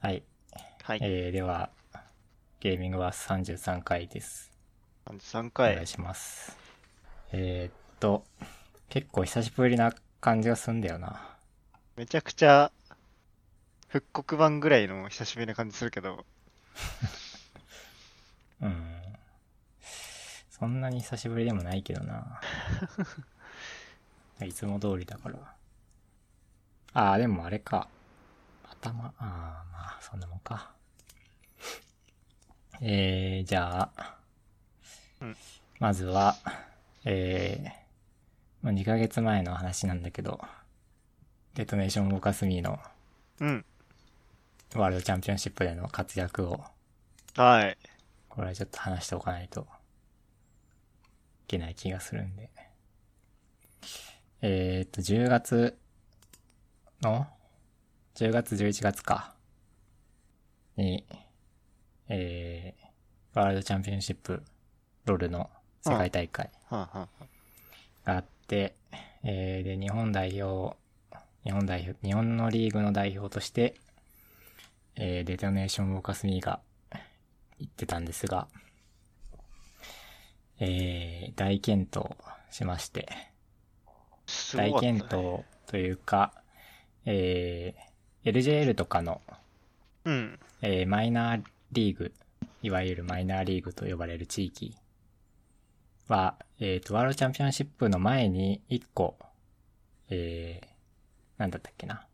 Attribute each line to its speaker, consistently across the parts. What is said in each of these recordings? Speaker 1: はい。
Speaker 2: はい。
Speaker 1: えー、では、ゲーミングは33回です。
Speaker 2: 33
Speaker 1: お
Speaker 2: 回
Speaker 1: 願い。します。えー、っと、結構久しぶりな感じがすんだよな。
Speaker 2: めちゃくちゃ、復刻版ぐらいの久しぶりな感じするけど、
Speaker 1: うん。そんなに久しぶりでもないけど な。いつも通りだから。ああ、でもあれか。頭、ああ、まあ、そんなもんか。えー、じゃあ、
Speaker 2: うん
Speaker 1: まずは、えー、まあ、2ヶ月前の話なんだけど、デトネーションボカスミの
Speaker 2: うん。
Speaker 1: ワールドチャンピオンシップでの活躍を
Speaker 2: はい。
Speaker 1: これはちょっと話しておかないといけない気がするんで。えー、っと、10月の、10月11月か、に、えー、ワールドチャンピオンシップロールの世界大会
Speaker 2: はあ、はあ、
Speaker 1: があって、えー、で、日本代表、日本代表、日本のリーグの代表として、えー、デトネーション・ボーカスミーが行ってたんですが、えー、大健闘しまして、
Speaker 2: す
Speaker 1: 大
Speaker 2: ごかった、
Speaker 1: 健
Speaker 2: ね。
Speaker 1: 闘というか、えー、LJL とかの、
Speaker 2: うん。
Speaker 1: えーマイナーリーグ、いわゆるマイナーリーグと呼ばれる地域は、えっ、と、ワールドチャンピオンシップの前に1個、えー、なんだったっけな、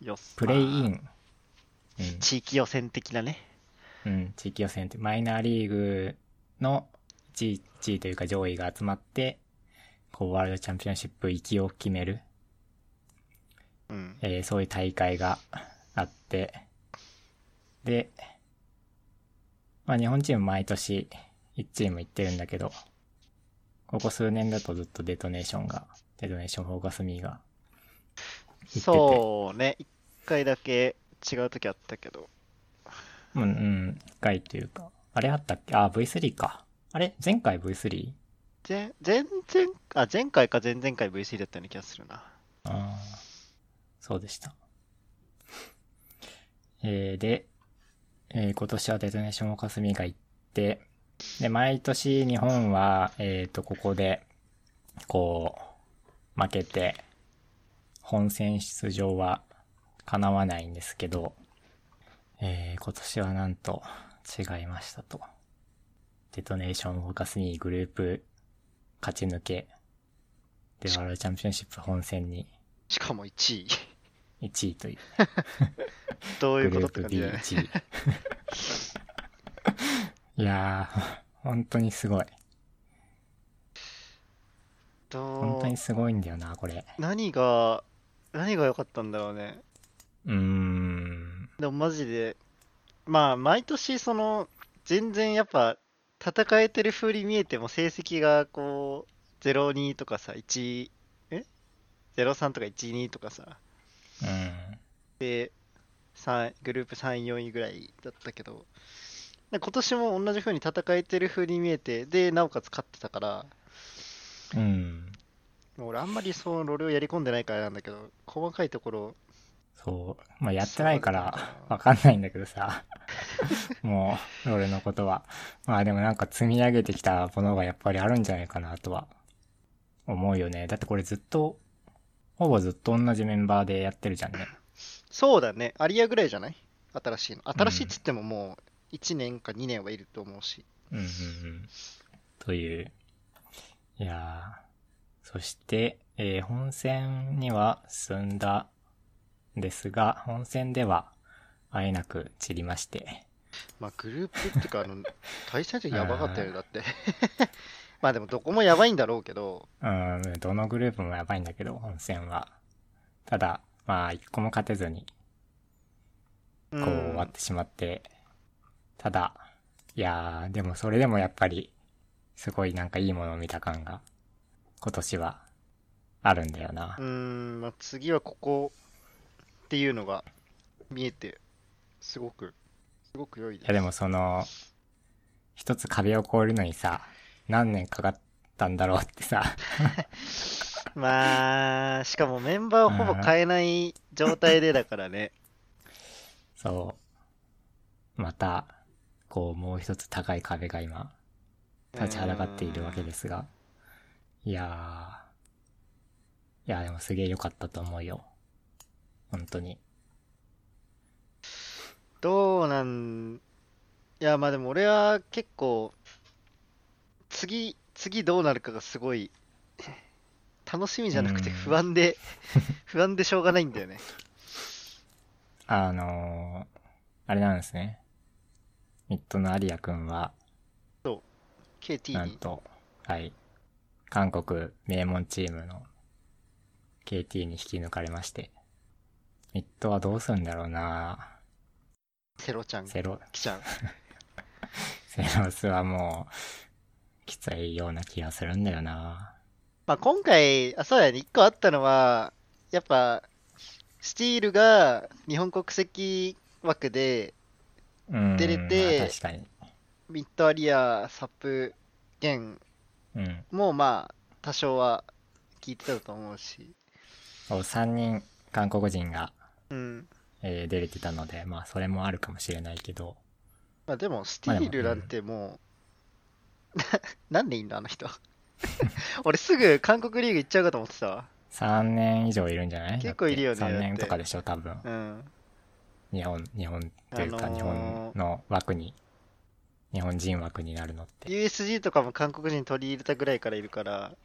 Speaker 2: よっさ
Speaker 1: プレイイン、
Speaker 2: 地域予選的なね。
Speaker 1: うん、うん、地域予選って、マイナーリーグの1位、1位というか上位が集まって、こう、ワールドチャンピオンシップ行きを決める、
Speaker 2: うん。
Speaker 1: えーそういう大会があって、で、まあ日本チーム毎年1チーム行ってるんだけど、ここ数年だとずっとデトネーションが、デトネーションフォーカスミーが、てて
Speaker 2: そうね。一回だけ違う時あったけど。
Speaker 1: うんうん、一回というか、あれあったっけあ、V3 か。あれ前回 V3?
Speaker 2: 前、前、前、あ、前回か前々回 VC だったような気がするな。
Speaker 1: ああ、そうでした。えーで、えー今年はデトネーション・オカスミが行って、で、毎年日本は、えっ、と、ここで、こう、負けて、本戦出場は叶わないんですけど、えー今年はなんと違いましたと。デトネーション・オカスミグループ勝ち抜け、で、ワールドチャンピオンシップ本戦に
Speaker 2: しかも1位。
Speaker 1: 1位という。
Speaker 2: どうい
Speaker 1: グ
Speaker 2: うこと
Speaker 1: ル
Speaker 2: っ
Speaker 1: ープ
Speaker 2: て感じだね。
Speaker 1: B1 位。いやー、本当にすごい。本
Speaker 2: ど
Speaker 1: 当に
Speaker 2: う、
Speaker 1: すごいんだよな、これ。
Speaker 2: 何が、何が良かったんだろうね。
Speaker 1: うーん。
Speaker 2: でもマジで、まあ、毎年、その、全然やっぱ、戦えてる風に見えても、成績がこう、02とかさ、1、え ?03 とか12とかさ、
Speaker 1: うん。
Speaker 2: で、3グループ3、4位ぐらいだったけど、で今年も同じ風に戦えてる風に見えて、で、なおかつ勝ってたから、
Speaker 1: うん。
Speaker 2: もう俺あんまりそのロールをやり込んでないからなんだけど、細かいところ、
Speaker 1: そう。まあ、やってないか
Speaker 2: そう
Speaker 1: ら
Speaker 2: だ、な
Speaker 1: わかんないんだけどさ。 もう、俺のことは。まあでもなんか積み上げてきたものがやっぱりあるんじゃないかなとは、思うよね。だってこれずっと、ほぼずっと同じメンバーでやってるじゃんね。
Speaker 2: そうだね、アリアぐらいじゃない新しいの。新しいっつってももう、1年か2年はいると思うし。
Speaker 1: うんうんうん。という。いやーそして、えー本戦には進んだんですが、本戦では、あえなく散りまして。
Speaker 2: まあ、グループっていうか、あ の、対戦者やばかったよ、だって。 まあでも、どこもやばいんだろうけど、
Speaker 1: うん、どのグループもやばいんだけど、本戦は。ただ、まあ、一個も勝てずに、
Speaker 2: う
Speaker 1: こう終わっ
Speaker 2: ん、
Speaker 1: てしまって。ただ、いやーでもそれでもやっぱり、すごいなんかいいものを見た感が、今年は、あるんだよな。
Speaker 2: うんまあ、次はここっていうのが見えて、すごく、すごく良いで
Speaker 1: い
Speaker 2: す。
Speaker 1: やでもその、一つ壁を越えるのにさ、何年かかったんだろうってさ、
Speaker 2: まあ、しかもメンバーをほぼ変えない状態でだからね。
Speaker 1: そう。また、こう、もう一つ高い壁が今、立ちはだかっているわけですが。いやー。いやーでもすげえ良かったと思うよ。本当に。
Speaker 2: どうなんいやまあでも俺は結構次次どうなるかがすごい楽しみじゃなくて
Speaker 1: うん
Speaker 2: 不 安で不安でしょうがないんだよね
Speaker 1: あのー、あれなんですね。ミッドのアリア君は、な
Speaker 2: KT
Speaker 1: ん
Speaker 2: に
Speaker 1: と、はい。韓国名門チームの KT に引き抜かれまして。ミッドはどうするんだろうな
Speaker 2: セロちゃん
Speaker 1: セロ、
Speaker 2: 来ちゃう
Speaker 1: セロスはもう、きついような気がするんだよな
Speaker 2: まあ今回あそうやね一個あったのはやっぱスティールが日本国籍枠で
Speaker 1: うん。
Speaker 2: 出れて
Speaker 1: まあ確かに。
Speaker 2: ミッドアリアサップゲン
Speaker 1: うん。
Speaker 2: もまあ多少は聞いてたと思うし
Speaker 1: そう、3人韓国人が、
Speaker 2: うん
Speaker 1: えー出れてたので、まあそれもあるかもしれないけど、
Speaker 2: まあでも、スティールなんてもう、 な、なんでいいんだ、あの人。俺すぐ韓国リーグ行っちゃうかと思ってたわ。
Speaker 1: 3年以上いるんじゃない
Speaker 2: 結構いるよね
Speaker 1: 3
Speaker 2: だっ
Speaker 1: 年
Speaker 2: て
Speaker 1: とかでしょ、多分。
Speaker 2: うん。
Speaker 1: 日本、日本というか、
Speaker 2: あのー
Speaker 1: 日本の枠に、日本人枠になるのって。
Speaker 2: USG とかも韓国人取り入れたぐらいからいるから、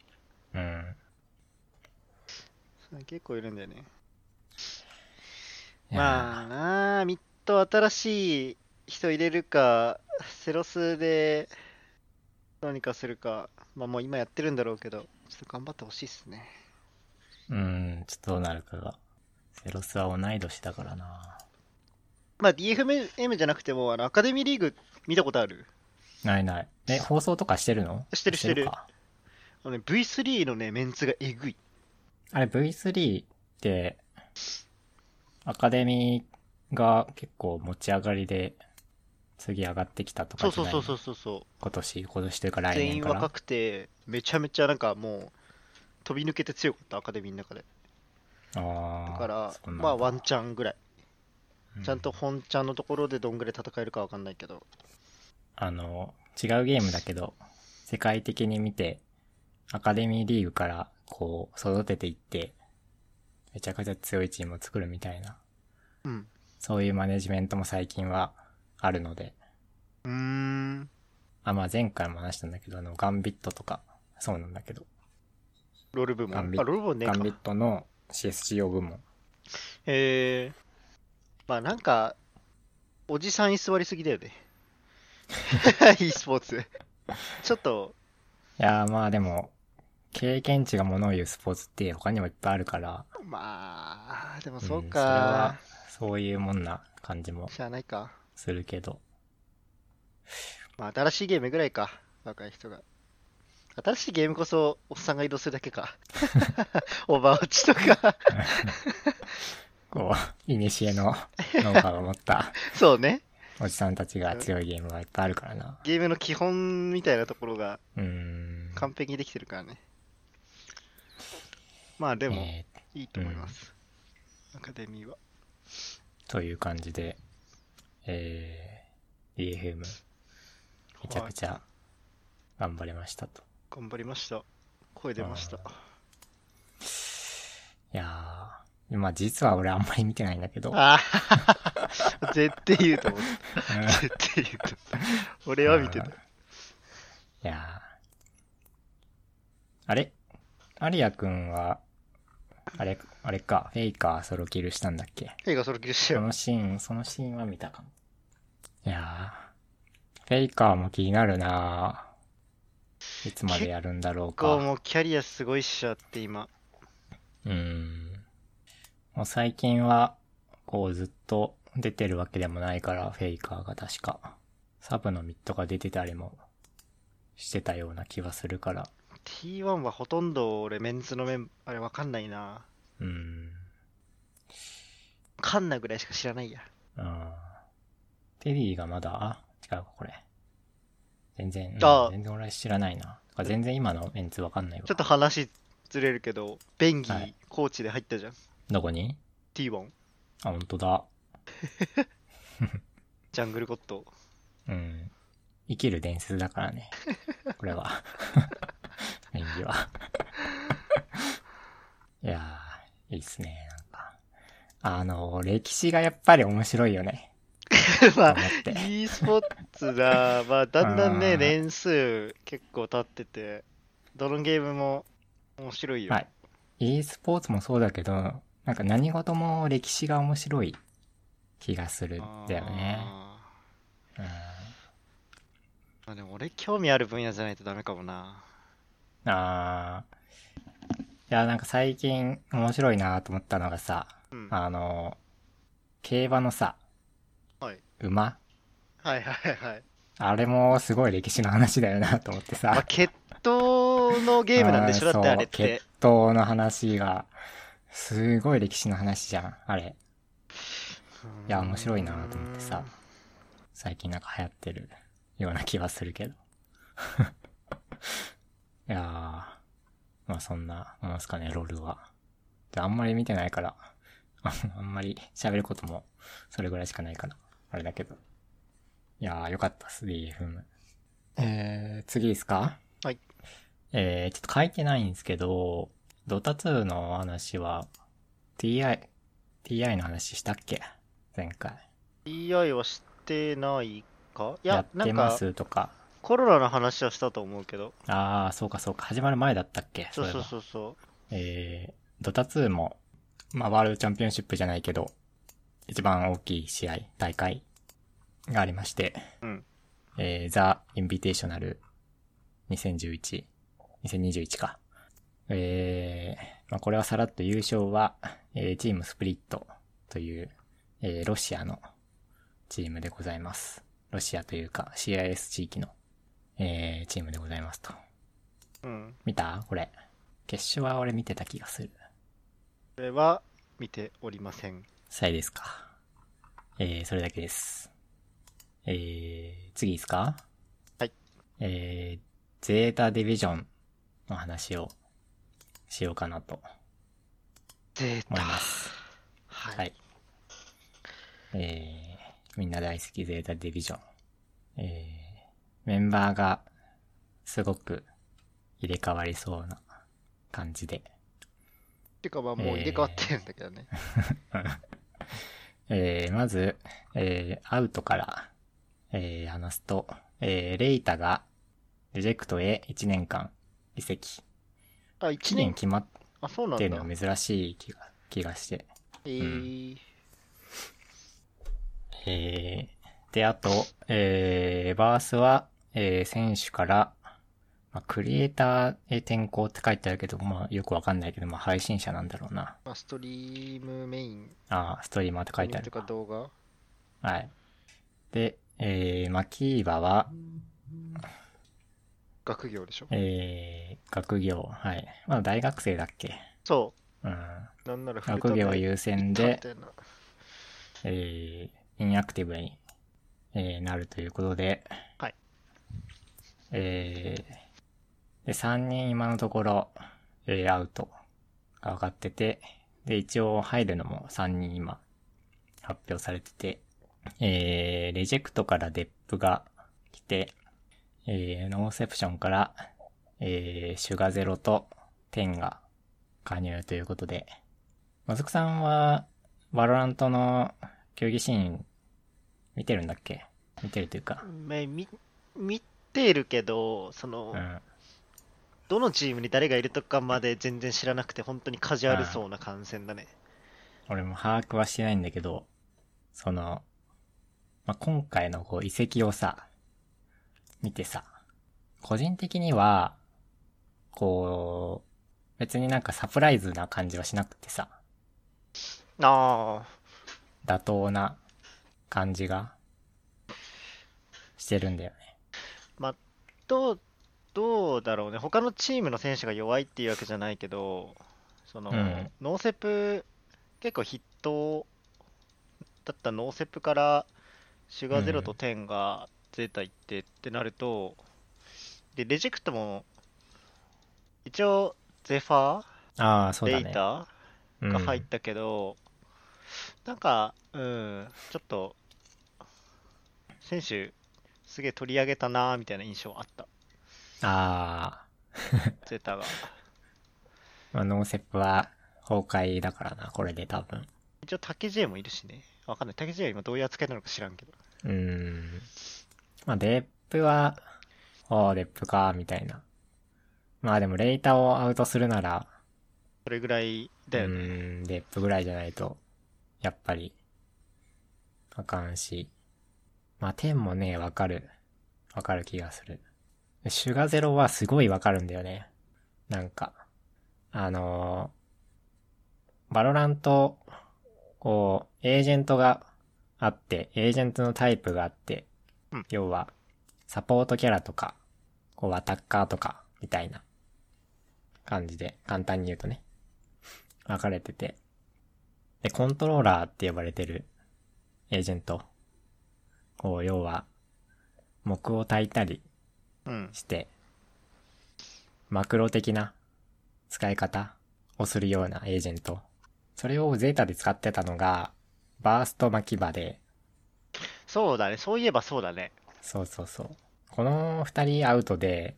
Speaker 1: うん。
Speaker 2: 結構いるんだよね。
Speaker 1: いやー
Speaker 2: まあなあ、ミッド新しい人入れるか、セロスでどうにかするか、まあもう今やってるんだろうけど、ちょっと頑張ってほしいっすね。
Speaker 1: うん、ちょっとどうなるかが。セロスは同い年だからな
Speaker 2: まあ DFM じゃなくても、あの、アカデミーリーグ見たことある
Speaker 1: ないない。え、放送とかしてるの
Speaker 2: してるしてる
Speaker 1: か
Speaker 2: あのね V3 のね、メンツがえぐい。
Speaker 1: あれ V3 って、アカデミーが結構持ち上がりで、次上がってきたと
Speaker 2: そ
Speaker 1: か
Speaker 2: う
Speaker 1: じ
Speaker 2: そ
Speaker 1: ゃ
Speaker 2: う
Speaker 1: ない
Speaker 2: そ
Speaker 1: の
Speaker 2: うそうそうそう。
Speaker 1: 今年、今年というか来
Speaker 2: 全
Speaker 1: 年
Speaker 2: 員
Speaker 1: から。
Speaker 2: 若くて、めちゃめちゃなんかもう、飛び抜けて強かった、アカデミーの中で。
Speaker 1: あ
Speaker 2: だ
Speaker 1: あ
Speaker 2: から、
Speaker 1: そうなんだ
Speaker 2: まあワンチャンぐらい。
Speaker 1: う
Speaker 2: ちゃんと本ちゃんのところでどんぐらい戦えるかわかんないけど。
Speaker 1: あの、違うゲームだけど、世界的に見て、アカデミーリーグから、こう、育てていって、めちゃくちゃ強いチームを作るみたいな、
Speaker 2: うん。
Speaker 1: そういうマネジメントも最近はあるので、
Speaker 2: うーん。
Speaker 1: あ、まあ前回も話したんだけど、あの、ガンビットとか、そうなんだけど、
Speaker 2: ロール部門。
Speaker 1: ガ
Speaker 2: あ、
Speaker 1: ンビッ
Speaker 2: ロール部門ねえ
Speaker 1: ガ
Speaker 2: か
Speaker 1: ンビッ。トの CSGO 部門。
Speaker 2: へえ。まあなんか、おじさん居座りすぎだよね。e スポーツ。ちょっと、
Speaker 1: いやーまあでも、経験値が物を言うスポーツって他にもいっぱいあるから、
Speaker 2: まあ、でもそうんか。
Speaker 1: それは、そういうもんな感じも
Speaker 2: しゃあないか。
Speaker 1: するけど、
Speaker 2: まあ、新しいゲームぐらいか、若い人が。新しいゲームこそ、おっさんが移動するだ けか。オーバーウォッチとか。
Speaker 1: こう、いにしえのノウハウを持った
Speaker 2: そうね。
Speaker 1: おじさんたちが強いゲームがいっぱいあるからな。
Speaker 2: ゲームの基本みたいなところが
Speaker 1: うーん。
Speaker 2: 完璧にできてるからね。まあ、でも、
Speaker 1: え
Speaker 2: いいと思います。アカデミーは。
Speaker 1: ーという感じで、えー、DFM、めちゃくちゃ頑張りましたと。
Speaker 2: 頑張りました。声出ました。
Speaker 1: いやー、まあ実は俺あんまり見てないんだけど、うん
Speaker 2: ああ、 絶対言うと思った。絶対言うと思った。俺は見てた。
Speaker 1: いやー。あれアリアくんは、あれ、あれか、フェイカーソロキルしたんだっけ
Speaker 2: 映画それきりした
Speaker 1: そ
Speaker 2: よ。
Speaker 1: のシーン、そのシーンは見たかも。いやー、フェイカーも気になるなーいつまでやるんだろう
Speaker 2: こ
Speaker 1: か。
Speaker 2: うもうキャリアすごいっしょって今。
Speaker 1: うーん。もう最近は、こうずっと出てるわけでもないから、フェイカーが確か、サブのミッドが出てたりもしてたような気はするから。
Speaker 2: T1 はほとんど俺メンズのメン、あれわかんないな。わ
Speaker 1: うーん。
Speaker 2: かんないぐらいしか知らないや。
Speaker 1: うん。テディがまだ、あ、違うか、これ。全然、うん
Speaker 2: あ
Speaker 1: 全然俺は知らないな。てか全然今のメンツわかんないわ。
Speaker 2: ちょっと話ずれるけど、ベンギ
Speaker 1: はい
Speaker 2: ー、コーチで入ったじゃん。
Speaker 1: どこに
Speaker 2: T1。
Speaker 1: あ、本当だ。
Speaker 2: ジャングルゴッド。
Speaker 1: うん。生きる伝説だからね。これは。演技は。いやー、いいっすね。なんか。あの、歴史がやっぱり面白いよね。
Speaker 2: ま
Speaker 1: と
Speaker 2: あ
Speaker 1: 思、って。
Speaker 2: e スポーツだ、まあ、だんだん
Speaker 1: あ
Speaker 2: ね、
Speaker 1: ー
Speaker 2: 年数結構経ってて、どのゲームも面白いよ。
Speaker 1: まあ、e スポーツもそうだけど、なんか何事も歴史が面白い気がするんだよね。
Speaker 2: あ
Speaker 1: うん、
Speaker 2: ーまあ、でも俺興味ある分野じゃないとダメかもな。
Speaker 1: あーいや、なんか最近面白いなと思ったのがさ、
Speaker 2: うん。はい
Speaker 1: あの、競馬のさ、
Speaker 2: はい
Speaker 1: 馬
Speaker 2: はいはい。
Speaker 1: あれもすごい歴史の話だよなと思って
Speaker 2: まあ、
Speaker 1: さ。
Speaker 2: 決闘のゲームなんで しょだって
Speaker 1: そう
Speaker 2: あれって
Speaker 1: 決。闘の話が、すごい歴史の話じゃん、あれ。いや、面白いなと思ってさ。最近なんか流行ってるような気はするけど。 いやー、まあそんなもんすかね、ロールは。であんまり見てないから、 ああんまり喋ることもそれぐらいしかないから、あれだけど。いやー、よかったっす、DFM。えー、次ですか
Speaker 2: はい。
Speaker 1: えー、ちょっと書いてないんですけど、ドタ2の話は、TI、TI の話したっけ前回。
Speaker 2: DI はしてないかい
Speaker 1: や
Speaker 2: や、
Speaker 1: っ
Speaker 2: な
Speaker 1: て
Speaker 2: ん
Speaker 1: ま
Speaker 2: か
Speaker 1: すとか。
Speaker 2: コロナの話はしたと思うけど。
Speaker 1: ああ、そうかそうか。始まる前だったっけ
Speaker 2: そうそう
Speaker 1: いえば
Speaker 2: そうそ
Speaker 1: えー、ドタ2も、まあ、ワールドチャンピオンシップじゃないけど、一番大きい試合、大会がありまして、
Speaker 2: うん
Speaker 1: えー、ザ・インビテーショナル2011、2021か。えー、まあ、これはさらっと優勝は、えーチームスプリットという、えーロシアのチームでございます。ロシアというか、CIS 地域の、えーチームでございますと。
Speaker 2: う。うん。
Speaker 1: 見たこれ。決勝は俺見てた気がする。
Speaker 2: これは見ておりません。
Speaker 1: さいですか。えー、それだけです。えー、次ですか
Speaker 2: はい。
Speaker 1: えー、ゼータディビジョンの話をしようかなと
Speaker 2: 出
Speaker 1: 思い
Speaker 2: た。
Speaker 1: ます。
Speaker 2: は。
Speaker 1: はいい。えー、みんな大好きゼータディビジョン。えー、メンバーがすごく入れ替わりそうな感じで。
Speaker 2: てかまあもう入れ替わってるんだけどね。
Speaker 1: えーまず、えーアウトから、えー話すと、えーレイタが、リジェクトへ1年間、移籍。
Speaker 2: あ、
Speaker 1: 期限
Speaker 2: 1年。
Speaker 1: 決まっ
Speaker 2: あ、そうなんだ。
Speaker 1: てるの珍しい気が、気がして。
Speaker 2: えー
Speaker 1: えーで、あと、えーバースは、えー選手から、まあ、クリエイターへ転向って書いてあるけど、まあ、よくわかんないけど、まあ、配信者なんだろうな。
Speaker 2: まあ、ストリームメイン
Speaker 1: あーストリーマーって書いてあ
Speaker 2: と
Speaker 1: る
Speaker 2: か。動画
Speaker 1: はい。で、えー、マキーバは、
Speaker 2: 学業でしょ
Speaker 1: えー、学業、はい。まあ大学生だっけ
Speaker 2: そ
Speaker 1: うん。
Speaker 2: う。なんなら
Speaker 1: 学業優先で、
Speaker 2: でな
Speaker 1: えー、インアクティブに、えーなるということで、
Speaker 2: はい。
Speaker 1: えー、で、3人今のところ、えー、アウトが分かってて、で、一応入るのも3人今、発表されてて、えー、レジェクトからデップが来て、えー、ノーセプションから、えー、シュガゼロとテンが加入ということで、まずくさんは、バロラントの競技シーン、見てるんだっけ見てるというか、
Speaker 2: め見見てるけど、その、
Speaker 1: うん。
Speaker 2: どのチームに誰がいるとかまで全然知らなくて、本当にカジュアルそうな観戦だね。
Speaker 1: 俺も把握はしてないんだけど、その、まあ、今回のこう遺跡をさ、見てさ、個人的には、こう、別になんかサプライズな感じはしなくてさ、
Speaker 2: ああ、
Speaker 1: 妥当な感じがしてるんだよね。
Speaker 2: どう、どうだろうね。他のチームの選手が弱いっていうわけじゃないけど、その、
Speaker 1: うん
Speaker 2: ノーセプ、結構筆頭だったノーセプから、シュガーゼロとテンがゼータ行ってってなると、で、レジェクトも、一応、ゼファ
Speaker 1: ああ、そ
Speaker 2: ー、
Speaker 1: うだ
Speaker 2: レ
Speaker 1: ね。
Speaker 2: イター、
Speaker 1: うん
Speaker 2: が入ったけど、なんか、うん、ちょっと、選手すげえ取り上げたなーみたいな印象あった、
Speaker 1: あ
Speaker 2: ゼータが。
Speaker 1: ー、まあ、ノーセップは崩壊だからな、これで多分。
Speaker 2: 一応、竹 J もいるしね。わかんない。竹 J は今どういう扱いなのか知らんけど。
Speaker 1: うーん。まあ、デップは、おー、デップか、みたいな。まあでも、レイターをアウトするなら、
Speaker 2: それぐらいだよ
Speaker 1: う
Speaker 2: ね。
Speaker 1: ーん、デップぐらいじゃないと、やっぱり、あかんし。まあ、天もね、わかる。わかる気がする。シュガゼロはすごいわかるんだよね。なんか、あのーバロラント、こう、エージェントがあって、エージェントのタイプがあって、
Speaker 2: うん
Speaker 1: 要は、サポートキャラとか、こう、アタッカーとか、みたいな感じで、簡単に言うとね。分かれてて。で、コントローラーって呼ばれてるエージェント。こう、要は、木を焚いたり
Speaker 2: うん。
Speaker 1: して、マクロ的な使い方をするようなエージェント。それをゼータで使ってたのが、バースト巻き場で、
Speaker 2: そうだね。そういえばそうだね。
Speaker 1: そうそうそう。この二人アウトで、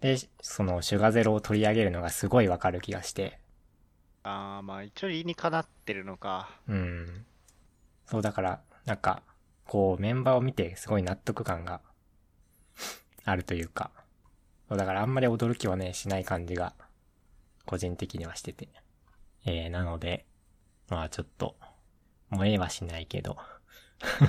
Speaker 1: で、そのシュガゼロを取り上げるのがすごいわかる気がして。
Speaker 2: あー、まあ一応理にかなってるのか。
Speaker 1: うん。そうだから、なんか、こうメンバーを見てすごい納得感があるというか、そうだからあんまり驚きはね、しない感じが、個人的にはしてて。えー、なので、まあちょっと、燃えはしないけど、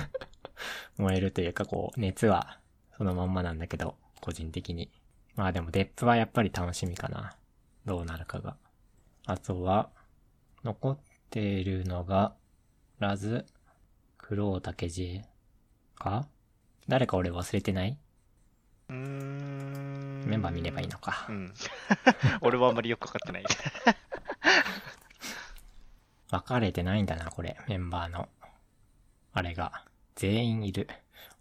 Speaker 1: 燃えるというかこう、熱はそのまんまなんだけど、個人的に。まあでも、デップはやっぱり楽しみかな。どうなるかが。あとは、残っているのが、ラズ、クロウタケジか誰か俺忘れてない
Speaker 2: メン
Speaker 1: メンバー見ればいいのか。
Speaker 2: うん。 俺はあんまりよくわかってない。
Speaker 1: 分かれてないんだな、これ。メンバーの。あれが。全員いる。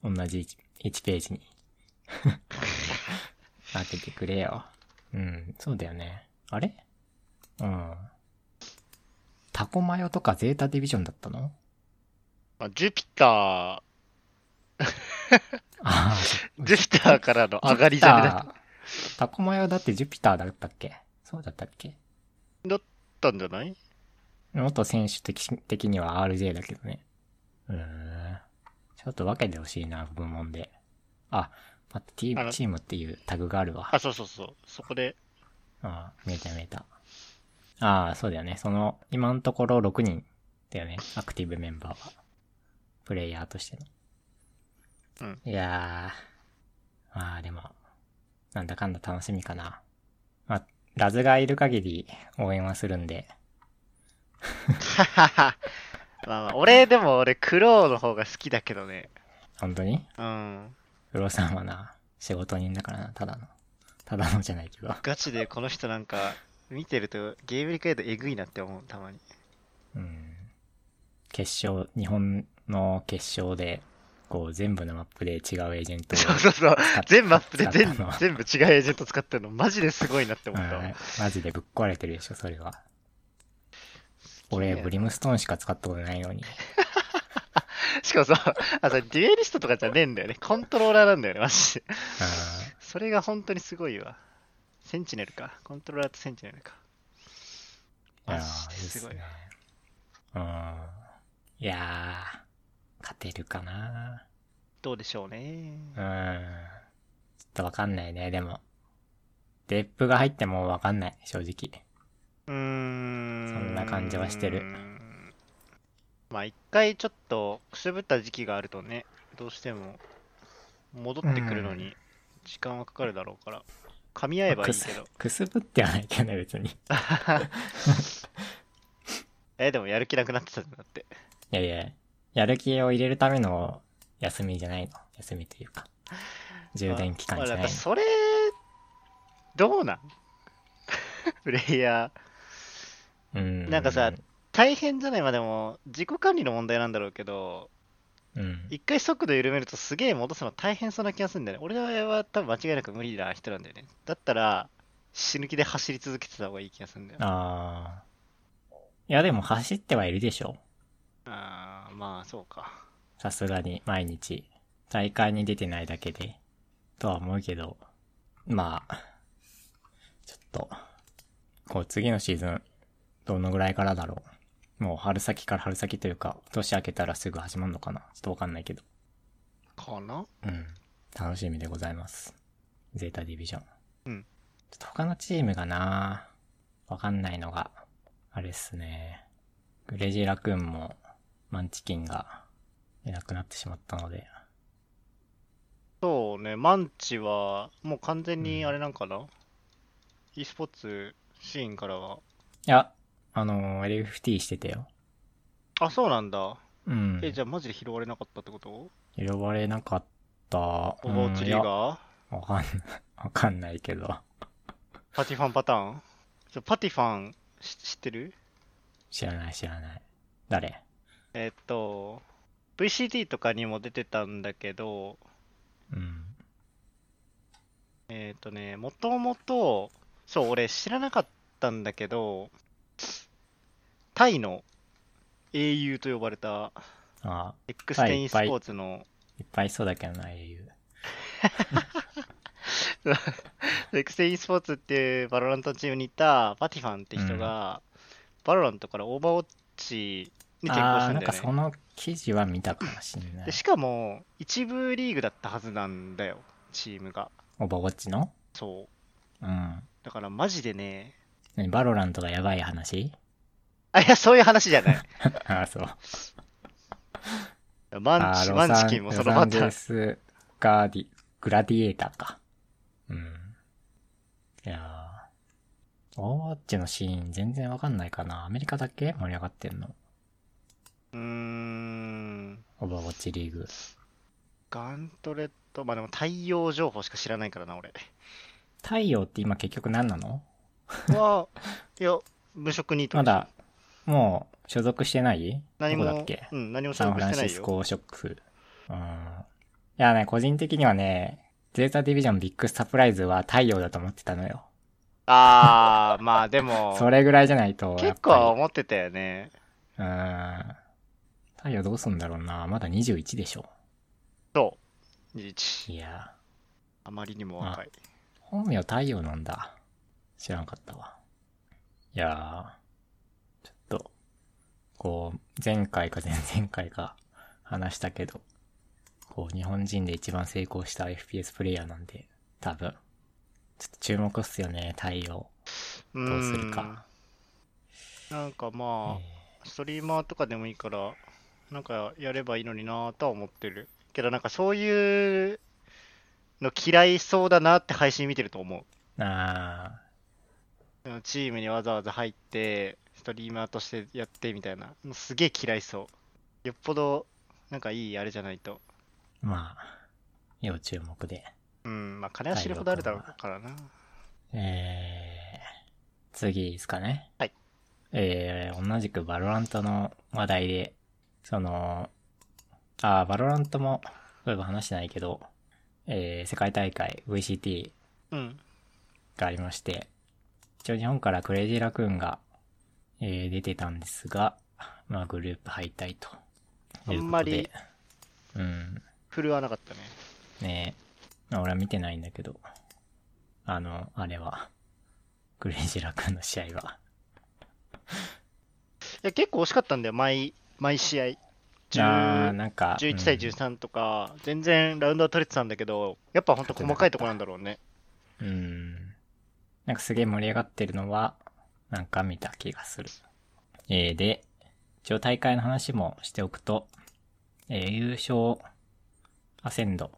Speaker 1: 同じ 1, ペー ジに。当ててくれよ。うん、そうだよね。あれうん。タコマヨとかゼータディビジョンだった の
Speaker 2: まあ、ジュピタ
Speaker 1: ああ、
Speaker 2: ー、ジュピターからの上がりじゃねだっ
Speaker 1: タコマヨだってジュピターだったっけそうだったっけ
Speaker 2: たんじゃない
Speaker 1: 元選手的的には RJ だけどね。うーん。ちょっと分けてほしいな、部門で。あ、またチー
Speaker 2: あ
Speaker 1: ム
Speaker 2: の
Speaker 1: チームっていうタグがあるわ。
Speaker 2: あ、そうそうそう。そこで、
Speaker 1: あ見えた見えた。ああ、そうだよね。その、今のところ6人だよね。アクティブメンバーは。プレイヤーとしての。
Speaker 2: うん
Speaker 1: いやー。まあでも、なんだかんだ楽しみかな。まあ、ラズがいる限り応援はするんで。
Speaker 2: まあまあ、俺、でも俺、クロウの方が好きだけどね。
Speaker 1: 本当に
Speaker 2: うん。
Speaker 1: ウロさんはな、仕事人だからな、ただの。ただのじゃないけど。
Speaker 2: ガチでこの人なんか、見てると、ゲームリカエドえぐいなって思う、たまに。
Speaker 1: うん。決勝、日本の決勝で、こう全部のマップで違うエージェントを
Speaker 2: そうそうそう。全マップで
Speaker 1: 使
Speaker 2: 全
Speaker 1: ったの
Speaker 2: 全部違うエージェント使ってるの、マジですごいなって思ったわ。
Speaker 1: うんマジでぶっ壊れてるでしょ、それは。
Speaker 2: い
Speaker 1: 俺、
Speaker 2: や
Speaker 1: ブリムストーンしか使ったことないのに。
Speaker 2: しかもさ、あさ、デュエリストとかじゃねえんだよね。コントローラーなんだよね、マジで。それが本当にすごいわ。センチネルか。コントローラーとセンチネルか。
Speaker 1: うん。いや
Speaker 2: マジ
Speaker 1: ー
Speaker 2: で
Speaker 1: いいっ
Speaker 2: す
Speaker 1: す
Speaker 2: ごい
Speaker 1: ね。うん。いやー、勝てるかな
Speaker 2: どうでしょうね。
Speaker 1: うん。ちょっとわかんないね、でも。デップが入ってもわかんない、正直。
Speaker 2: うーん。
Speaker 1: そんな感じはしてる。
Speaker 2: まあ一回ちょっとくすぶった時期があるとね、どうしても戻ってくるのに時間はかかるだろうから、噛み合えばいいけど。
Speaker 1: くすぶってはないけどね、別に。い
Speaker 2: え、でもやる気なくなってたんだって。
Speaker 1: やいや、やる気を入れるための休みじゃないの。休みというか。充電期間
Speaker 2: まあ
Speaker 1: じゃ
Speaker 2: ま
Speaker 1: な
Speaker 2: あないん
Speaker 1: の
Speaker 2: か。それ、どうなん プレイヤ
Speaker 1: う
Speaker 2: ー。
Speaker 1: ん。
Speaker 2: なんかさ、大変じゃないまあでも、自己管理の問題なんだろうけど、
Speaker 1: うん。
Speaker 2: 一回速度緩めるとすげえ戻すの大変そうな気がするんだよね。俺は多分間違いなく無理な人なんだよね。だったら、死ぬ気で走り続けてた方がいい気がするんだよ。
Speaker 1: あー。いや、でも走ってはいるでしょ。
Speaker 2: ああー、まあそうか。
Speaker 1: さすがに毎日、大会に出てないだけで、とは思うけど、まあ、ちょっと、こう次のシーズン、どのぐらいからだろう。もう春先から春先というか、年明けたらすぐ始まるのかなちょっとわかんないけど。
Speaker 2: かな
Speaker 1: うん。楽しみでございます。ゼータディビジョン。
Speaker 2: うん。
Speaker 1: ちょっと他のチームがなわかんないのが、あれっすね。グレジーラ君も、マンチキンが、いなくなってしまったので。
Speaker 2: そうね、マンチは、もう完全にあれなんかな、?e スポーツシーンからは。
Speaker 1: いや、あのー、LFT してたよ。
Speaker 2: あ、そうなんだ。
Speaker 1: うん。
Speaker 2: え、じゃあマジで拾われなかったってこと
Speaker 1: 呼ばれなかった。
Speaker 2: オバーチリー
Speaker 1: うんい
Speaker 2: が
Speaker 1: やわかんない、 わかんないけど。
Speaker 2: パティファンパターンちょパティファンし知ってる
Speaker 1: 知らない知らない。誰
Speaker 2: えっと、VCT とかにも出てたんだけど、
Speaker 1: うん。
Speaker 2: えっとね、もともと、そう、俺知らなかったんだけど、タイの英雄と呼ばれた
Speaker 1: あ
Speaker 2: X
Speaker 1: タ
Speaker 2: テ
Speaker 1: イい
Speaker 2: イ
Speaker 1: っ
Speaker 2: スポ
Speaker 1: ぱい
Speaker 2: ーツの
Speaker 1: いっぱいいそうだけどな、英雄。
Speaker 2: エクセインスポーツっていうバロラントチームにいたパティファンって人が、バロラントからオーバーウォッチに転向
Speaker 1: あ
Speaker 2: し
Speaker 1: あ
Speaker 2: た
Speaker 1: ー、
Speaker 2: ん
Speaker 1: な
Speaker 2: だ
Speaker 1: んか
Speaker 2: よ
Speaker 1: そ
Speaker 2: ね。
Speaker 1: の記事は見たかもしんない
Speaker 2: で。しかも、一部リーグだったはずなんだよ、チームが。
Speaker 1: オーバーウォッチの
Speaker 2: そう。
Speaker 1: うん。
Speaker 2: だからマジでね、
Speaker 1: 何バロラントがやばい話
Speaker 2: あ、いや、そういう話じ ゃない。
Speaker 1: ああ、 そう。
Speaker 2: マン
Speaker 1: あ
Speaker 2: チ、
Speaker 1: ー
Speaker 2: マ
Speaker 1: ロ
Speaker 2: ン
Speaker 1: サ
Speaker 2: チ
Speaker 1: ン
Speaker 2: キンもその
Speaker 1: ロサ
Speaker 2: パ
Speaker 1: ン
Speaker 2: タ
Speaker 1: ゼル
Speaker 2: ーン。
Speaker 1: スガーディ、グラディエーターか。うん。いやー。オーバーウォッチのシーン全然わかんないかな。アメリカだけ盛り上がってんの。
Speaker 2: うーん、
Speaker 1: オーバーウォッチリーグ。
Speaker 2: ガントレット、まあでも太陽情報しか知らないから な、俺。
Speaker 1: 太陽って今結局何なの
Speaker 2: は、いや、無職にと
Speaker 1: まだ、もう所属してない
Speaker 2: 何
Speaker 1: どこだっ
Speaker 2: も
Speaker 1: け、
Speaker 2: うん、何も所
Speaker 1: サン
Speaker 2: 属
Speaker 1: フラ
Speaker 2: し
Speaker 1: ン
Speaker 2: てな
Speaker 1: シ
Speaker 2: い
Speaker 1: ス
Speaker 2: よ。
Speaker 1: コショック。うん。いやね、個人的にはね、ゼータディビジョンビッグサプライズは太陽だと思ってたのよ。
Speaker 2: あー、まあでも、
Speaker 1: それぐらいじゃないと。やっ
Speaker 2: 結構
Speaker 1: ぱ
Speaker 2: 思ってたよね。
Speaker 1: りうん。太陽どうすんだろうな。まだ21でしょ。
Speaker 2: そう。21。
Speaker 1: いや、
Speaker 2: あまりにも若い。
Speaker 1: 本名太陽なんだ。知らんかったわ。いやー、ちょっと、こう、前回か前々回か話したけど、こう、日本人で一番成功した FPS プレイヤーなんで、多分、ちょっと注目っすよね、太陽。
Speaker 2: ど
Speaker 1: どうするか。
Speaker 2: なんか
Speaker 1: え
Speaker 2: まあ、ストリーマーとかでもいいから、なんかやればいいのになぁとは思ってる。けどなんかそういうの嫌いそうだなって配信見てると思う。
Speaker 1: ーあ
Speaker 2: チームにわざわざ入って、ストリーマーとしてやってみたいな。もうすげえ嫌いそう。よっぽど、なんかいいあれじゃないと。
Speaker 1: ー、まあ、要注目で。
Speaker 2: うん、まあ金は知るほどあるだろうからな。
Speaker 1: えー、次ですかね。
Speaker 2: はい。
Speaker 1: えー、同じくバロラントの話題で、その、あー、バロラントも、そういえば話してないけど、えー、世界大会 VCT
Speaker 2: うん。
Speaker 1: がありまして、一応日本からクレイジーラクーンが、えー、出てたんですが、まあグループ敗退と。
Speaker 2: あんまり。
Speaker 1: うん。
Speaker 2: 振るわなかったね。
Speaker 1: ねえ。まあ俺は見てないんだけど。あの、あれは。グレイジラ君の試合は。
Speaker 2: いや、結構惜しかったんだよ、毎、毎試合。
Speaker 1: じゃあ、
Speaker 2: 10
Speaker 1: なんか。
Speaker 2: 11対13とか、全然ラウンドは取れてたんだけど、やっぱほんと細かいとこなんだろうね。
Speaker 1: うん。うん。なんかすげえ盛り上がってるのは、なんか見た気がする。えー、で、一応大会の話もしておくと、えー優勝、アセンド、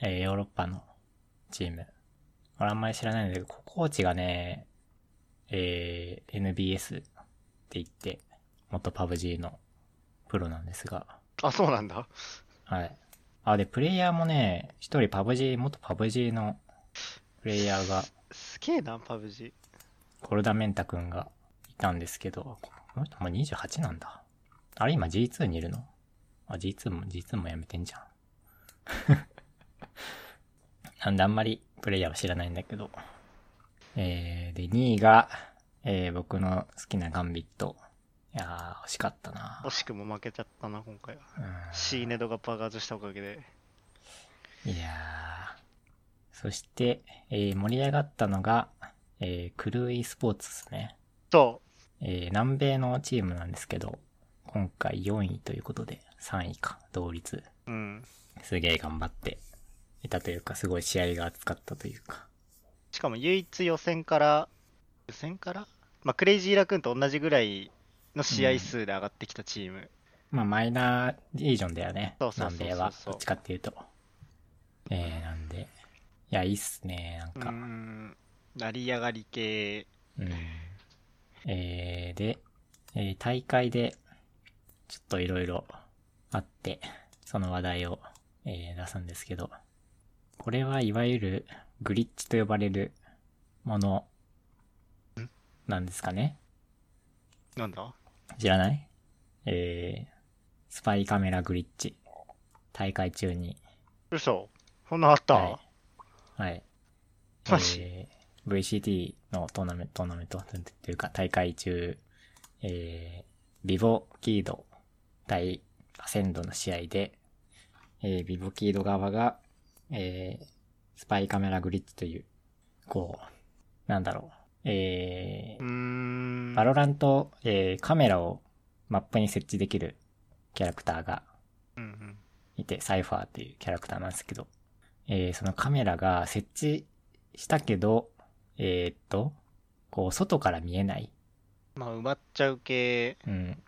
Speaker 1: えーヨーロッパのチーム。俺あんまり知らないんだけど、コーチがね、えー NBS って言って、元パブ G のプロなんですが、
Speaker 2: あ、そうなんだ。
Speaker 1: はい。あ、で、プレイヤーもね、一人パブ G、元パブ G のプレイヤーが、
Speaker 2: すげえな、パブジ。
Speaker 1: コルダメンタ君がいたんですけど、この人もう28なんだ。あれ今 G2 にいるのあ、G2 も、G2 もやめてんじゃん。なんで あんまりプレイヤーは知らないんだけど。えー、で、2位が、えー僕の好きなガンビット、いやー、惜しかったな。
Speaker 2: 惜しくも負けちゃったな、今回は。
Speaker 1: う
Speaker 2: シーネドが爆発したおかげで。
Speaker 1: ん、いやー。そして、えー盛り上がったのが、えークルー e スポーツですね。
Speaker 2: そ
Speaker 1: えー南米のチームなんですけど、今回4位ということで、3位か、同率。
Speaker 2: う。うん。
Speaker 1: すげえ頑張っていたというか、すごい試合が熱かったというか。
Speaker 2: しかも唯一予選から、予選からまあ、クレイジーラクーンと同じぐらいの試合数で上がってきたチーム。
Speaker 1: まあ、マイナーディビジョンだよね。
Speaker 2: そうそうそうそう
Speaker 1: 南米は。どっちかっていうと。えー、なんで。いや、いいっすね、なん
Speaker 2: う
Speaker 1: か。
Speaker 2: ん。成り上がり系。
Speaker 1: うん。えー、で、えー大会で、ちょっといろいろあって、その話題を、えー出すんですけど、これはいわゆるグリッチと呼ばれるものなんですかね
Speaker 2: なんだ
Speaker 1: 知らないえー、スパイカメラグリッチ。大会中に。
Speaker 2: 嘘そんなあった、
Speaker 1: はいはい。
Speaker 2: マジ
Speaker 1: えー VCT のトーナメント、トーナメントというか大会中、えー、ビボキード対アセンドの試合で、えー、ビボキード側が、えー、スパイカメラグリッチという、こう、なんだろう、え
Speaker 2: う
Speaker 1: ー
Speaker 2: ー、ん。
Speaker 1: バロランと、えー、カメラをマップに設置できるキャラクターが
Speaker 2: うんうん。
Speaker 1: いて、サイファーっていうキャラクターなんですけど、えーそのカメラが設置したけど、えーっと、こう、外から見えない、
Speaker 2: まあ、埋まっちゃう系。
Speaker 1: うん、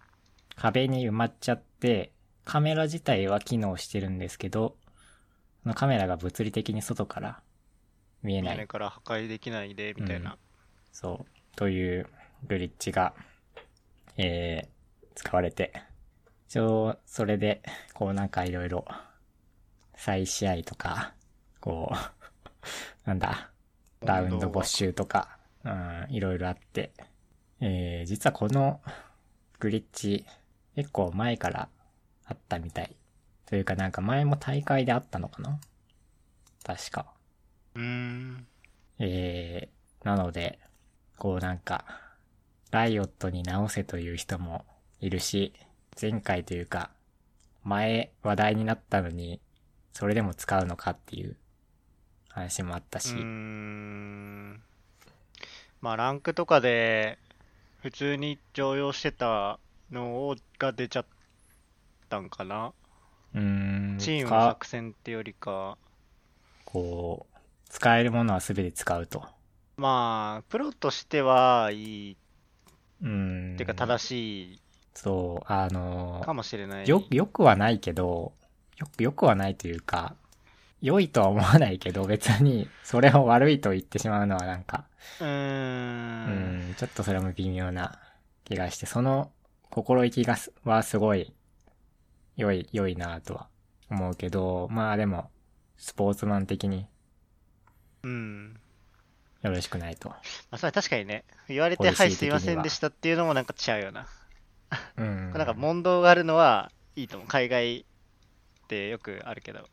Speaker 1: 壁に埋まっちゃって、カメラ自体は機能してるんですけど、そのカメラが物理的に外から見え
Speaker 2: 見
Speaker 1: な
Speaker 2: え
Speaker 1: い
Speaker 2: ないから破壊できないで、みたいな。
Speaker 1: そう。というグリッチが、えー、使われて、一応、それで、こうなんかいろいろ、再試合とか、こう、 なんだ、ラウンド没収とか、うん、いろいろあって、えー、実はこのグリッチ、結構前からあったみたい。というかなんか前も大会であったのかな確か。
Speaker 2: うーん。
Speaker 1: えー、なので、こうなんか、ライオットに直せという人もいるし、前回というか、前話題になったのに、それでも使うのかっていう話もあった
Speaker 2: う
Speaker 1: し、
Speaker 2: ーん。まあ、ランクとかで、普通に常用してたのが出ちゃったんかな。
Speaker 1: うーん、
Speaker 2: チームの
Speaker 1: か
Speaker 2: 作戦ってよりか、
Speaker 1: こう、使えるものは全て使うと。
Speaker 2: まあ、プロとしてはいい、
Speaker 1: うーん。
Speaker 2: っていうか正しい
Speaker 1: そう、あのー
Speaker 2: かもしれない。
Speaker 1: よ、よくはないけど、よく、よくはないというか、良いとは思わないけど、別に、それを悪いと言ってしまうのはなんか、
Speaker 2: うー。
Speaker 1: うんん、ちょっとそれも微妙な気がして、その心意気がす、はすごい、良い、良いなとは思うけど、まあでも、スポーツマン的に
Speaker 2: うん。
Speaker 1: よろしくないと。
Speaker 2: まあ、それは確かにね、言われ
Speaker 1: ポ
Speaker 2: て、
Speaker 1: リシ
Speaker 2: は
Speaker 1: ー
Speaker 2: い、すいませ
Speaker 1: 的に
Speaker 2: ん
Speaker 1: は
Speaker 2: でしたっていうのもなんか違うよな。
Speaker 1: うん。
Speaker 2: なんか問答があるのはいいと思う。海外ってよくあるけど。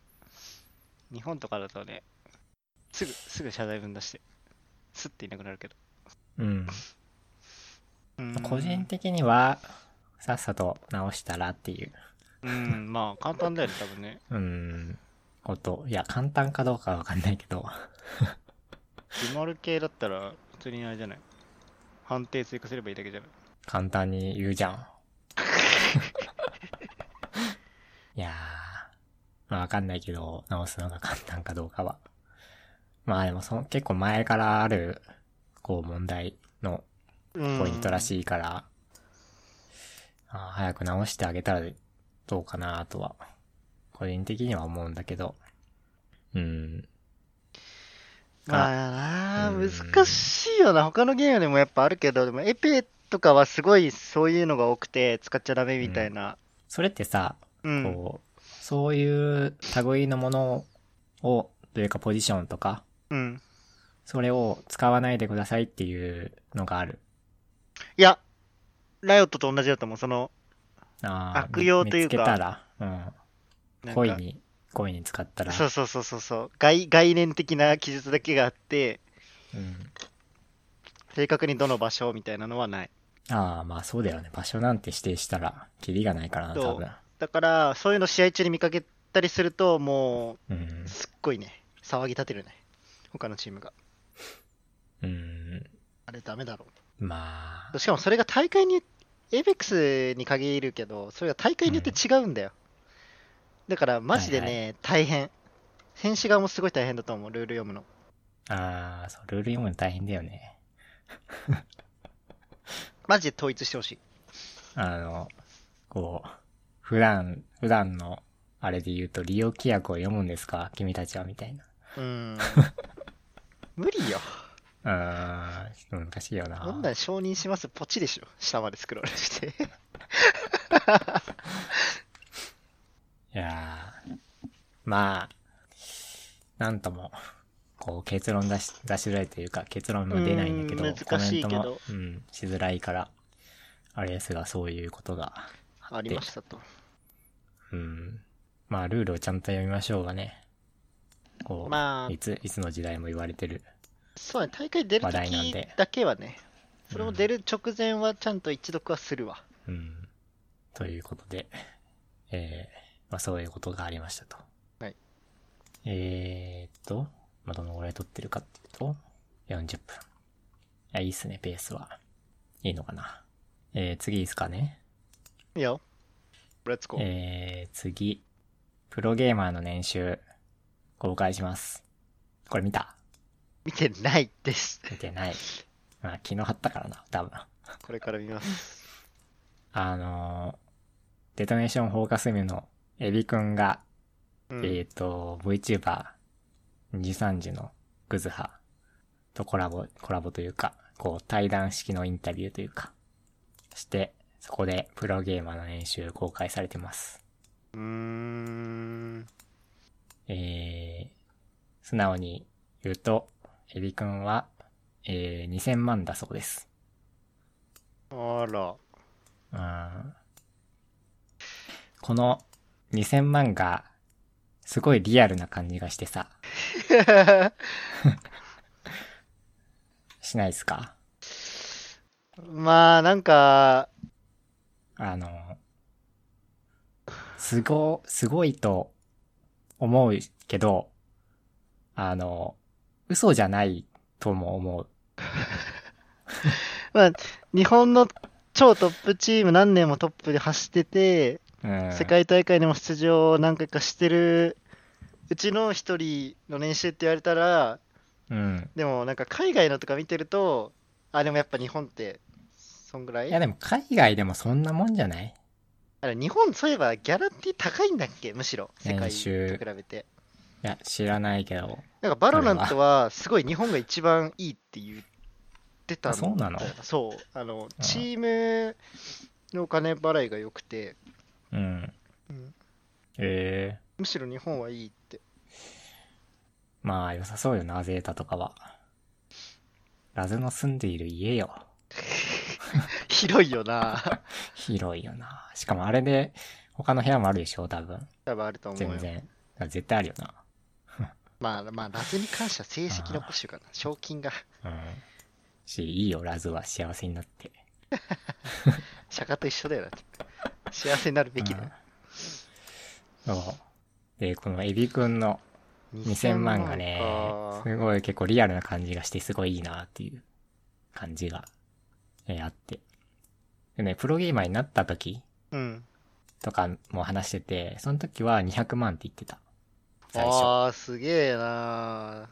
Speaker 2: 日本とかだとね、すぐ、すぐ謝罪文出して、すっていなくなるけど。
Speaker 1: うん。
Speaker 2: うーん
Speaker 1: 個人的には、さっさと直したらっていう、
Speaker 2: うん、まあ簡単だよね、多分ね。
Speaker 1: うん、こと。いや、簡単かどうかはわかんないけど、
Speaker 2: ディマル系だったら、普通にあれじゃない。判定追加すればいいだけじゃない。
Speaker 1: 簡単に言うじゃ ん。いやー、まあわかんないけど、直すのが簡単かどうかは。まあでもその結構前からある、こう問題のポイントら
Speaker 2: い。
Speaker 1: しいから、あー早く直してあげたらどうかなとは、個人的には思うんだけど、うん。
Speaker 2: まあなあ
Speaker 1: うん
Speaker 2: 難しいよな。他のゲームでもやっぱあるけど、でもエペとかはすごいそういうのが多くて使っちゃダメみたいな。
Speaker 1: それってさ、
Speaker 2: うん。
Speaker 1: こう、そういう類のものを、というかポジションとか、
Speaker 2: うん。
Speaker 1: それを使わないでくださいっていうのがある。
Speaker 2: いや、ライオットと同じだと思う。その、
Speaker 1: あー
Speaker 2: 悪用というか
Speaker 1: 見つけたら、う
Speaker 2: なん
Speaker 1: ん。
Speaker 2: か
Speaker 1: 故意に、故意に使ったら、
Speaker 2: そうそうそうそうそう概。概念的な記述だけがあって、
Speaker 1: うん。
Speaker 2: 正確にどの場所みたいなのはない。
Speaker 1: ああ、まあそうだよね。場所なんて指定したら、キリがないからな、
Speaker 2: そう
Speaker 1: 多分。
Speaker 2: だから、そういうの試合中に見かけたりすると、も
Speaker 1: うん
Speaker 2: う、。すっごいね、騒ぎ立てるね。他のチームが。
Speaker 1: うん。
Speaker 2: あれダメだろ
Speaker 1: ま
Speaker 2: う。しかもそれが大会に、エイベックスに限るけど、それが大会によって違うんだよ。だから、マジでね、
Speaker 1: はい
Speaker 2: 大変。選手側もすごい大変だと思う、ルール読むの。
Speaker 1: あ、ああ、そう、ルール読むの大変だよね。
Speaker 2: マジで統一してほしい。
Speaker 1: あの、こう、普段、普段の、あれで言うと、利用規約を読むんですか君たちはみたいな。
Speaker 2: うーん。無理よ。
Speaker 1: うーん、ちょっと難しいよな。
Speaker 2: こんなん承認します、ポチでしょ。下までスクロール して。
Speaker 1: いやーまあ、なんとも、こう結論出し、出しづらいというか、結論も出ないんだけど、
Speaker 2: うん難しい
Speaker 1: コ
Speaker 2: けど
Speaker 1: メントも、うん、しづらいから、あれですが、そういうことが、
Speaker 2: ありましたと。
Speaker 1: うん。まあ、ルールをちゃんと読みましょうがね、こう、
Speaker 2: まあ
Speaker 1: いつ、いつの時代も言われてる。
Speaker 2: そうね、大会出る
Speaker 1: 話
Speaker 2: と
Speaker 1: 題なん
Speaker 2: き
Speaker 1: で
Speaker 2: だけはね、それも出る直前はちゃんと一読はするわ。
Speaker 1: うん。ということで、えー、まあそういうことがありましたと。
Speaker 2: はい。
Speaker 1: えーっと、まあどのぐらい撮ってるかっていうと、40分。あ、いいっすね、ペースは。いいのかな。えー、次いいっすかね。
Speaker 2: いいよ。レッツゴー。
Speaker 1: えー、次。プロゲーマーの年収、公開します。これ見た
Speaker 2: 見てない です。
Speaker 1: 見てない。まあ昨日貼ったからな、多分。
Speaker 2: これから見ます。
Speaker 1: あのー、デトネーションフォーカスミュのエビくんが
Speaker 2: うん
Speaker 1: えっ、と、VTuber、二次三次のグズハとコラボ、コラボというか、こう対談式のインタビューというか、して、そこでプロゲーマーの練習公開されてます。
Speaker 2: うーん。
Speaker 1: えー、素直に言うと、エビくんは、えー、2000万だそうです。
Speaker 2: あら。
Speaker 1: うん。この2000万が、すごいリアルな感じがしてさ、しないですか
Speaker 2: まあ、なんか、
Speaker 1: あの、すご、すごいと思うけど、あの、嘘じゃないとも思う。
Speaker 2: まあ、日本の超トップチーム何年もトップで走ってて、
Speaker 1: うん。
Speaker 2: 世界大会にも出場を何回かしてるうちの一人の練習って言われたら、
Speaker 1: うん。
Speaker 2: でもなんか海外のとか見てると、あ、でもやっぱ日本って、そんぐら
Speaker 1: い
Speaker 2: い
Speaker 1: やでも海外でもそんなもんじゃない
Speaker 2: あれ日本そういえばギャランティー高いんだっけむしろ、世界
Speaker 1: 年
Speaker 2: と
Speaker 1: 収
Speaker 2: 比べて。
Speaker 1: いや、知らないけど。
Speaker 2: なんかバロラントはすごい日本が一番いいって言ってた
Speaker 1: あそうなの
Speaker 2: そう。あの、チームのお金払いが良くて、
Speaker 1: うん。
Speaker 2: うん
Speaker 1: ええ
Speaker 2: むしろ日本はいいって。
Speaker 1: まあ良さそうよな、ゼータとかは。ラズの住んでいる家よ。
Speaker 2: 広いよな。
Speaker 1: 広いよな。しかもあれで、他の部屋もあるでしょ、多分。
Speaker 2: 多分あると思う
Speaker 1: 全
Speaker 2: よ。
Speaker 1: 然。絶対あるよな。
Speaker 2: まあまあ、ラズに関しては成績残してるからな。賞金が、
Speaker 1: うん。し、いいよ、ラズは幸せになって。
Speaker 2: 釈迦と一緒だよなって。幸せになるべきだよ。
Speaker 1: うんそう。で、このエビくんの2000万がね
Speaker 2: か、
Speaker 1: すごい結構リアルな感じがして、すごいいいなっていう感じが、えーあって。でね、プロゲーマーになった時
Speaker 2: うん。
Speaker 1: とかも話してて、その時は200万って言ってた。最初。
Speaker 2: ああー、すげえな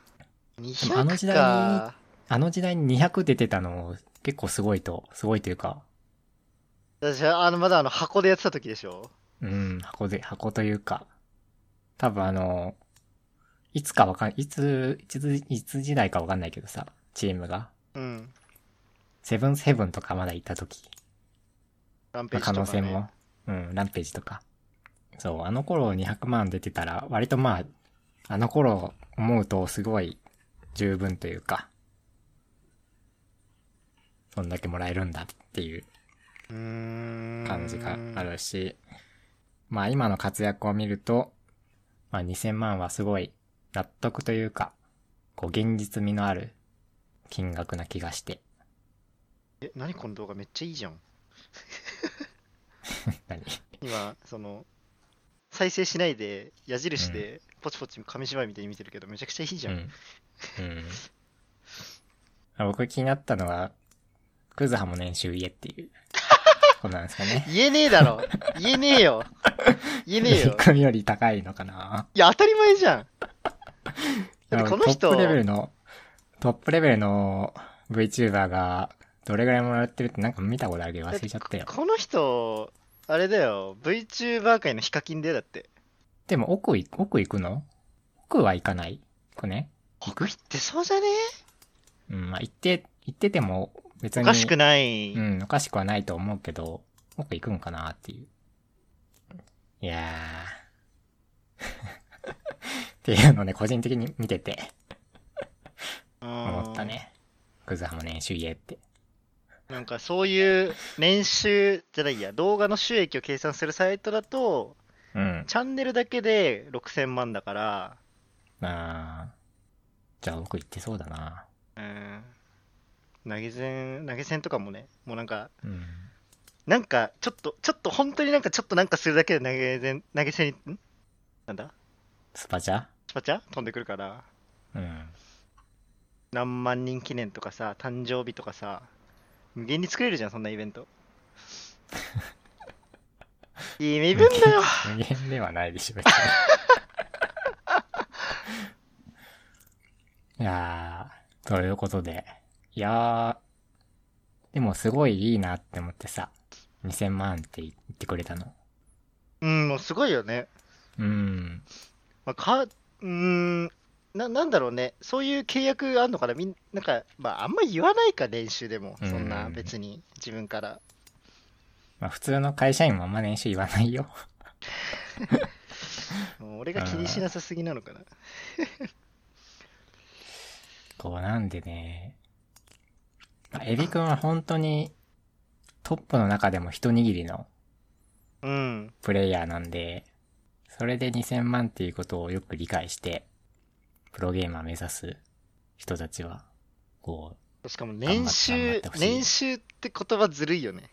Speaker 2: ー。
Speaker 1: でもあの時
Speaker 2: 200
Speaker 1: 代
Speaker 2: か。
Speaker 1: あの時代に200出てたの結構すごいと、すごいというか、
Speaker 2: 私、あの、まだあの、箱でやってた時でしょ
Speaker 1: うん、箱で、箱というか、多分あの、いつかわかん、いつ、いつ、いつ時代かわかんないけどさ、チームが。
Speaker 2: うん。
Speaker 1: セブンセブンとかまだ行った時、
Speaker 2: ランペ
Speaker 1: ま
Speaker 2: ー
Speaker 1: あ
Speaker 2: ジ
Speaker 1: 可
Speaker 2: とか、
Speaker 1: 能
Speaker 2: ね。
Speaker 1: 性も、うん、ランページとか。そう、あの頃200万出てたら、割とまあ、あの頃思うとすごい十分というか、そんだけもらえるんだっていう
Speaker 2: うーん。
Speaker 1: 感じがあ。るし、まあ今の活躍を見ると、まあ2000万はすごい納得というか、こう現実味のある金額な気がして、
Speaker 2: え、何この動画めっちゃいいじゃん。
Speaker 1: 何
Speaker 2: 今、その、再生しないで、矢印で、ポチポチ紙芝居みたいに見てるけど、めちゃくちゃいいじゃん。
Speaker 1: うん。うんあ。僕気になったのは、クズハも年収家っていう、ことなんですかね。
Speaker 2: 言えねえだろ言えねえよ言えねえ
Speaker 1: 振り
Speaker 2: よ
Speaker 1: 込みより高いのかない
Speaker 2: や、当たり前じゃんだって
Speaker 1: ト
Speaker 2: この
Speaker 1: ッ
Speaker 2: 人
Speaker 1: プレベルの、トップレベルの VTuber がどれぐらいもらってるってなんか見たことあるけど忘れちゃったよ
Speaker 2: だ。ってこの人、あれだよ、VTuber 界のヒカキンでだって。
Speaker 1: でも奥い、奥行くの奥は行かないこれね。
Speaker 2: 僕行ってそうじゃね
Speaker 1: うん、まあ行って、行ってても別
Speaker 2: お
Speaker 1: に。
Speaker 2: かしくない。
Speaker 1: うん、おかしくはないと思うけど、奥行くんかなっていう。いやー。 っていうのをね、個人的に見てて
Speaker 2: うん
Speaker 1: 思った。ね。クズハも年収家って。
Speaker 2: なんかそういう年収じゃないや、動画の収益を計算するサイトだと、
Speaker 1: うん。
Speaker 2: チャンネルだけで6000万だから、
Speaker 1: まあ、じゃあ奥行ってそうだな。
Speaker 2: うん、投げ銭、投げ銭とかもね、もうなんか、
Speaker 1: うん。
Speaker 2: なんかちょっと、ちょっと本当になんかちょっとなんかするだけで投げ銭、投げ銭に、んなんだ
Speaker 1: スパチャ
Speaker 2: スパチャ飛んでくるから、
Speaker 1: うん。
Speaker 2: 何万人記念とかさ、誕生日とかさ、無限に作れるじゃん、そんなイベン ト。いい身分だよ。
Speaker 1: 無限ではないでし ょ、別にいやー、ということで。いやー、でもすごいいいなって思ってさ、2000万って言ってくれたの。
Speaker 2: うん、もうすごいよね。
Speaker 1: うん。
Speaker 2: まあ、か、うーん、な、なんだろうね、そういう契約あんのかな、みんなんか、まあ、あんま言わないか、練習でも、そんな
Speaker 1: うん
Speaker 2: 別に、自分から。
Speaker 1: まあ普通の会社員もあんま年収言わないよ。
Speaker 2: もう俺が気にしなさすぎなのかな。
Speaker 1: こうなんでね、まあ、エビ君は本当にトップの中でも一握りの
Speaker 2: うん、
Speaker 1: プレイヤーなんで、それで2000万っていうことをよく理解して、プロゲーマー目指す人たちは、こ
Speaker 2: しかも、
Speaker 1: 張
Speaker 2: 年
Speaker 1: 頑張っ
Speaker 2: 収
Speaker 1: てほ、しい
Speaker 2: 年収って言葉ずるい よね。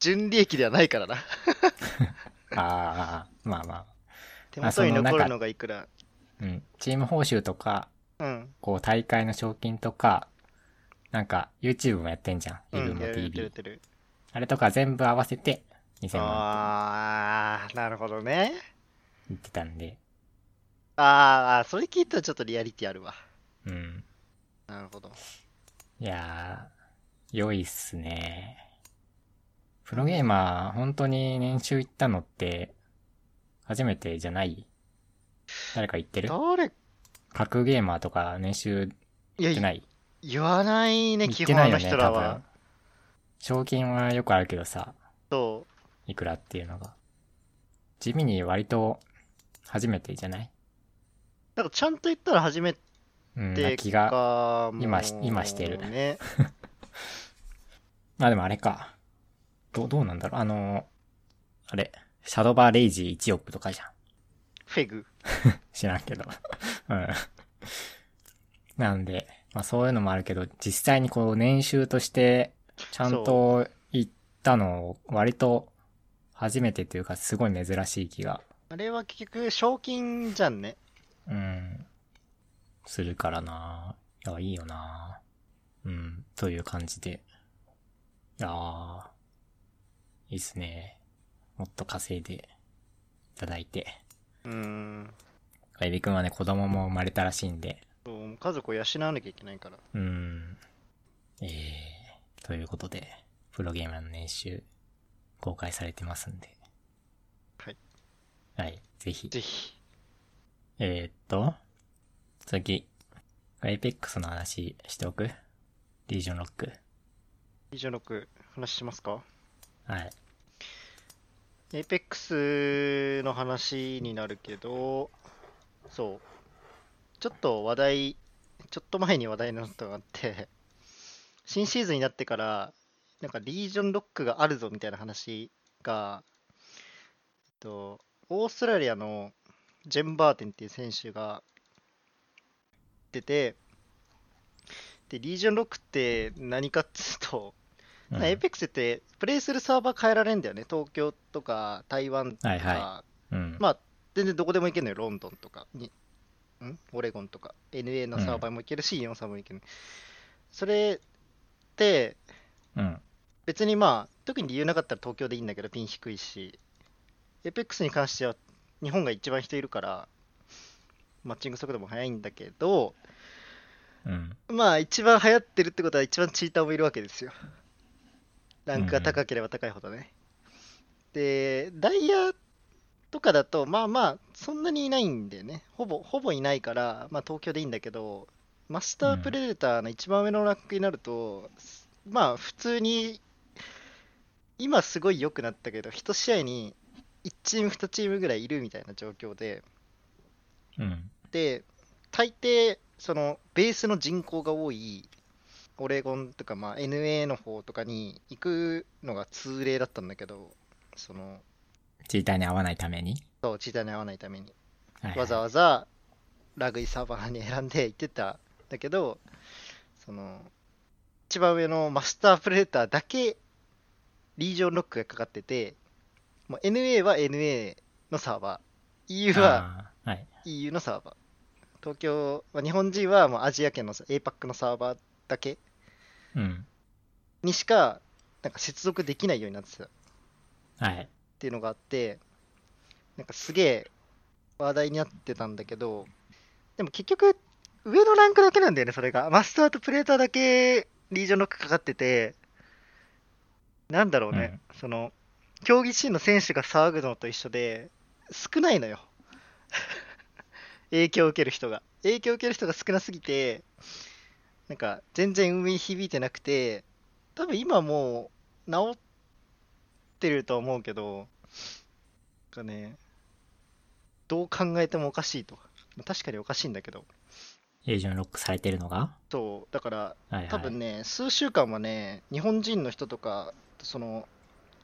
Speaker 2: 純利益ではないからな。
Speaker 1: う、ああ、まあまあ、
Speaker 2: 手
Speaker 1: あそ
Speaker 2: 元
Speaker 1: の
Speaker 2: に残
Speaker 1: 中
Speaker 2: るのがいくら。
Speaker 1: うん、チーム報酬とか、
Speaker 2: うん、
Speaker 1: こう大会の賞金とか、なんか YouTube もやってんじゃん。
Speaker 2: う
Speaker 1: イブ
Speaker 2: ん、
Speaker 1: も
Speaker 2: やるや
Speaker 1: TV
Speaker 2: る。やってる。
Speaker 1: あれとか全部合わせて2000万って
Speaker 2: ああ、なるほどね。
Speaker 1: 言ってたんで、
Speaker 2: あーあー、それ聞いたらちょっとリアリティあるわ。
Speaker 1: うん。
Speaker 2: なるほど。
Speaker 1: いやー、良いっすね。プロゲーマー、本当に年収いったのって、初めてじゃない誰か言ってる
Speaker 2: 誰、
Speaker 1: 格ゲーマーとか年収
Speaker 2: いや、
Speaker 1: じゃない
Speaker 2: 言わないね、
Speaker 1: 言っ
Speaker 2: 基
Speaker 1: てな
Speaker 2: 本
Speaker 1: いよ
Speaker 2: の
Speaker 1: ね、
Speaker 2: 人ら
Speaker 1: 多
Speaker 2: は。
Speaker 1: 分。賞金はよくあるけどさ、
Speaker 2: そ。
Speaker 1: いくらっていうのが。地味に割と、初めてじゃないう
Speaker 2: だからちゃんと言ったら初め
Speaker 1: うん、な
Speaker 2: て
Speaker 1: 気が。
Speaker 2: か、
Speaker 1: 今し今してる
Speaker 2: ね。
Speaker 1: まあでもあれか。どう、どうなんだろうあの、あれ、シャドバーレイジ1億とかじゃん。
Speaker 2: フェグ。
Speaker 1: 知らんけど。 うん。なんで、まあそういうのもあるけど、実際にこう年収として、ちゃんと行ったのを、割と、初めてというか、すごい珍しい気が、
Speaker 2: あれは結局、賞金じゃんね。
Speaker 1: うん、するからな。いや、いいよな。うん、という感じで。いやー、いいっすね。もっと稼いでいただいて。
Speaker 2: うーん。
Speaker 1: エビ君はね、子供も生まれたらしいんで、
Speaker 2: そう家族を養わなきゃいけないから。
Speaker 1: うーん。えー、ということで、プロゲーマーの年収、公開されてますんで。
Speaker 2: はい。
Speaker 1: はい、ぜひ。
Speaker 2: ぜひ。
Speaker 1: えー、っと、次。エイペックスの話しておくリージョンロック。
Speaker 2: 以上6、話しますか
Speaker 1: はい。
Speaker 2: エイペックスの話になるけど、そう。ちょっと話題、ちょっと前に話題になったのがあって、新シーズンになってから、なんかリージョンロックがあるぞみたいな話が、えっと、オーストラリアのジェンバーテンっていう選手が出て、で、リージョンロックって何かっつうと、
Speaker 1: うん
Speaker 2: エイペックスってプレイするサーバー変えられんだよね。東京とか台湾とか、
Speaker 1: はいはうん
Speaker 2: まあ、全然どこでも行けるのよ。ロンドンとかに、んオレゴンとか、NA のサーバーも行けるし、イオンサーバーも行ける。それって、
Speaker 1: うん。
Speaker 2: 別にまあ、特に理由なかったら東京でいいんだけど、ピン低いし、エペックスに関しては日本が一番人いるから、マッチング速度も速いんだけど、
Speaker 1: うん。
Speaker 2: まあ、一番流行ってるってことは、一番チーターもいるわけですよ。ランクが高ければ高いほどね。で、ダイヤとかだと、まあまあ、そんなにいないんだよね。ほぼ、ほぼいないから、まあ、東京でいいんだけど、マスタープレデターの一番上のランクになると、まあ、普通に、今すごい良くなったけど、1試合に1チーム、2チームぐらいいるみたいな状況で、
Speaker 1: うん。
Speaker 2: で大抵そのベースの人口が多いオレゴンとか、まあ、NA の方とかに行くのが通例だったんだけどその
Speaker 1: チーターに合わないために。
Speaker 2: そう時代に合わないために
Speaker 1: はいはい
Speaker 2: わざわざラグイサーバーに選んで行ってたんだけどその一番上のマスタープレデターだけリージョンロックがかかっててもう NA は NA のサーバー EU は
Speaker 1: あーはい。
Speaker 2: EU のサーバー。東京、まあ、日本人はもうアジア圏の APAC のサーバーだけ
Speaker 1: うん。
Speaker 2: にしかなんか接続できないようになってたっ
Speaker 1: はい。
Speaker 2: ていうのがあって、なんかすげえ話題になってたんだけど、でも結局、上のランクだけなんだよね、それが。マスターとプレーターだけリージョンロックかかってて、なんだろうね、その、競技シーンの選手が騒ぐのと一緒で、少ないのよ。 影響を受ける人が。影響を受ける人が少なすぎて、なんか、全然運営に響いてなくて、多分今もう、治ってるとは思うけど、なんかね、どう考えてもおかしいと。まあ確かにおかしいんだけど。
Speaker 1: エージョンロックされてるのが
Speaker 2: そう、だから、
Speaker 1: はいはい。
Speaker 2: 多分ね、数週間はね、日本人の人とか、その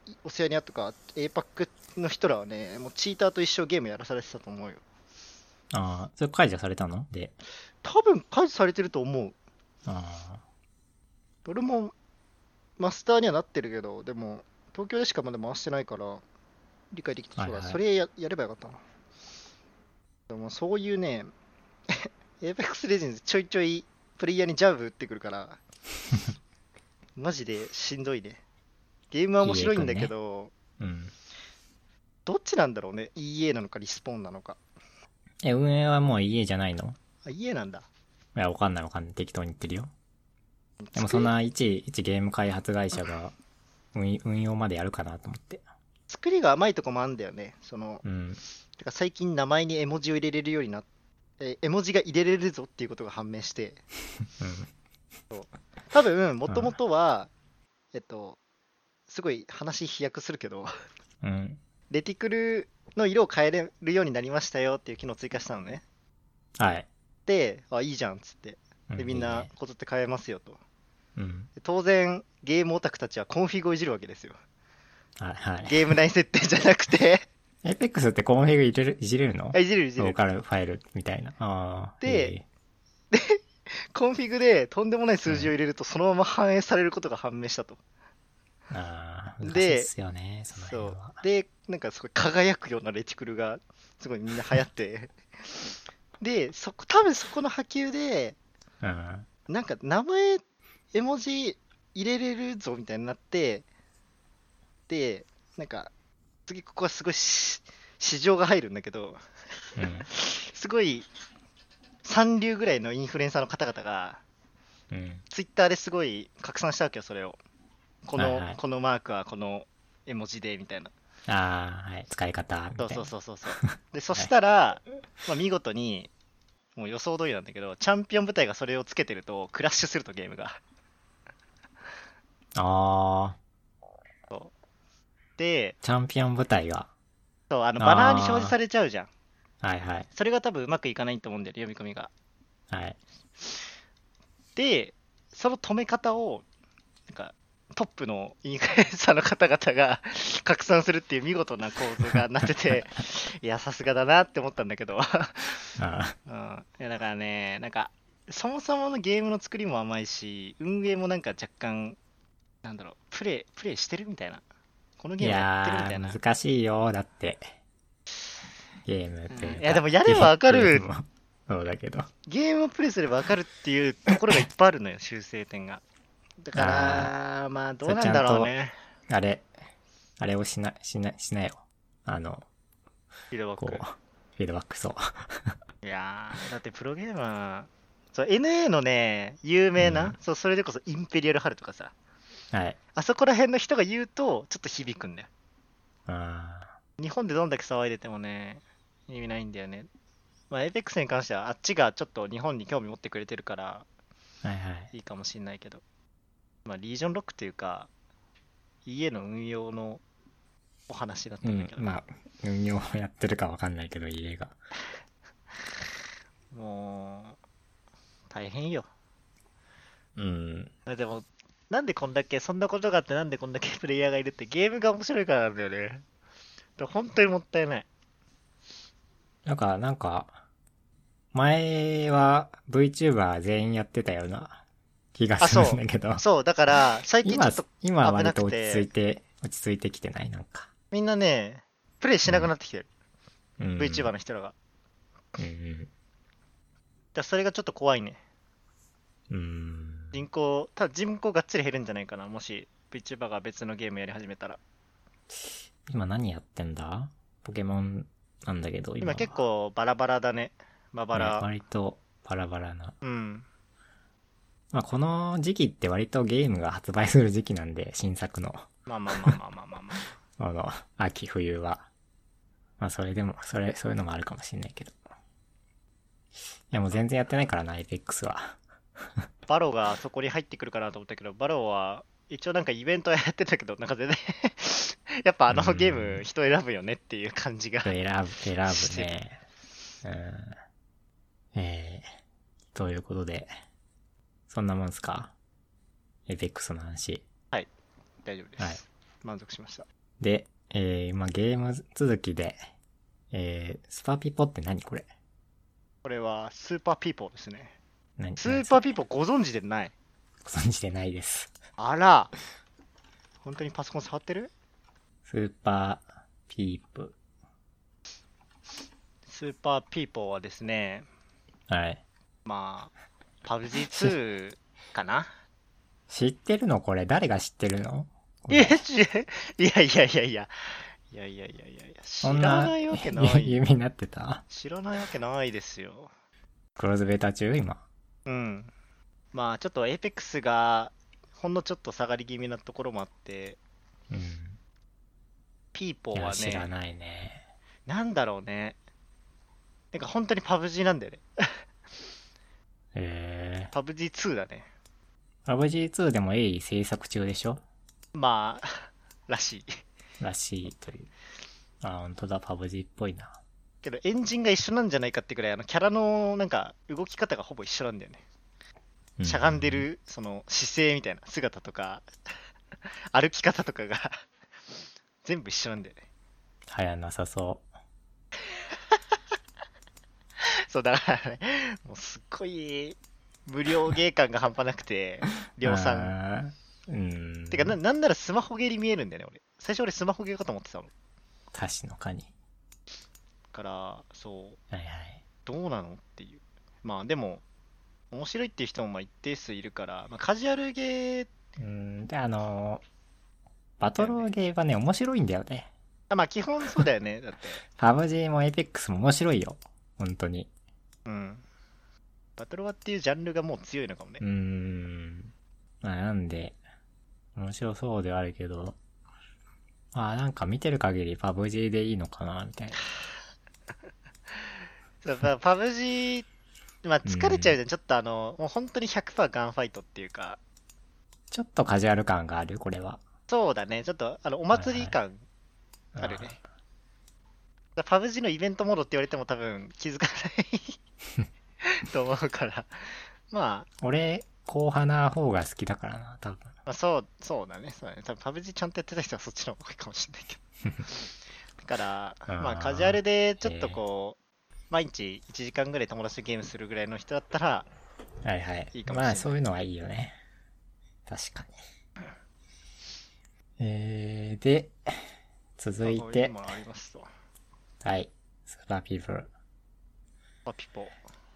Speaker 2: いオセアニアとか、APAC の人らはね、もうチーターと一生ゲームやらされてたと思うよ。
Speaker 1: ああ、それ解除されたので。
Speaker 2: 多分解除されてると思う。
Speaker 1: あ
Speaker 2: 俺もマスターにはなってるけど、でも、東京でしかまだ回してないから、理解できてそうだ、
Speaker 1: はいはい
Speaker 2: それややればよかったな。でもそういうね、Apex Legends ちょいちょいプレイヤーにジャブ打ってくる から、マジでしんどいね。ゲームは面白いんだけど、
Speaker 1: あ。うん。
Speaker 2: どっちなんだろうね ?EA なのかリスポーンなのか。
Speaker 1: え、運営はもう家じゃないの
Speaker 2: あ、EA なんだ。
Speaker 1: いや、わかんないわかんない。適当に言ってるよ。でもそんな一、一ゲーム開発会社が運い運用までやるかなと思って。
Speaker 2: 作りが甘いとこもあんだよね。その、
Speaker 1: うん。
Speaker 2: てか最近名前に絵文字を入れれるようになって、絵文字が入れれるぞっていうことが判明して、多分、もともとは、えっと、すごい話飛躍するけど、
Speaker 1: うん。うん。
Speaker 2: レティクルの色を変えれるようになりましたよっていう機能を追加したのね。
Speaker 1: はい。
Speaker 2: で、あ、いいじゃんっつって。
Speaker 1: う
Speaker 2: で、みん
Speaker 1: いい
Speaker 2: な
Speaker 1: ね
Speaker 2: こぞって変えますよと。
Speaker 1: うん。
Speaker 2: で当然、ゲームオタクたちはコンフィグをいじるわけですよ。
Speaker 1: はいはい。
Speaker 2: ゲーム内設定じゃなくて、
Speaker 1: エイペックスってコンフィグいれる、いじれるの
Speaker 2: あいじるいじ
Speaker 1: ロー
Speaker 2: る。
Speaker 1: カルファイルみたいな。ああ。
Speaker 2: で
Speaker 1: いい
Speaker 2: コンフィグでとんでもない数字を入れると、そのまま反映されることが判明したと。
Speaker 1: ああ、難
Speaker 2: で
Speaker 1: しいっすよね、その辺
Speaker 2: そう
Speaker 1: は。。
Speaker 2: で、なんかすごい輝くようなレティクルが、すごいみんな流行 って。で、そこ、多分そこの波及で、
Speaker 1: うん。
Speaker 2: なんか名前、絵文字入れれるぞみたいになって、で、なんか、次ここはすごいし市場が入るんだけど、すごい三流ぐらいのインフルエンサーの方々が、
Speaker 1: うん。うん。
Speaker 2: ツイッターですごい拡散したわけよ、それを。この、
Speaker 1: はいはい
Speaker 2: このマークはこの絵文字で、みたいな。
Speaker 1: ああ、はい。使い方みた
Speaker 2: そ
Speaker 1: いうな。
Speaker 2: そうそうそうそう。 で、そしたら、まあ、見事に、もう予想通りなんだけど、チャンピオン部隊がそれをつけてると、クラッシュするとゲームが。
Speaker 1: ああ、
Speaker 2: で、
Speaker 1: チャンピオン部隊が。
Speaker 2: そう、あの、
Speaker 1: あー
Speaker 2: バナーに表示されちゃうじゃん。
Speaker 1: はいはい。
Speaker 2: それが多分うまくいかないと思うんだよね、読み込みが。
Speaker 1: はい。
Speaker 2: で、その止め方を、なんか、トップのインフルエンサーの方々が拡散するっていう見事な構造がなっ てて、いや、さすがだなって思ったんだけど。
Speaker 1: あ
Speaker 2: うん、いやだからね、なんか、そもそものゲームの作りも甘いし、運営もなんか若干、なんだろう、プレイ、プレイしてるみたいな。この
Speaker 1: い
Speaker 2: ゲームやってるみ
Speaker 1: や
Speaker 2: たいな。
Speaker 1: ー、難しいよ、だって。ゲームっていうか
Speaker 2: いやでもやればわかる。
Speaker 1: そうだけど。
Speaker 2: ゲームをプレイすれば分かるっていうところがいっぱいあるのよ、 修正点が。だから、まあ、どうなんだろうね。
Speaker 1: あれ、あれをしな、しな、しなよ。あの、
Speaker 2: フィードバッ
Speaker 1: こう、
Speaker 2: ク
Speaker 1: フ。ィードバックそう。
Speaker 2: いやー、だってプロゲーマー、そう、NA のね、有名な、
Speaker 1: うん
Speaker 2: そう、それでこそインペリアルハルとかさ、
Speaker 1: はい。
Speaker 2: あそこら辺の人が言うと、ちょっと響くんだよ。
Speaker 1: あ
Speaker 2: 日本でどんだけ騒いでてもね、意味ないんだよね。まあ、エイペックスに関しては、あっちがちょっと日本に興味持ってくれてるから、
Speaker 1: ーはいはい。
Speaker 2: いいかもしんないけど、まあ、リージョンロックというか、EA の運用のお話だった
Speaker 1: うん
Speaker 2: だ
Speaker 1: ん
Speaker 2: け、ど、
Speaker 1: まあ、運用をやってるかわかんないけど、家が。
Speaker 2: もう、大変よ。
Speaker 1: うん。
Speaker 2: でも、なんでこんだけ、そんなことがあって、なんでこんだけ プレイヤーがいるって、ゲームが面白いからなんだよね。だから本当にもったいない。
Speaker 1: なんか、なんか、前は VTuber 全員やってたような気がするんだけど、
Speaker 2: そう、だから、最近ちょ
Speaker 1: 今
Speaker 2: っと、
Speaker 1: 今は
Speaker 2: 危な
Speaker 1: 割
Speaker 2: くて
Speaker 1: と落ち着いて、落ち着いてきてない、なんか。
Speaker 2: みんなね、プレイしなくなってきてる。
Speaker 1: うん、
Speaker 2: VTuber の人らが。だか
Speaker 1: うん
Speaker 2: らそれがちょっと怖いね。
Speaker 1: うん。うん。
Speaker 2: 人口、ただ人口がっつり減るんじゃないかな、もし VTuber が別のゲームやり始めたら。
Speaker 1: 今何やってんだポケモンなんだけど、
Speaker 2: 今結構バラバラだね。まば
Speaker 1: ね
Speaker 2: ら。
Speaker 1: 割とバラバラな。
Speaker 2: うん。
Speaker 1: まあ、この時期って割とゲームが発売する時期なんで、新作の、
Speaker 2: まあまあまあまあまあまあま あ。
Speaker 1: あの、秋冬は。まあ、それでも、それ、そういうのもあるかもしれないけど。いや、もう全然やってないからな、エイペックスは。
Speaker 2: バロがそこに入ってくるかなと思ったけど、バロは一応なんかイベントやってたけど、なんか全然、 やっぱあの
Speaker 1: うん
Speaker 2: ゲーム人選ぶよねっていう感じが。
Speaker 1: 選ぶ、選ぶね。うん。えー、ということで、そんなもんすかエイペックスの話。
Speaker 2: 大丈夫です。
Speaker 1: はい
Speaker 2: 満足しました。
Speaker 1: で、えー、まあゲーム続きで、えー、スパピポって何これ
Speaker 2: これはスーパーピーポーですね。
Speaker 1: 何
Speaker 2: スーパー
Speaker 1: ピ
Speaker 2: ピーポーご存知でない
Speaker 1: ご存知でないです。
Speaker 2: あら本当にパソコン触ってる
Speaker 1: スーパーピープ。
Speaker 2: スーパーピーポーはですね、
Speaker 1: はい。
Speaker 2: まあ、パブ G2 かな
Speaker 1: 知ってるのこれ誰が知ってるのこ
Speaker 2: い
Speaker 1: れ
Speaker 2: や、ちいやいやいやいや。いやいやいやいやいや。知
Speaker 1: そ
Speaker 2: ら
Speaker 1: ん
Speaker 2: な
Speaker 1: ない
Speaker 2: わけない。
Speaker 1: 夢になってた
Speaker 2: 知らないわけないですよ。
Speaker 1: クローズベータ中今。
Speaker 2: うん。まあちょっと APEX がほんのちょっと下がり気味なところもあって、
Speaker 1: うん。
Speaker 2: ピーポ
Speaker 1: い
Speaker 2: ー
Speaker 1: や、
Speaker 2: は
Speaker 1: 知ら
Speaker 2: ね、
Speaker 1: ないね。
Speaker 2: なんだろうね。なんか本当にパブ G なんだよね。
Speaker 1: え
Speaker 2: パブ G2 だね。
Speaker 1: ー、PUBG2 でも鋭意制作中でしょ
Speaker 2: まあ、らしい。
Speaker 1: らしいという。あ、本当だ、PUBG っぽいな。
Speaker 2: けどエンジンが一緒なんじゃないかってくらい、あのキャラのなんか動き方がほぼ一緒なんだよね。
Speaker 1: う
Speaker 2: しゃがんで。るその姿勢みたいな姿とか 歩き方とかが 全部一緒なんだよね
Speaker 1: 早なさそう。
Speaker 2: そうだからねもうすっごい無料芸感が半端なくて量産
Speaker 1: 産。うん。
Speaker 2: てかななんならスマホゲーに見えるんだよね俺最初俺スマホゲーかと思ってたのだ
Speaker 1: 歌詞のカニ。
Speaker 2: からそう
Speaker 1: はいはい。
Speaker 2: どうなのっていうまあでも面白いっていう人もまあ一定数いるから、まあ、カジュアルゲー
Speaker 1: うん、で、あのーバトルゲーはね、面白いんだよね。
Speaker 2: あまあ基本そうだよねだって
Speaker 1: パブ G もエイペックスも面白いよ。本当に。
Speaker 2: うんバトロワっていうジャンルがもう強いのかもね
Speaker 1: うーん。まあ、なんで、面白そうではあるけど、まあ、なんか見てる限りパブ G でいいのかな、みたいな。
Speaker 2: そうまあパブ G、まあ、疲れちゃうじゃん、ちょっとあの、もう本当に100%ガンファイトっていうか、
Speaker 1: ちょっとカジュアル感がある、これは。
Speaker 2: そうだね、ちょっとあのお祭り感あるね。パブ G のイベントモードって言われても多分気づかない と思うから、まあ、
Speaker 1: あー俺、硬派な方が好きだからな、多分。
Speaker 2: まあ、そう、そうだね、そうだね、多分パブ G ちゃんとやってた人はそっちの方が多いかもしれないけど。 だから、まあ、カジュアルでちょっとこう、毎日1時間ぐらい友達とゲームするぐらいの人だったら、
Speaker 1: はいはい。
Speaker 2: いいかもしれない
Speaker 1: まあそういうのはいいよね。確かに。えー、で、続い
Speaker 2: あ
Speaker 1: て、
Speaker 2: 今ありますと。
Speaker 1: はい。スーパーピープル。
Speaker 2: パピポ。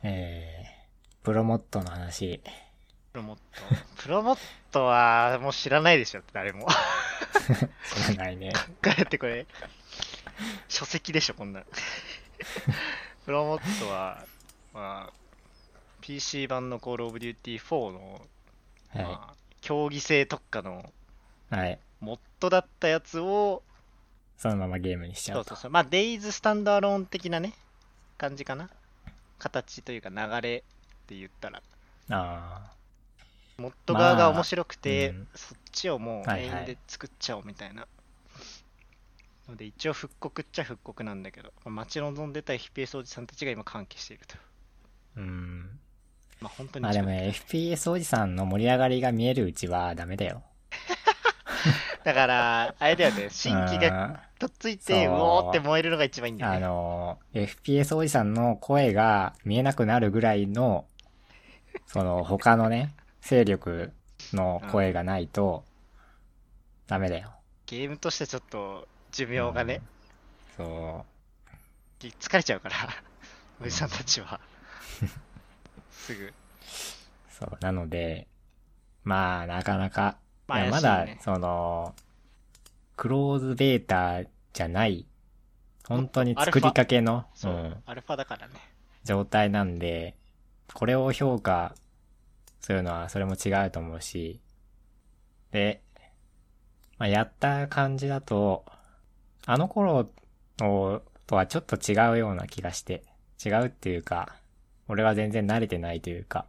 Speaker 1: えー、プロモットの話。
Speaker 2: プロモット。プロモットはもう知らないでしょ、誰も。
Speaker 1: 知らないね。
Speaker 2: だってこれ、書籍でしょ、こんなの。プロモットは、まあ、PC 版の Call of Duty 4の、
Speaker 1: は
Speaker 2: まあ、競技性特化の
Speaker 1: い。はい。
Speaker 2: モッドだったやつを、
Speaker 1: そのままゲームにしちゃ
Speaker 2: そううそ
Speaker 1: と
Speaker 2: う。そう、まあ、デイズスタンドアローン的なね、感じかな。形というか流れって言ったら。
Speaker 1: あ
Speaker 2: モッド側が面白くて、
Speaker 1: まあうん
Speaker 2: そっちをもう
Speaker 1: はい
Speaker 2: メイ
Speaker 1: はい
Speaker 2: ンで作っちゃおうみたいな。ので一応復刻っちゃ復刻なんだけど、まあ待ち望んでた FPS おじさんたちが今歓喜していると。
Speaker 1: あ。うん。
Speaker 2: まあ本当に
Speaker 1: まあで
Speaker 2: 近く
Speaker 1: もね、FPS おじさんの盛り上がりが見えるうちはダメだよ。
Speaker 2: だから、あれだ よね、新規が
Speaker 1: うん
Speaker 2: とっついて、う
Speaker 1: そう
Speaker 2: おーって燃えるのが一番いいんだよ
Speaker 1: あ
Speaker 2: ね。
Speaker 1: の、FPS おじさんの声が見えなくなるぐらいの、その他のね、勢力の声がないと、ダメだよ。
Speaker 2: ゲームとしてちょっと寿命がね、
Speaker 1: そ
Speaker 2: 疲れちゃうから、おじさんたちは。すぐ。
Speaker 1: う、そう、なので、まあ、なかなか、
Speaker 2: まあ
Speaker 1: いやま
Speaker 2: 怪しいよ
Speaker 1: だ
Speaker 2: ね、
Speaker 1: その、クローズベータじゃない、本当に作りかけの、う
Speaker 2: そう、
Speaker 1: ん、
Speaker 2: アルファだからね。
Speaker 1: 状態なんで、これを評価するのはそれも違うと思うし、で、まあ、やった感じだと、あの頃のとはちょっと違うような気がして、違うっていうか、俺は全然慣れてないというか、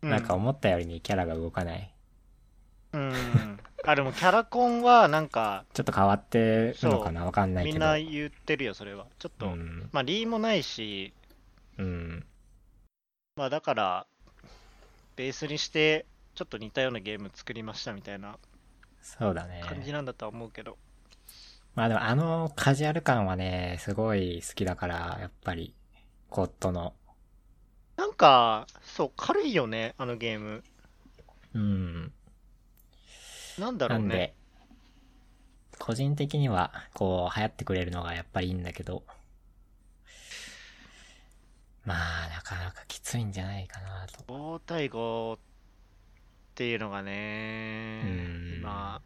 Speaker 2: う
Speaker 1: なんか思ったよりにキャラが動かない。
Speaker 2: うん。あ、でもキャラコンはなんか、
Speaker 1: ちょっと変わってるのかなわかんない
Speaker 2: み
Speaker 1: け
Speaker 2: ん
Speaker 1: ど。
Speaker 2: な言ってるよ、それは。ちょっ
Speaker 1: う
Speaker 2: と、
Speaker 1: ん。
Speaker 2: まあ、リーもないし、
Speaker 1: うん。
Speaker 2: まあ、だから、ベースにして、ちょっと似たようなゲーム作りましたみたいな
Speaker 1: そうだね。
Speaker 2: 感じなんだとは思うけど、
Speaker 1: まあでもあのカジュアル感はね、すごい好きだから、やっぱり、コットの。
Speaker 2: なんか、そう、軽いよね、あのゲーム。
Speaker 1: うん。
Speaker 2: なんだ
Speaker 1: な
Speaker 2: ろうんね。
Speaker 1: で、個人的には、こう、流行ってくれるのがやっぱりいいんだけど、まあ、なかなかきついんじゃないかなと。
Speaker 2: 5対5っていうのがね
Speaker 1: う、ん
Speaker 2: 今、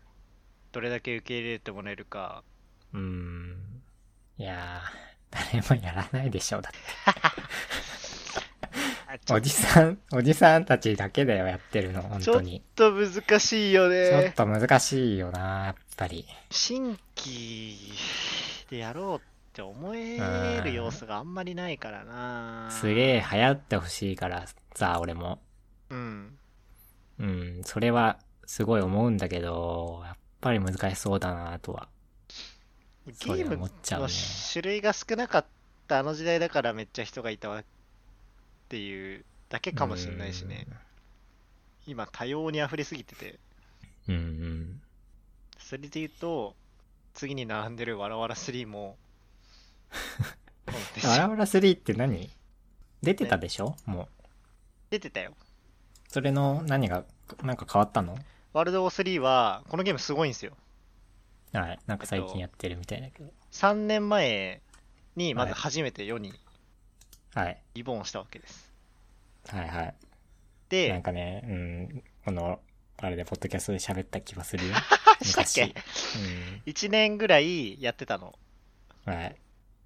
Speaker 2: どれだけ受け入れてもらえるか。
Speaker 1: うん。いやー、誰もやらないでしょう。だって
Speaker 2: あちょ
Speaker 1: お
Speaker 2: っ
Speaker 1: じさん、おじさんたちだけだよ、やってるの、本当に。
Speaker 2: と難しい
Speaker 1: ち
Speaker 2: よ
Speaker 1: ょっ
Speaker 2: ね。
Speaker 1: と難しいよな、やっぱり。
Speaker 2: 新規でやろうって思える要素があんまりないからな。
Speaker 1: すげえ流行ってほしいからさ、俺も。
Speaker 2: うん。
Speaker 1: うん、それはすごい思うんだけど、やっぱり難しそうだなとは。
Speaker 2: ゲ
Speaker 1: それ
Speaker 2: ーム
Speaker 1: 思っちゃうね
Speaker 2: の種類が少なかったあの時代だからめっちゃ人がいたわっていうだけかもしれないしね。今多様に溢れすぎてて、
Speaker 1: うん。うん
Speaker 2: それで言うと、次に並んでるわらわら3も、 そうで
Speaker 1: うん。
Speaker 2: す
Speaker 1: アラ
Speaker 2: よ
Speaker 1: ブラ3って何出てたでしょもう。
Speaker 2: 出てたよ。
Speaker 1: それの何が、なんか変わったの
Speaker 2: ワールドオー3は、このゲームすごいんですよ。
Speaker 1: はい。なんか最近やってるみたいだけど。
Speaker 2: 3年前にまず
Speaker 1: はい
Speaker 2: 初めて世に
Speaker 1: はい。
Speaker 2: リボンしたわけです。
Speaker 1: はいはい。
Speaker 2: で、。
Speaker 1: なんかね、うん、この、あれで、ポッドキャストで喋った気はするよ
Speaker 2: したっけ1年ぐらいやってたの。
Speaker 1: うん。はい。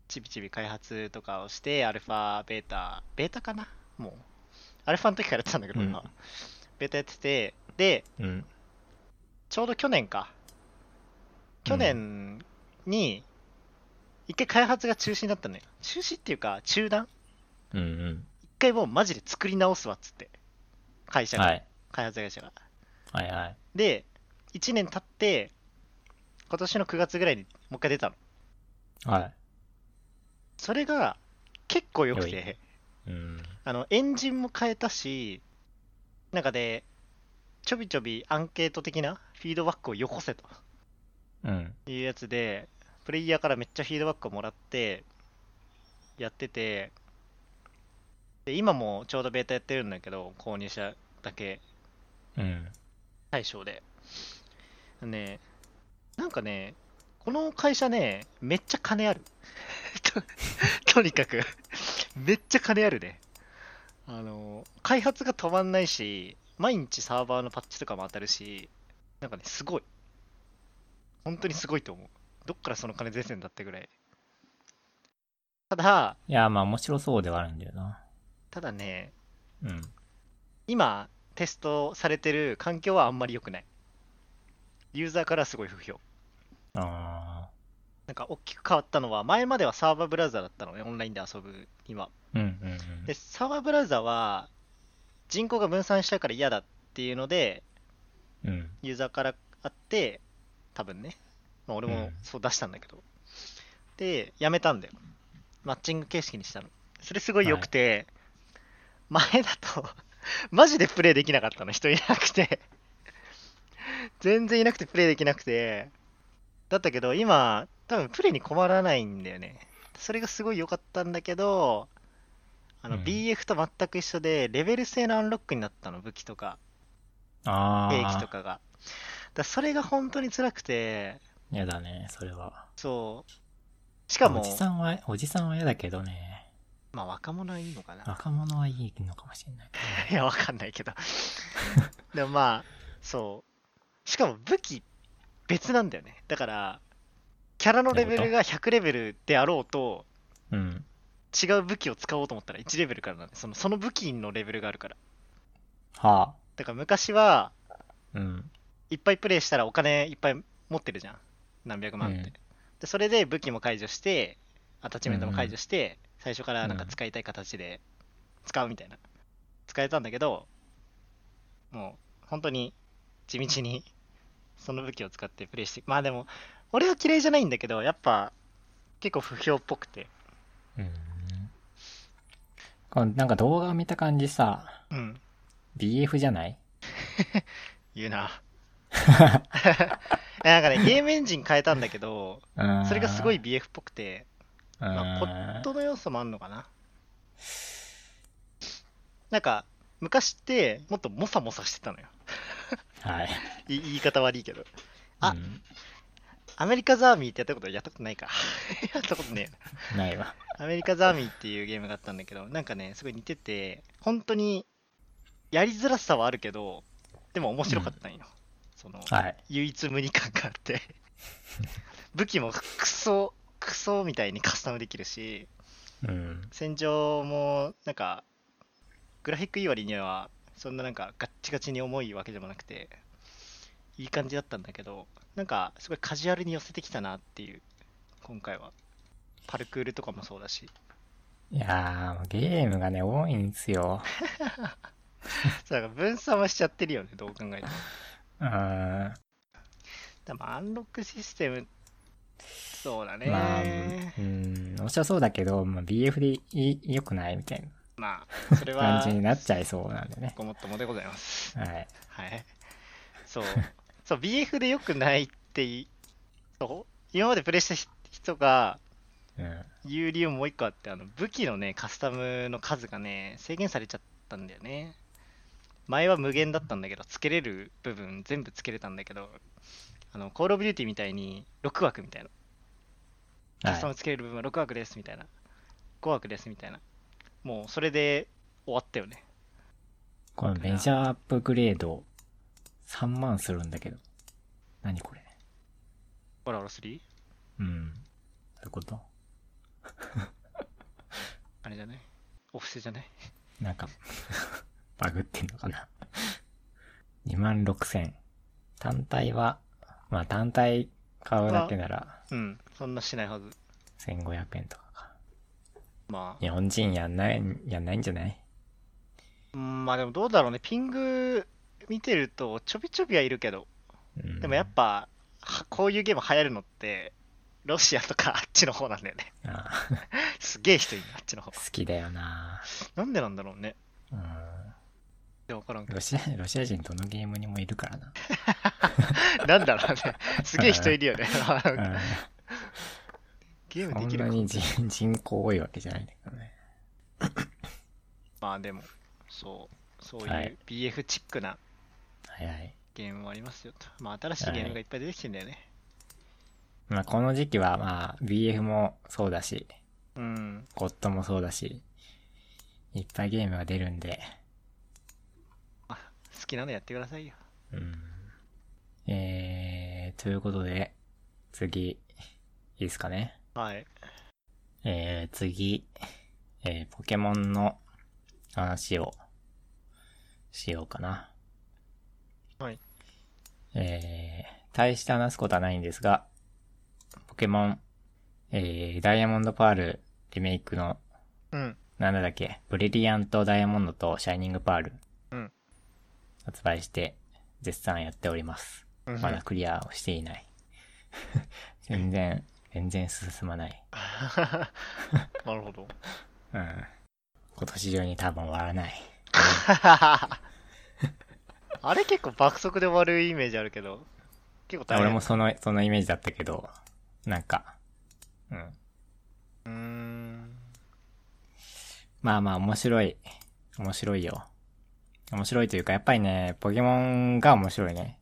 Speaker 2: ちびちび開発とかをして、アルファ、ベータ、ベータかなもう。アルファの時からやってたんだけど、
Speaker 1: うん
Speaker 2: 俺はベータやってて、で、
Speaker 1: うん。
Speaker 2: ちょうど去年か。去年に、一回開発が中止になったのよ。中止っていうか、中断
Speaker 1: うんうん。
Speaker 2: 一回もうマジで作り直すわっつって。会社が、
Speaker 1: はい。
Speaker 2: 開発会社が。
Speaker 1: はいはい。
Speaker 2: で、1年経って、今年の9月ぐらいにもう一回出たの。
Speaker 1: は
Speaker 2: それが結構良く
Speaker 1: 良
Speaker 2: て、
Speaker 1: い。うん。
Speaker 2: あの、エンジンも変えたし、なんかで、ちょびちょびアンケート的なフィードバックをよこせと
Speaker 1: うん。
Speaker 2: いうやつで、プレイヤーからめっちゃフィードバックをもらって、やってて、で、今もちょうどベータやってるんだけど、購入者だけ
Speaker 1: うん。
Speaker 2: 対象で。ね、なんかね、この会社ね、めっちゃ金ある。 ととにかく、めっちゃ金あるね。あの、開発が止まんないし、毎日サーバーのパッチとかも当たるし、なんかね、すごい。本当にすごいと思う。どっからその金出てんだってぐらい。ただ、
Speaker 1: いや、まあ面白そうではあるんだよな。
Speaker 2: ただね、
Speaker 1: うん。
Speaker 2: 今テストされてる環境はあんまり良くない。ユーザーからすごい不評。
Speaker 1: あ
Speaker 2: なんか大きく変わったのは、前まではサーバーブラウザーだったのね、オンラインで遊ぶには。
Speaker 1: あ。うんうんうん。
Speaker 2: で、サーバーブラウザーは人口が分散したから嫌だっていうので、
Speaker 1: うん。
Speaker 2: ユーザーからあって、多分ね、まあ、俺
Speaker 1: う
Speaker 2: も
Speaker 1: ん
Speaker 2: そう出したんだけど。で、やめたんだよ。マッチング形式にしたの。それすごい良くて、前だと、 マジでプレイできなかったの、人いなくて。全然いなくてプレイできなくて。だったけど、今、多分プレイに困らないんだよね。それがすごい良かったんだけど、あの
Speaker 1: うん
Speaker 2: BF と全く一緒で、レベル制のアンロックになったの、武器とか。
Speaker 1: ああ。
Speaker 2: 兵器とかが。だそれが本当に辛くて、
Speaker 1: やだね、それは。
Speaker 2: そう。しかも
Speaker 1: おじ、さんは、おじさんは嫌だけどね。
Speaker 2: まあ若者はいいのかな。
Speaker 1: 若者はいいのかもしれない。
Speaker 2: いや、わかんないけど。でもまあ、そう。しかも武器、別なんだよね。だから、キャラのレベルが100レベルであろうと、
Speaker 1: うん。
Speaker 2: 違う武器を使おうと思ったら1レベルからなんで、そのその武器のレベルがあるから。
Speaker 1: は
Speaker 2: だから昔は、
Speaker 1: あ。うん。
Speaker 2: いっぱいプレイしたらお金いっぱい持ってるじゃん。何百万って。
Speaker 1: うん
Speaker 2: でそれで武器も解除して、アタッチメントも解除して、最初からなんか使いたい形で使うみたいな。使えたんだけど、もう本当に地道にその武器を使ってプレイして、まあでも、俺は嫌いじゃないんだけど、やっぱ結構不評っぽくて。
Speaker 1: うん。このなんか動画を見た感じさ、
Speaker 2: うん、
Speaker 1: BF じゃない
Speaker 2: 言うな。 なんかね、ゲームエンジン変えたんだけど、
Speaker 1: うん。
Speaker 2: それがすごい、BF っぽくて、
Speaker 1: うん。
Speaker 2: まあコットの要素もあんのかな。なんか、昔って、もっともさもさしてたのよ。
Speaker 1: はい。
Speaker 2: い言い方悪いけど。あ
Speaker 1: うん
Speaker 2: アメリカザーミーってやったことやったことないか。 やったことねえ
Speaker 1: ないわ。
Speaker 2: な。アメリカザーミーっていうゲームがあったんだけど、なんかね、すごい似てて、本当に、やりづらさはあるけど、でも面白かったんよ。その、
Speaker 1: はい。
Speaker 2: 唯一無二感があって。武器もクソ、クソみたいにカスタムできるし、
Speaker 1: うん。
Speaker 2: 戦場もなんかグラフィックいい割にはそんななんかガッチガチに重いわけでもなくていい感じだったんだけどなんかすごいカジュアルに寄せてきたなっていう今回はパルクールとかもそうだし
Speaker 1: いやー、ゲームがね、多いんですよ。
Speaker 2: そうなんか分散はしちゃってるよねどう考えても
Speaker 1: うん。
Speaker 2: でもアンロックシステムそうだね
Speaker 1: まあ、うん、面白そうだけど、まあ、BF でいい良くないみたい
Speaker 2: まあそれ
Speaker 1: な感
Speaker 2: は
Speaker 1: じになっちゃいそうなんでね。
Speaker 2: ごもっともでございます
Speaker 1: はい。
Speaker 2: はい。そう。そう、BF で良くないってい、そう、今までプレイしたひ人が
Speaker 1: うん。
Speaker 2: 言う理由もう一個あって、あの、武器のね、カスタムの数がね、制限されちゃったんだよね。前は無限だったんだけど、つけれる部分全部つけれたんだけど、あの、コールオブデューティみたいに6枠みたいな。カスタ
Speaker 1: は
Speaker 2: ムつけれる部分は6枠ですみたいな。5枠ですみたいな。もうそれで終わったよね。
Speaker 1: い。このメジャーアップグレード、3万するんだけど。何これ
Speaker 2: オラオラ 3?
Speaker 1: うん。どういうこと
Speaker 2: あれじゃないオフセじゃない
Speaker 1: なんか、 バグってんのかな。2万6千。単体は、まあ単体買うだけなら、
Speaker 2: うん、そんなしないはず。
Speaker 1: 1500円とかか。
Speaker 2: ま
Speaker 1: 日本人やんない、やんないんじゃない
Speaker 2: あ、うんまあでもどうだろうね、ピング見てるとちょびちょびはいるけど、
Speaker 1: うん
Speaker 2: でもやっぱ、はこういうゲーム流行るのって、ロシアとかあっちの方なんだよね。
Speaker 1: ああ
Speaker 2: すげえ人いるあっちの方。
Speaker 1: 好きだよな
Speaker 2: なんでなんだろうね。
Speaker 1: うん
Speaker 2: で分からんけ
Speaker 1: ロシア、 ロシア人どのゲームにもいるからな。
Speaker 2: ど。なんだろう ね。すげえ人いるよね。
Speaker 1: うん
Speaker 2: ゲーム
Speaker 1: そ
Speaker 2: で
Speaker 1: ん
Speaker 2: き
Speaker 1: な
Speaker 2: るか。
Speaker 1: に人人口多いわけじゃないんだけどね。
Speaker 2: まあでも、そう、そう
Speaker 1: はいいう
Speaker 2: BF チックな
Speaker 1: はいはい。
Speaker 2: ゲームもありますよと。まあ新しいゲームがいっぱい出てきてんだよね。
Speaker 1: まあこの時期はまあ BF もそうだし、
Speaker 2: うん。
Speaker 1: ゴッドもそうだし、いっぱいゲームが出るんで、
Speaker 2: まあ、好きなのやってくださいよ。
Speaker 1: うん。えー、ということで、次、いいですかね。
Speaker 2: はい。
Speaker 1: えー、次、えー、ポケモンの話をしようかな。
Speaker 2: はい。
Speaker 1: えー、大して話すことはないんですが、ポケモン、えー、ダイヤモンドパールリメイクの、
Speaker 2: うん。
Speaker 1: なんだっけ、ブリリアントダイヤモンドとシャイニングパール、
Speaker 2: うん。
Speaker 1: 発売して、絶賛やっております。
Speaker 2: うん
Speaker 1: まだクリアをしていない。 全然、全然進まない。
Speaker 2: なるほど。
Speaker 1: うん。今年中に多分終わらない。
Speaker 2: あれ結構爆速で終わるイメージあるけど、結構大変。
Speaker 1: 俺もその、そのイメージだったけど、なんか、うん。
Speaker 2: うーん。
Speaker 1: まあまあ面白い。面白いよ。面白いというか、やっぱりね、ポケモンが面白いね。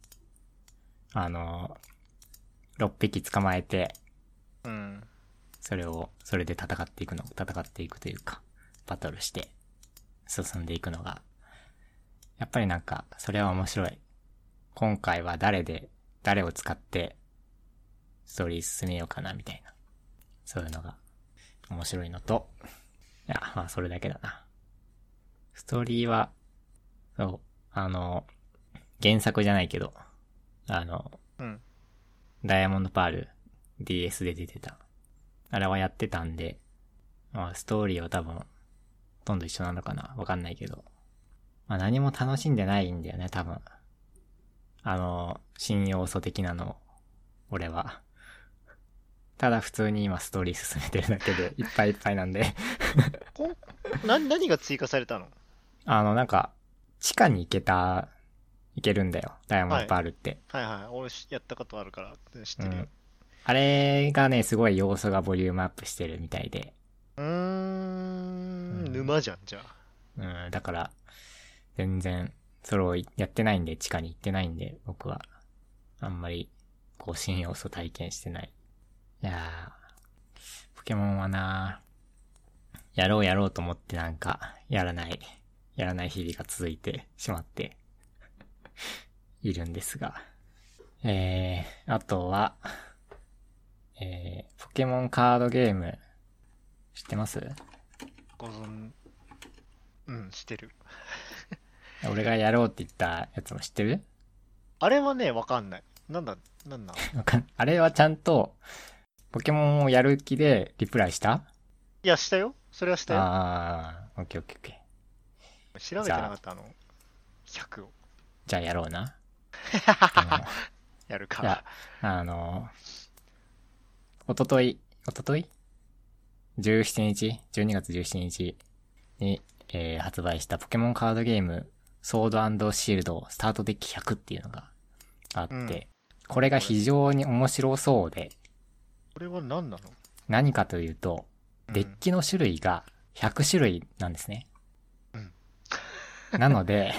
Speaker 1: あの、6匹捕まえて、
Speaker 2: うん。
Speaker 1: それを、それで戦っていくの、戦っていくというか、バトルして、進んでいくのが、やっぱりなんか、それは面白い。今回は誰で、誰を使って、ストーリー進めようかな、みたいな。そういうのが、面白いのと、いや、まあ、それだけだな。ストーリーは、そう、あの、原作じゃないけど、あの、
Speaker 2: うん。
Speaker 1: ダイヤモンドパール DS で出てた。あれはやってたんで、まあストーリーは多分、ほとんど一緒なのかなわかんないけど。まあ何も楽しんでないんだよね、多分。あの、新要素的なのを、俺は。ただ普通に今ストーリー進めてるだけでいっぱいいっぱいなんで。
Speaker 2: こんな何が追加されたの
Speaker 1: あの、なんか、地下に行けた、行けるんだよ。ダイヤモンドパールって。
Speaker 2: はいはい。俺しやったことあるから、知ってる
Speaker 1: う
Speaker 2: よ
Speaker 1: ん。あれがね、すごい要素がボリュームアップしてるみたいで。
Speaker 2: うーん。
Speaker 1: うん
Speaker 2: 沼じゃん、じゃあ。
Speaker 1: うん、だから、全然、それをやってないんで、地下に行ってないんで、僕は、あんまり、こう、新要素体験してない。いやー、ポケモンはなやろうやろうと思ってなんか、やらない、やらない日々が続いてしまって、いるんですが。えー、あとは、えー、ポケモンカードゲーム、知ってます
Speaker 2: ご存、うん、知ってる。
Speaker 1: 俺がやろうって言ったやつも知ってる
Speaker 2: あれはね、わかんない。なんだ、なんだ。
Speaker 1: わかん あれはちゃんと、ポケモンをやる気でリプライした
Speaker 2: いや、したよ。それはしたよ。
Speaker 1: ああ、オッケーオッケーオッケー。
Speaker 2: 調べてなかった、あの、100を。
Speaker 1: じゃあやろう な。
Speaker 2: やる
Speaker 1: いや
Speaker 2: か。
Speaker 1: あの、おととい、おととい ?17 日 ?12 月17日に、えー発売したポケモンカードゲーム、ソードシールドスタートデッキ100っていうのがあって、
Speaker 2: うん
Speaker 1: これが非常に面白そうで、
Speaker 2: これは何なの
Speaker 1: 何かというと、デッキの種類が100種類なんですね。
Speaker 2: うん
Speaker 1: なので、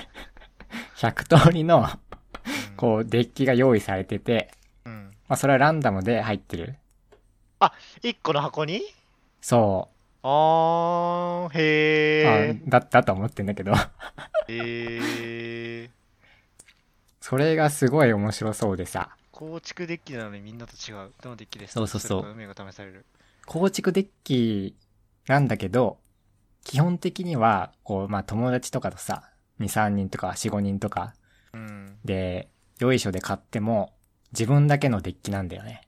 Speaker 1: 100通りの、
Speaker 2: うん
Speaker 1: こう、デッキが用意されてて、
Speaker 2: うん。
Speaker 1: まあ、それはランダムで入ってる。
Speaker 2: 1個の箱に
Speaker 1: そ
Speaker 2: あー、
Speaker 1: う。
Speaker 2: へー。
Speaker 1: あだったと思ってんだけど、
Speaker 2: へー。
Speaker 1: それがすごい面白そうでさ、
Speaker 2: 構築デッキなのにみんなと違う。どのデッキです
Speaker 1: そうそうそう
Speaker 2: 運命が試される。
Speaker 1: 構築デッキなんだけど、基本的には、こう、まあ、友達とかとさ、2、3人とか4、5人とか
Speaker 2: うん。
Speaker 1: で、よいしょで買っても、自分だけのデッキなんだよね。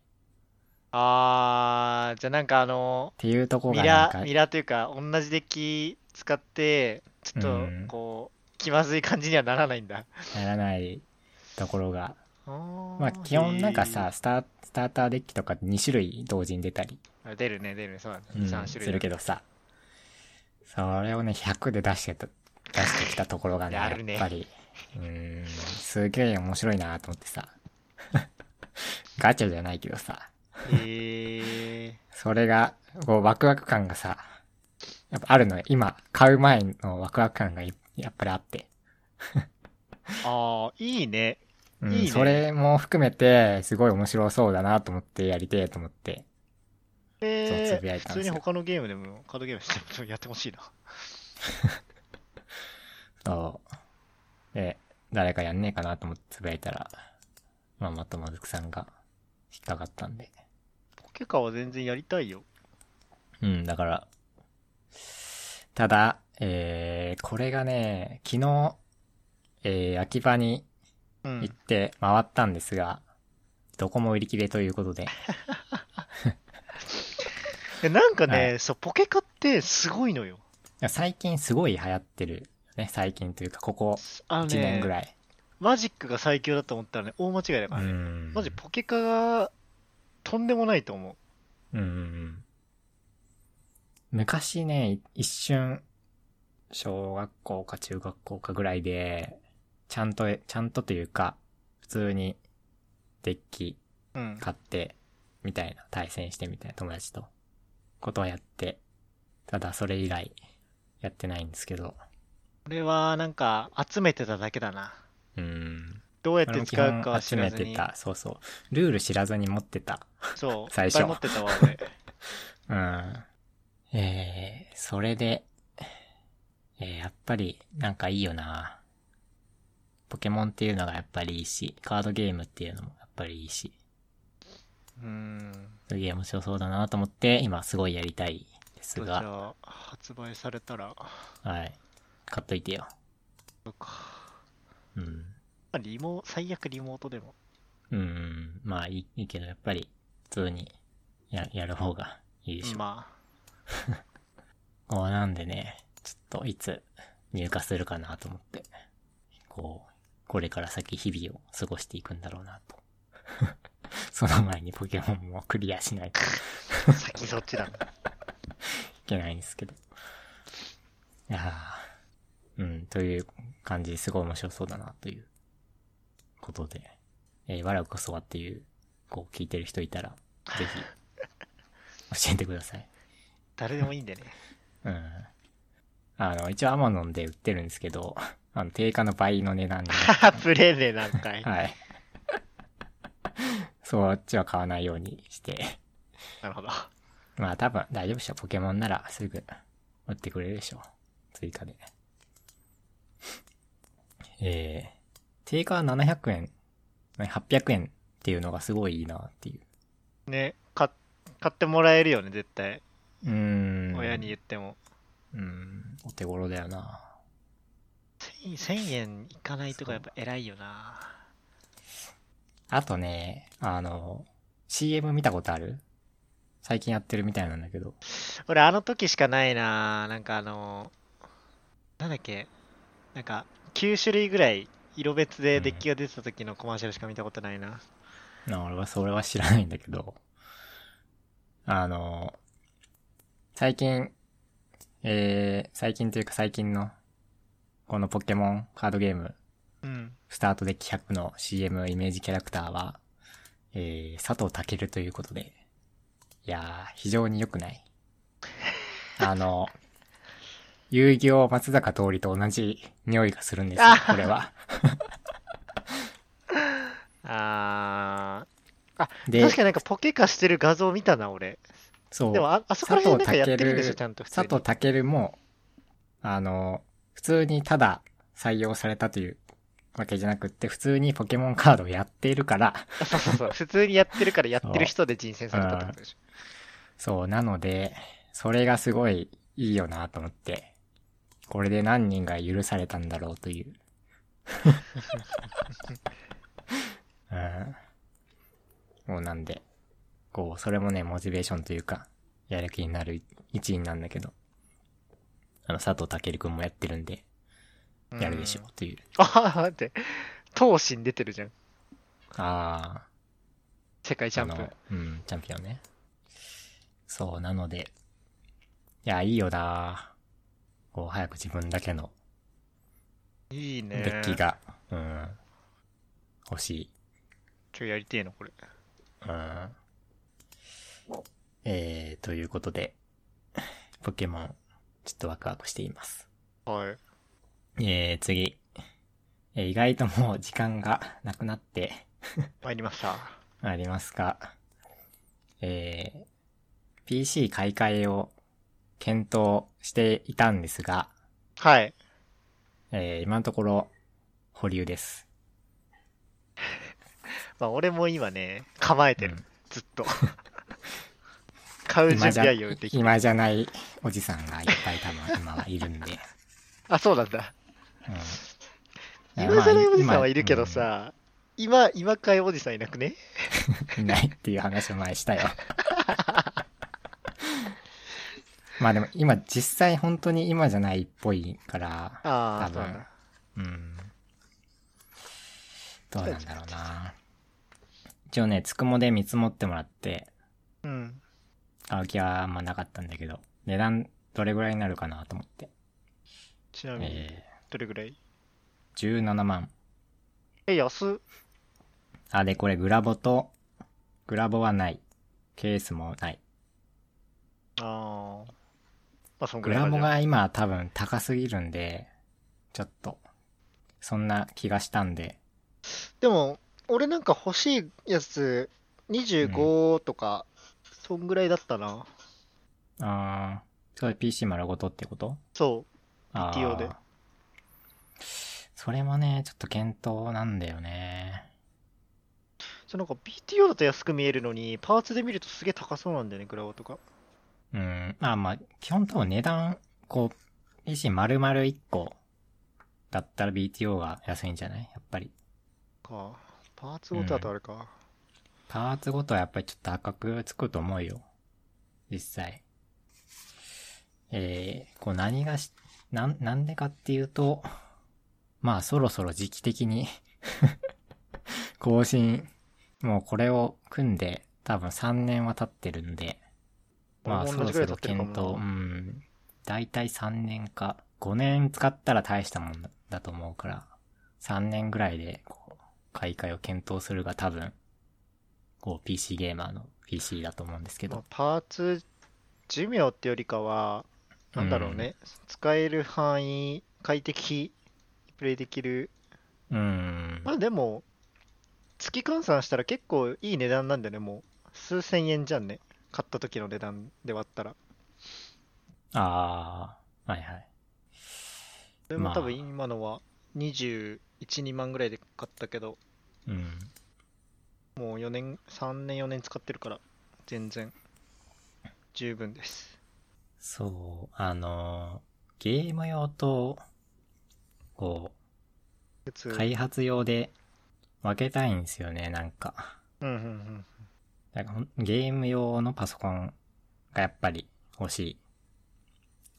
Speaker 2: あー、じゃあなんかあ
Speaker 1: っ、
Speaker 2: の
Speaker 1: ていうとこ
Speaker 2: ミ
Speaker 1: がなん
Speaker 2: ラ
Speaker 1: か
Speaker 2: ー、ミラーというか、同じデッキ使って、ちょ
Speaker 1: う
Speaker 2: っと
Speaker 1: ん、
Speaker 2: こう、気まずい感じにはならないんだ。
Speaker 1: ならないところが。
Speaker 2: ま
Speaker 1: まあ基本なんかさ、、スタスターターデッキとか2種類同時に出たり、
Speaker 2: あ出るね、出るね、そうなんだ。
Speaker 1: うん
Speaker 2: 3
Speaker 1: す
Speaker 2: 種類
Speaker 1: るけどさ、それをね、100で出してた、出してきたところがね、
Speaker 2: や
Speaker 1: や
Speaker 2: るね
Speaker 1: っぱり、うーん、すげえ面白いなと思ってさ、 ガチャじゃないけどさ、
Speaker 2: へー。
Speaker 1: それが、こうワクワク感がさ、やっぱあるのよ。今、買う前のワクワク感がいやっぱりあって。
Speaker 2: ああ、いいね。
Speaker 1: うん
Speaker 2: いいね
Speaker 1: それも含めて、すごい面白そうだなと思ってやりてえと思って。そう
Speaker 2: え
Speaker 1: つぶや
Speaker 2: ー、
Speaker 1: い
Speaker 2: 普
Speaker 1: たんで
Speaker 2: 通
Speaker 1: す
Speaker 2: に
Speaker 1: よ
Speaker 2: 他のゲームでも、カードゲームしてもやってほしいな。
Speaker 1: そう。で、誰かやんねえかなと思ってつぶやいたら、まあ、まとまずくさんが引っかかったんで。
Speaker 2: ポケカは全然やりたいよ。
Speaker 1: うん、だから、ただ、えー、これがね、昨日、えー、秋葉に
Speaker 2: う
Speaker 1: 行っ
Speaker 2: ん。
Speaker 1: て回ったんですが、どこも売り切れということで、
Speaker 2: でなんかね、
Speaker 1: は
Speaker 2: そう、ポケカってすごいのよ。
Speaker 1: 最近すごい流行ってる。ね、最近というか、ここ
Speaker 2: あの
Speaker 1: 1年ぐ
Speaker 2: ね、
Speaker 1: らい。
Speaker 2: マジックが最強だと思ったらね、大間違いだからね。
Speaker 1: ん
Speaker 2: マジポケカが、とんでもないと思う。
Speaker 1: うんうんうん。昔ね、い一瞬、小学校か中学校かぐらいで、ちゃんと、ちゃんとというか、普通にデッキ
Speaker 2: うん。
Speaker 1: 買って、みたいな、対戦してみたいな友達と、ことをやって、ただそれ以来、やってないんですけど、
Speaker 2: これは、なんか、集めてただけだな。
Speaker 1: うん。
Speaker 2: どうやっ
Speaker 1: 俺
Speaker 2: て
Speaker 1: も基
Speaker 2: 使う
Speaker 1: 本
Speaker 2: かは知
Speaker 1: 集
Speaker 2: ら
Speaker 1: め
Speaker 2: ず
Speaker 1: て
Speaker 2: に。
Speaker 1: た、そうそう。ルール知らずに持ってた。
Speaker 2: そう。
Speaker 1: 最
Speaker 2: 最
Speaker 1: 初
Speaker 2: 初。いっぱい持ってたわ、俺。
Speaker 1: うん。えー、それで、えー、やっぱり、なんかいいよなポケモンっていうのがやっぱりいいし、カードゲームっていうのもやっぱりいいし、
Speaker 2: うーん。
Speaker 1: すげえ面白そうだなと思って、今すごいやりたいです
Speaker 2: じ
Speaker 1: が、
Speaker 2: ゃあ、発売されたら、
Speaker 1: はい。買っといてよ。
Speaker 2: そうか。
Speaker 1: うん。
Speaker 2: まあリモ、最悪リモートでも。
Speaker 1: うん、まあいいいいけど、やっぱり、普通にや、やる方がいいでしょ。
Speaker 2: ま
Speaker 1: こうなんでね、ちょっといつ入荷するかなと思って、こう、これから先日々を過ごしていくんだろうなと。 その前にポケモンもクリアしないとい
Speaker 2: あ、先そっちだな。
Speaker 1: けないんですけど。いやーうん、という感じですごい面白そうだなということで、えー、我らこそはっていう、こう聞いてる人いたら、ぜひ教えてください。
Speaker 2: 誰でもいいんでね。
Speaker 1: うん。あの、一応 Amazon で売ってるんですけど、 あの、定価の倍の値段になって
Speaker 2: プレネなんかい。
Speaker 1: る。はい。 そっちは買わないようにして。
Speaker 2: なるほど。
Speaker 1: まあ多分大丈夫でしょ。ポケモンならすぐ売ってくれるでしょ。追加で。 えー、定価は700円、800円っていうのがすごいいいなっていう。
Speaker 2: ね、買っ買ってもらえるよね、絶対。
Speaker 1: うーん。
Speaker 2: 親に言っても。
Speaker 1: うん、お手頃だよな。
Speaker 2: 1000 1000円いかないとかやっぱ偉いよな。
Speaker 1: あとね、あの、CM 見たことある最近やってるみたいなんだけど。
Speaker 2: 俺、あの時しかないな。なんかあの、なんだっけ、なんか、9種類ぐらい色別でデッキが出てた時のコマーシャルしか見たことないな。
Speaker 1: な俺は、それは知らないんだけど。あの、最近、えー、最近というか最近の、このポケモンカードゲーム、
Speaker 2: うん。
Speaker 1: スタートデッキ100の CM イメージキャラクターは、えー、佐藤健ということで。いやー、非常に良くない。あの、 遊戯王松坂通りと同じ匂いがするんですよ、これは。
Speaker 2: あー、
Speaker 1: で
Speaker 2: 確、かになんかポケカしてる画像見たな、俺。
Speaker 1: そう、
Speaker 2: でもあ、あそこら辺なんかやってるんでしょ、ちゃんと普通に。
Speaker 1: 佐藤健も、あの、普通にただ採用されたというわけじゃなくって、普通にポケモンカードをやっているから、
Speaker 2: あそうそうそう。普通にやってるからやってる人で人選されたってことでしょ。
Speaker 1: そう、なので、それがすごいいいよなと思って、これで何人が許されたんだろうという。うん。もうなんで、こう、それもね、モチベーションというか、やる気になる一員なんだけど、あの、佐藤健くんもやってるんで、やるでしょ
Speaker 2: うん。
Speaker 1: うという。
Speaker 2: ああ、待って。闘神出てるじゃん。
Speaker 1: ああ。
Speaker 2: 世界チャンプ。
Speaker 1: あのうん、チャンピオンね。そう、なので。いや、いいよなこう、早く自分だけの
Speaker 2: いいね。
Speaker 1: デッキが、うん、欲しい。
Speaker 2: 今日やりてえの、これ。
Speaker 1: うん。えー、ということで、ポケモンちょっとワクワクしています。
Speaker 2: はい。
Speaker 1: えー、次。えー意外ともう時間がなくなって
Speaker 2: 参りました。
Speaker 1: ありますが、えー PC 買い替えを検討していたんですが、
Speaker 2: はい。
Speaker 1: えー今のところ保留です。
Speaker 2: まあ、俺も今ね、構えて
Speaker 1: う
Speaker 2: る。
Speaker 1: ん
Speaker 2: ずっと。買う準
Speaker 1: 今じゃ
Speaker 2: 備は用意できる。
Speaker 1: 今じゃないおじさんがいっぱい多分今はいるんで。
Speaker 2: あ、そうなんだ。
Speaker 1: うん、
Speaker 2: 今じゃないおじさんはいるけど
Speaker 1: まあ、
Speaker 2: さ、今、今買いおじさんいなくね
Speaker 1: うんいないっていう話を前にした よ。まあでも今実際本当に今じゃないっぽいから、
Speaker 2: あ
Speaker 1: 多
Speaker 2: あ、
Speaker 1: 分
Speaker 2: そうなんだ。
Speaker 1: うん。どうなんだろうな。一応ね、つくもで見積もってもらって、
Speaker 2: うん。
Speaker 1: 買う気はあんまなかったんだけど、値段どれぐらいになるかなと思って。
Speaker 2: ちなみに、
Speaker 1: え
Speaker 2: どれぐらい
Speaker 1: ー、17万。
Speaker 2: え、安っ
Speaker 1: あ、で、これグラボと、グラボはない。ケースもない。
Speaker 2: ああ。まあ、そんぐ
Speaker 1: グ
Speaker 2: らい
Speaker 1: ラ
Speaker 2: か
Speaker 1: ボ
Speaker 2: じゃあ
Speaker 1: が今多分高すぎるんで、ちょっと、そんな気がしたんで、
Speaker 2: でも、俺なんか欲しいやつ、25とか、そんぐらいだったな。
Speaker 1: あー、それ PC 丸ごとってこと
Speaker 2: そ
Speaker 1: あー
Speaker 2: PTO で
Speaker 1: それもね、ちょっと検討なんだよね。
Speaker 2: う。そうなんか BTO だと安く見えるのに、パーツで見るとすげえ高そうなんだよね、グラボとか。
Speaker 1: うん、まあまあ、基本多分値段、こう、PC 丸々1個だったら BTO が安いんじゃないやっぱり。
Speaker 2: か。パーツごとだとあれか。
Speaker 1: パーツごとはやっぱりちょっと赤くつくと思うよ。実際。えー、こう何がし、なん、なんでかっていうと、まあそろそろ時期的に、 更新、もうこれを組んで多分3年は経ってるんで、まあ
Speaker 2: 俺
Speaker 1: そ
Speaker 2: も同
Speaker 1: ろ
Speaker 2: じぐら
Speaker 1: そ
Speaker 2: い経
Speaker 1: ろ
Speaker 2: ってるか
Speaker 1: 検
Speaker 2: もな
Speaker 1: 討、うん。だいたい3年か、5年使ったら大したもんだと思うから、3年ぐらいでこう買い替えを検討するが多分、こう PC ゲーマーの PC だと思うんですけ
Speaker 2: まあ
Speaker 1: ど。
Speaker 2: パーツ寿命ってよりかは、なんだろうね。使える範囲、快適、プレイできる。
Speaker 1: うん
Speaker 2: ま。あでも、月換算したら結構いい値段なんだよね、もう。数千円じゃんね。買った時の値段で割ったら。
Speaker 1: ああ、はいはい。
Speaker 2: でも
Speaker 1: まあ
Speaker 2: 多分今のは21、2万ぐらいで買ったけど、
Speaker 1: うん。
Speaker 2: もう4年、3年4年使ってるから、全然、十分です。
Speaker 1: そう、あのーゲーム用と、こ
Speaker 2: 普通。
Speaker 1: う、開発用で分けたいんですよね、なんか。
Speaker 2: うんうんうん。
Speaker 1: なんかほんゲーム用のパソコンがやっぱり欲しい。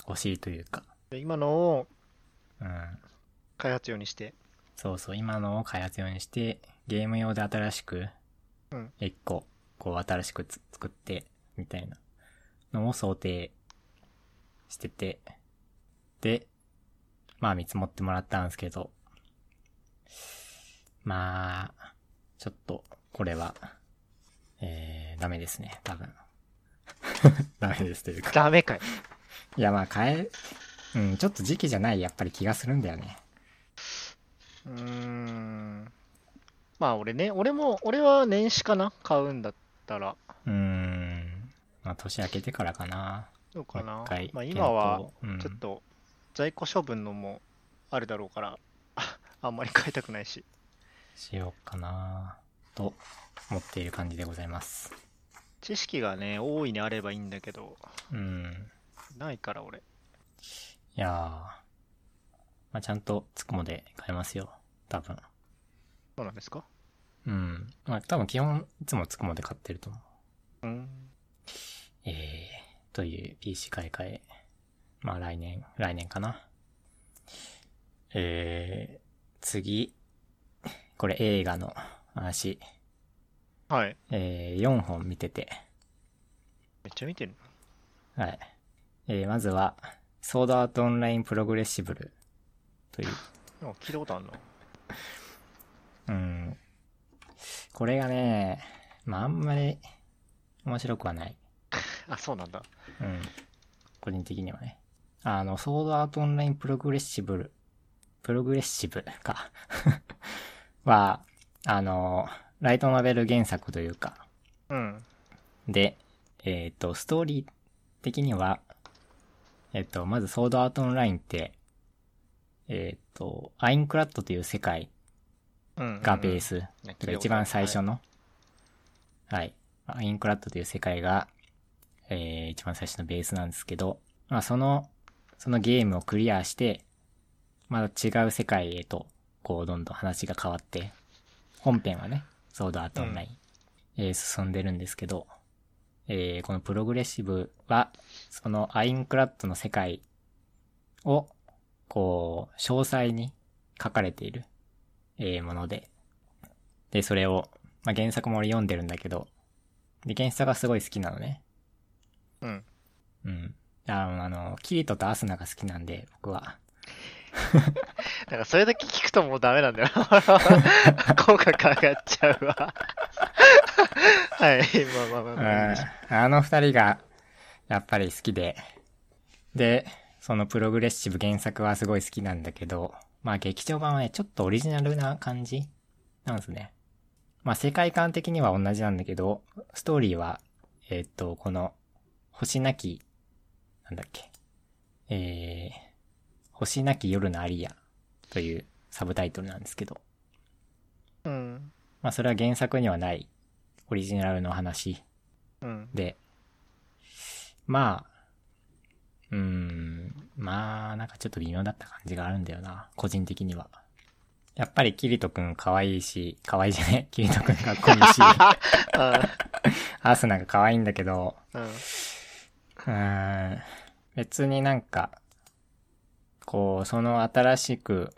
Speaker 1: 欲しいというか。
Speaker 2: で今のを
Speaker 1: うん。
Speaker 2: 開発用にして、
Speaker 1: そうそう、今のを開発用にして、ゲーム用で新しく
Speaker 2: うん、
Speaker 1: 一個、こう新しくつ作って、みたいなのを想定してて、で、まあ見積もってもらったんですけど、まあ、ちょっと、これは、えー、ダメですね、多分。 ダメですというか。
Speaker 2: ダメかい。
Speaker 1: いや、まあ変え、うん、ちょっと時期じゃない、やっぱり気がするんだよね。
Speaker 2: うーん。まあ俺ね、俺も、俺は年始かな買うんだったら。
Speaker 1: うーん。まあ、年明けてからかな。
Speaker 2: どうかな
Speaker 1: もう一回
Speaker 2: まあ今は、
Speaker 1: 検討
Speaker 2: ち
Speaker 1: う
Speaker 2: ょっ
Speaker 1: ん、
Speaker 2: と在庫処分のもあるだろうから、 ああんまり買いたくないし。
Speaker 1: しようかなと思っている感じでございます。
Speaker 2: 知識がね、大いにあればいいんだけど、
Speaker 1: うん。
Speaker 2: ないから俺。
Speaker 1: いやー。まあ、ちゃんとつくもで買えますよ。多分。
Speaker 2: そうなんですか
Speaker 1: うん。まあ、多分基本いつもつくもで買ってると思う。
Speaker 2: うん。
Speaker 1: えー、という PC 買い替え。まあ来年、来年かな。えー、次。これ映画の話。
Speaker 2: はい。
Speaker 1: えー、4本見てて。
Speaker 2: めっちゃ見てる
Speaker 1: はい。えー、まずは、ソードアートオンラインプログレッシブルという。
Speaker 2: な。なんか聞いたことあるの
Speaker 1: うん。これがね、まああんまり面白くはない。
Speaker 2: あ、そうなんだ。
Speaker 1: うん。個人的にはね。あの、ソードアートオンラインプログレッシブル、プログレッシブかは、あの、ライトノベル原作というか、
Speaker 2: うん。
Speaker 1: で、えっ、と、ストーリー的には、えっ、と、まず、ソードアートオンラインって、えっ、と、アインクラッドという世界
Speaker 2: うん。
Speaker 1: がベース。
Speaker 2: うん。
Speaker 1: てか一番最初
Speaker 2: の。
Speaker 1: の、はい、アインクラッドという世界が、えー一番最初のベースなんですけど、まあ、その、そのゲームをクリアして、また違う世界へと、こう、どんどん話が変わって、本編はね、ソードアートオンライン、えー進んでるんですけど、えーこのプログレッシブは、そのアインクラッドの世界を、こう、詳細に書かれている、えーもので、で、それを、まあ、原作も俺読んでるんだけど、で、原作がすごい好きなのね。
Speaker 2: うん。
Speaker 1: うん。あの、あのキリトとアスナが好きなんで、僕は。
Speaker 2: だからそれだけ聞くともうダ メなんだよ。効果かかっちゃうわ。はい。まあまあまあ
Speaker 1: う
Speaker 2: まあ
Speaker 1: ん。あの二人が、やっぱり好きで。で、そのプログレッシブ原作はすごい好きなんだけど、まあ劇場版はね、ちょっとオリジナルな感じなんですね。まあ世界観的には同じなんだけど、ストーリーは、えーっと、この、星なき、なんだっけ、えー、星なき夜のアリアというサブタイトルなんですけど、
Speaker 2: うん。
Speaker 1: まあそれは原作にはないオリジナルの話
Speaker 2: うん。
Speaker 1: で、まあ、うーん、まあ、なんかちょっと微妙だった感じがあるんだよな、個人的には。やっぱりキリトくん可愛いし、可愛いじゃね キリトくんかっこいいし、
Speaker 2: あ
Speaker 1: アースなんか可愛いんだけど、
Speaker 2: うん。
Speaker 1: うーん、別になんか、こう、その新しく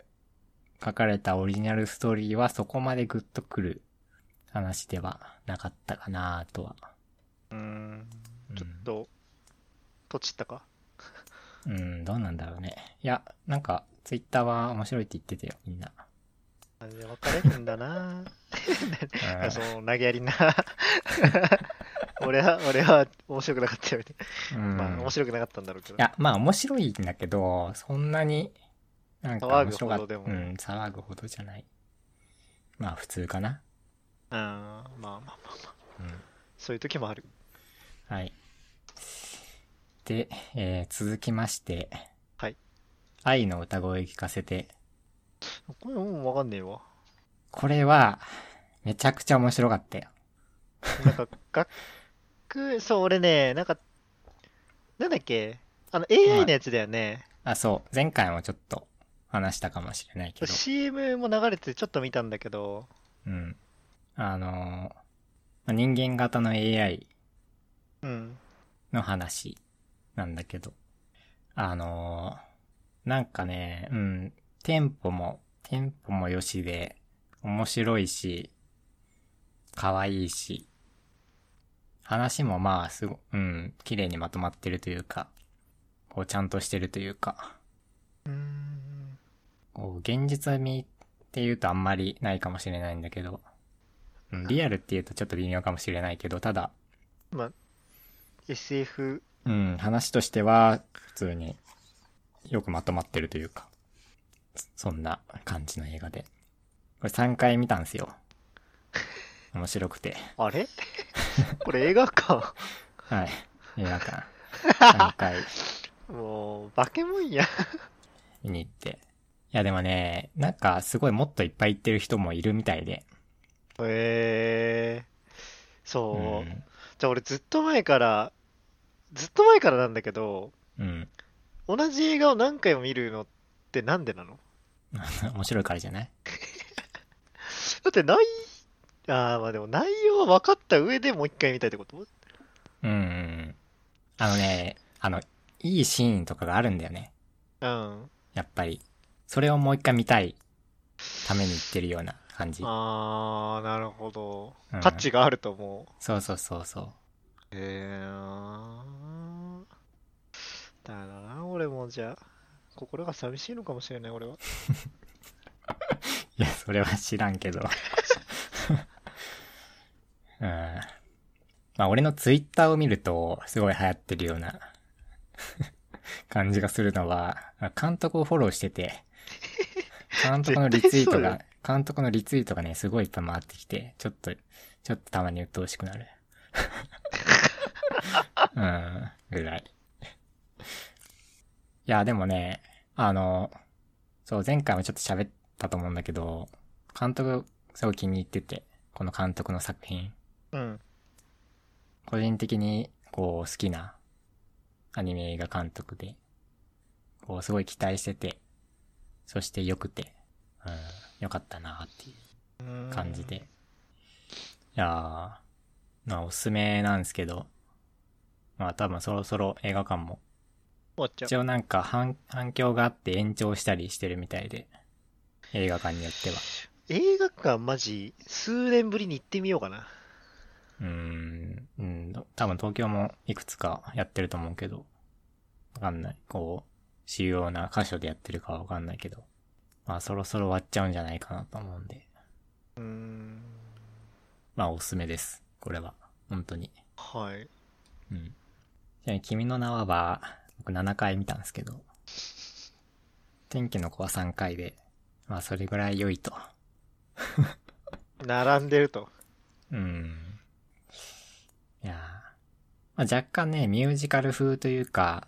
Speaker 1: 書かれたオリジナルストーリーはそこまでグッとくる話ではなかったかなとは。
Speaker 2: うん。
Speaker 1: うん
Speaker 2: ちょっと、とちったか。
Speaker 1: うん、どうなんだろうね。いや、なんか、ツイッターは面白いって言ってたよ、み んな。
Speaker 2: あれ分かれるんだな。
Speaker 1: うん
Speaker 2: その投げやりな。俺は、俺は面白くなかったよみたい
Speaker 1: うん
Speaker 2: な。まあ、面
Speaker 1: い
Speaker 2: 白くなかったんだろうけど。
Speaker 1: や、まあ面白いんだけど、そんなに、なんか
Speaker 2: 騒
Speaker 1: 面
Speaker 2: ぐ
Speaker 1: 白
Speaker 2: ほ
Speaker 1: か
Speaker 2: ど
Speaker 1: った。
Speaker 2: で
Speaker 1: う
Speaker 2: も
Speaker 1: ん、騒ぐほどじゃない。まあ普通かな。
Speaker 2: うん、まあまあまあまあ。
Speaker 1: うん。
Speaker 2: そういう時もある。
Speaker 1: はい。で、えー続きまして。
Speaker 2: はい。
Speaker 1: 愛の歌声聞かせて。
Speaker 2: これもう分かんねえわ。
Speaker 1: これは、めちゃくちゃ面白かったよ。
Speaker 2: なんか、学、そう、俺ね、なんか、なんだっけ、あの、
Speaker 1: は
Speaker 2: AI
Speaker 1: い
Speaker 2: のやつだよね。
Speaker 1: あ、そう。前回もちょっと話したかもしれないけど。
Speaker 2: CM も流れてちょっと見たんだけど、
Speaker 1: うん。あのーまあ人間型の AI
Speaker 2: うん。
Speaker 1: の話なんだけど、あのーなんかね、うん、テンポも、テンポも良しで、面白いし、可愛いし、話もまあ、すご、うん、綺麗にまとまってるというか、こう、ちゃんとしてるというか、
Speaker 2: うーん。
Speaker 1: こう現実味って言うとあんまりないかもしれないんだけど、うん、リアルって言うとちょっと微妙かもしれないけど、ただ、
Speaker 2: SF、
Speaker 1: うん、話としては普通によくまとまってるというか、そそんな感じの映画で。これ3回見たんですよ。面白くて。
Speaker 2: あれ これ映画か。
Speaker 1: はい。映画館。3回
Speaker 2: もう、化け物や。
Speaker 1: 見に行って。いやでもね、なんかすごいもっといっぱい行ってる人もいるみたいで。
Speaker 2: へえそうう。
Speaker 1: ん。
Speaker 2: じゃあ俺ずっと前から、ずっと前からなんだけど、
Speaker 1: うん。
Speaker 2: 同じ映画を何回も見るのってなんでなの
Speaker 1: 面白いからじゃない
Speaker 2: だってない、ああ、まあでも内容は分かった上でもう一回見たいってこと
Speaker 1: うんうんうん。あのね、あの、いいシーンとかがあるんだよね。
Speaker 2: うん。あ
Speaker 1: やっぱり。それをもう一回見たいために行ってるような感じ。
Speaker 2: あー、なるほど。
Speaker 1: うん
Speaker 2: 価値があると思
Speaker 1: そうそうそうそう。
Speaker 2: う。へえー。だよな、俺もじゃあ、心が寂しいのかもしれない、俺は。
Speaker 1: いや、それは知らんけど。 うん。まあ、俺のツイッターを見ると、すごい流行ってるような 感じがするのは、監督をフォローしてて、監督のリツイート
Speaker 2: 絶対そうだよ
Speaker 1: が、監督のリツイートがね、すごいいっぱい回ってきて、ちょっと、ちょっとたまに鬱陶しくなる。 うん、ぐらい。いや、でもね、あの、そう、前回もちょっと喋ったと思うんだけど、監督、すごい気に入ってて、この監督の作品。
Speaker 2: うん。
Speaker 1: 個人的に、こう、好きなアニメ映画監督で、こう、すごい期待してて、そして良くて、うん、良かったなっていう感じで。いやー、まあ、おすすめなんですけど、まあ、多分そろそろ映画館も、
Speaker 2: 終わっちゃう
Speaker 1: 一応なんか反反響があって延長したりしてるみたいで、映画館によっては。
Speaker 2: 映画館マジ数年ぶりに行ってみようかな
Speaker 1: うーん、うん、多分東京もいくつかやってると思うけど、わかんない。こう、主要な箇所でやってるかはわかんないけど、まあそろそろ終わっちゃうんじゃないかなと思うんで、
Speaker 2: うーん
Speaker 1: まあおすすめです。これは。本当に。
Speaker 2: はい
Speaker 1: うん。ちなみに君の名はは、僕7回見たんですけど、天気の子は3回で、まあそれぐらい良いと。
Speaker 2: 並んでると
Speaker 1: うん。いやーまあ、若干ね、ミュージカル風というか、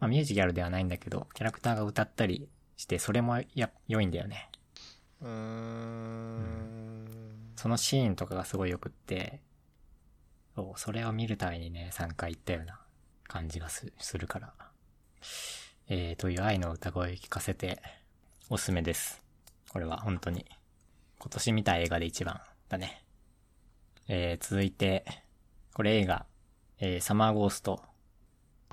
Speaker 1: まあ、ミュージカルではないんだけど、キャラクターが歌ったりして、それもや、良いんだよね。
Speaker 2: うーん
Speaker 1: そのシーンとかがすごい良くって、そう、それを見るためにね、3回行ったような感じがすするから。えー、という愛の歌声聞かせて、おすすめです。これは本当に、今年見た映画で一番だね。えー、続いて、これ映画、えー、サマーゴースト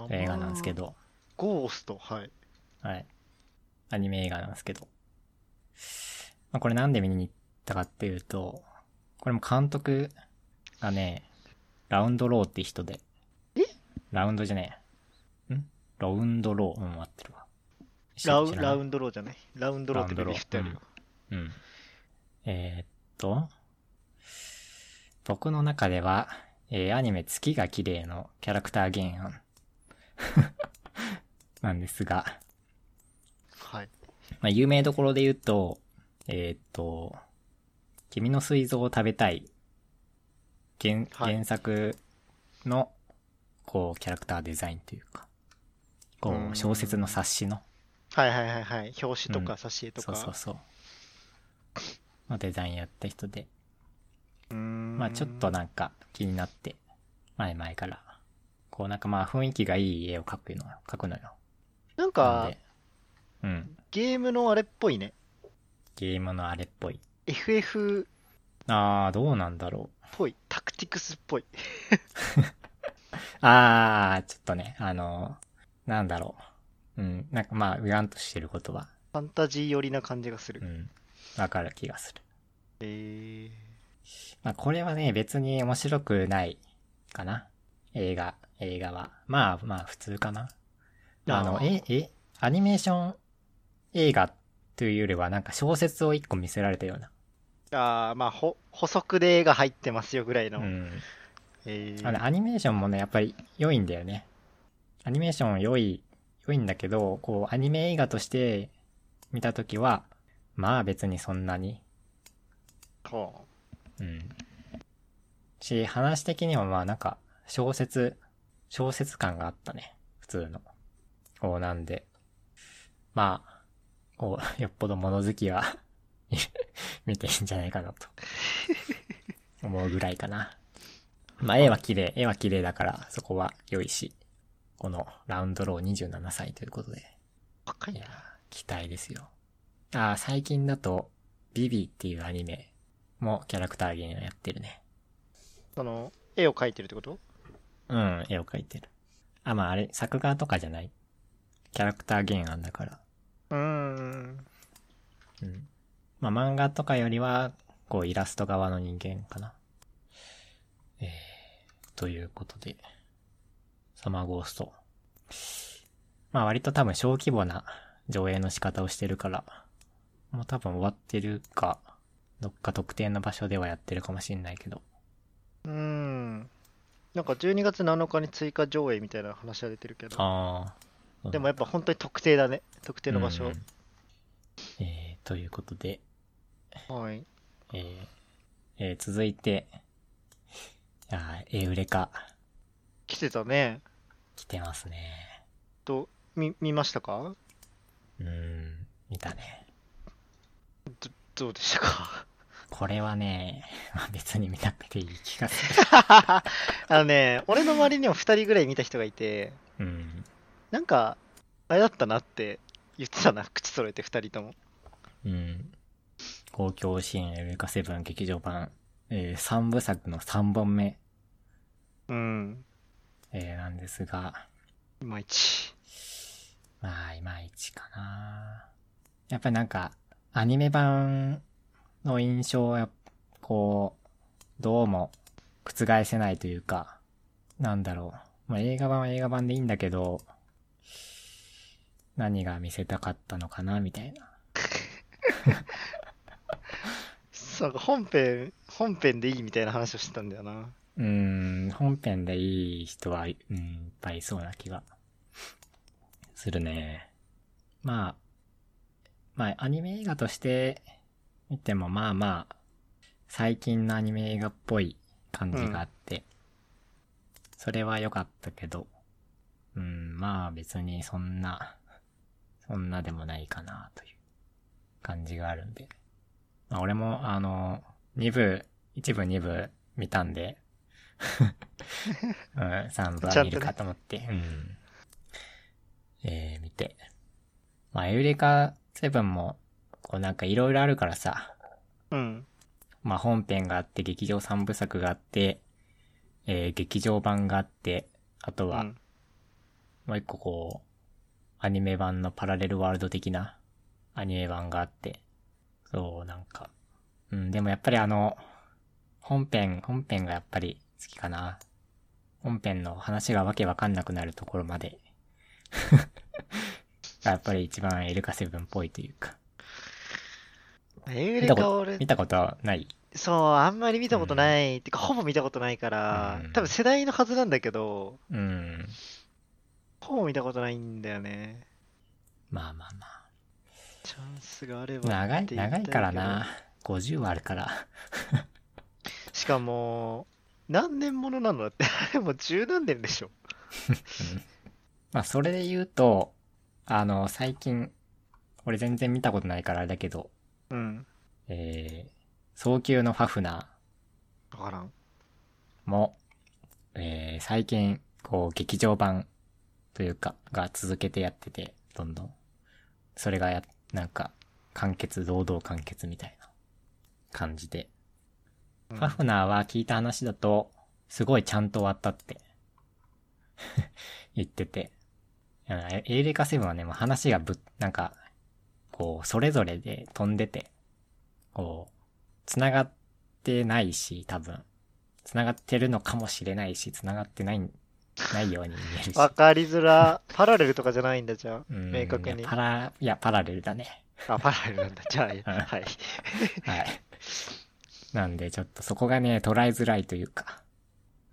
Speaker 1: 映画なんですけど、
Speaker 2: ゴーストはい
Speaker 1: はい。アニメ映画なんですけど。まあ、これなんで見に行ったかっていうと、これも監督がね、ラウンドローって人で。
Speaker 2: え
Speaker 1: ラウンドじゃねえ。んラウンドロー。うん、合ってるわ。
Speaker 2: ラウ
Speaker 1: 知らない
Speaker 2: ラウンドローじゃないラウンドローって
Speaker 1: ラウンドロー
Speaker 2: ベビー振ってあるよ
Speaker 1: うん。えーっと、僕の中では、えーアニメ月が綺麗のキャラクター原案。 なんですが、
Speaker 2: はい
Speaker 1: まあ、有名どころで言うと、えーっと、君の水蔵を食べたい原
Speaker 2: はい
Speaker 1: 原作の、こう、キャラクターデザインというか、こ
Speaker 2: うーん
Speaker 1: う、小説の冊子の、
Speaker 2: はいはいはいはい表紙と
Speaker 1: う
Speaker 2: か
Speaker 1: ん
Speaker 2: 挿絵と
Speaker 1: そ
Speaker 2: か
Speaker 1: うそうそう、のデザインやった人で、
Speaker 2: うーん
Speaker 1: まあちょっとなんか気になって、前々から、こうなんかまあ雰囲気がいい絵を描くの、描くのよ。
Speaker 2: なん
Speaker 1: なん
Speaker 2: か
Speaker 1: で、うん、
Speaker 2: ゲームのあれっぽいね
Speaker 1: ゲームのあれっぽい。
Speaker 2: FF
Speaker 1: あー、どうなんだろう。
Speaker 2: っぽいタクティクスっぽい
Speaker 1: あー、ちょっとね、あの、なんだろう。うん、なんかまあ、うらんとしてることは、
Speaker 2: ファンタジー寄りな感じがする
Speaker 1: うん、わかる気がする。
Speaker 2: え
Speaker 1: まあ、これはね、別に面白くないかな。映画、映画は。まあまあ、普通かな。あの、
Speaker 2: あー
Speaker 1: え、え、アニメーション映画というよりは、なんか小説を一個見せられたような。
Speaker 2: ー、あーまあほ補足で絵が入ってますよぐらいの、
Speaker 1: うん。
Speaker 2: えー
Speaker 1: あのアニメーションもね、やっぱり良いんだよね。アニメーション良い、良いんだけど、こう、アニメ映画として見たときは、まあ別にそんなに。
Speaker 2: ほう
Speaker 1: うん。し、話的にはまあなんか、小説、小説感があったね。普通の。こうなんで。まあ、こう、 よっぽど物好きは、 見ていいんじゃないかなと。思うぐらいかな。まあ、絵は綺麗、絵は綺麗だから、そこは良いし。この、ラウンドロー27歳ということで。
Speaker 2: 若い
Speaker 1: い
Speaker 2: な
Speaker 1: や、期待ですよ。あー最近だと、ビビっていうアニメもキャラクター芸人をやってるね。
Speaker 2: その絵を描いてるってこと
Speaker 1: うん、絵を描いてる。あ、まああれ、作画とかじゃない。キャラクター原案だから。
Speaker 2: うーん
Speaker 1: うん。まあ漫画とかよりは、こうイラスト側の人間かな。えー、ということで、サマーゴースト。まあ割と多分小規模な上映の仕方をしてるから、もう多分終わってるか、どっか特定の場所ではやってるかもしんないけど。
Speaker 2: うーんなんか12月7日に追加上映みたいな話は出てるけど
Speaker 1: ああ、うん
Speaker 2: でもやっぱ本当に特定だね。特定の場所。
Speaker 1: うんえーということで、
Speaker 2: はい。
Speaker 1: えーえー続いて、あーえー、ウレカ、
Speaker 2: 来てたね。
Speaker 1: 来てますね。
Speaker 2: と、み、見ましたか
Speaker 1: うん、見たね。
Speaker 2: どうでした か
Speaker 1: これはね、 まあ別に見なくていい気がす
Speaker 2: あのね、俺の周りにも2人ぐらい見た人がいて、
Speaker 1: る。うん。
Speaker 2: なんか、あれだったなって言ってたな。口揃えて2人とも。
Speaker 1: うん。公共支援ウレカセブン劇場版、え3部作の3本目、
Speaker 2: うん。
Speaker 1: えーなんですが、
Speaker 2: いまいち。
Speaker 1: まあ、いまいちかな。やっぱりなんか、アニメ版の印象はやっぱ、こう、どうも覆せないというか、なんだろう。まあ、映画版は映画版でいいんだけど、何が見せたかったのかな、みたいな。
Speaker 2: そうか、本編、本編でいいみたいな話をしてたんだよな。
Speaker 1: うーん、本編でいい人は、うん、いっぱいいそうな気がするね。まあ、まあ、アニメ映画として見ても、まあまあ、最近のアニメ映画っぽい感じがあって、それは良かったけど、うん、まあ別にそんな、そんなでもないかなという感じがあるんで。まあ俺も、あの、2部、1部2部見たんで、 うん、3部は見るかと思って、うん。えー、見て。まあ、エウレカセブンも、こうなんかいろいろあるからさ、
Speaker 2: うん。
Speaker 1: まあ、本編があって、劇場3部作があって、えー劇場版があって、あとは、
Speaker 2: うん
Speaker 1: もう一個こう、アニメ版のパラレルワールド的なアニメ版があって、そう、なんか、うん、でもやっぱりあの、本編、本編がやっぱり好きかな。本編の話がわけわかんなくなるところまで、 がやっぱり一番エルカセブンっぽいというか。
Speaker 2: エウ
Speaker 1: 見
Speaker 2: レ
Speaker 1: たこ
Speaker 2: カ
Speaker 1: と
Speaker 2: 俺、
Speaker 1: 見たことはない
Speaker 2: そう、あんまり見たことない、てかほぼ見たことないから、
Speaker 1: うん
Speaker 2: 多分世代のはずなんだけど、
Speaker 1: うん。
Speaker 2: ほぼ見たことないんだよね。
Speaker 1: まあまあまあ。
Speaker 2: チャンスがあれば
Speaker 1: 長い、
Speaker 2: って言いた
Speaker 1: 長
Speaker 2: い
Speaker 1: い
Speaker 2: けど
Speaker 1: からな。50はあるから。
Speaker 2: しかも、何年ものなの だって、あれもう十何年でしょ。
Speaker 1: まあ、それで言うと、あの、最近、俺全然見たことないからあれだけど、
Speaker 2: うん。
Speaker 1: えー、早急のファフナ
Speaker 2: わからん。
Speaker 1: ーも、えー、最近、こう、劇場版というか、が続けてやってて、どんどん。それがや、なんか、完結、堂々完結みたいな感じで。
Speaker 2: うん
Speaker 1: ファフナーは聞いた話だと、すごいちゃんと終わったって、 言ってて。いやエエーレカセブンはね、もう話がぶっ、なんか、こう、それぞれで飛んでて、こう、繋がってないし、多分。繋がってるのかもしれないし、繋がってない、ないように見えるし。
Speaker 2: わかりづら。パラレルとかじゃないんだ、じゃあ。
Speaker 1: うん
Speaker 2: 明確に
Speaker 1: いやパラ、いや、パラレルだね。
Speaker 2: あ、パラレルなんだ。じゃあ、
Speaker 1: うん
Speaker 2: はい。
Speaker 1: はい。なんで、ちょっとそこがね、捉えづらいというか、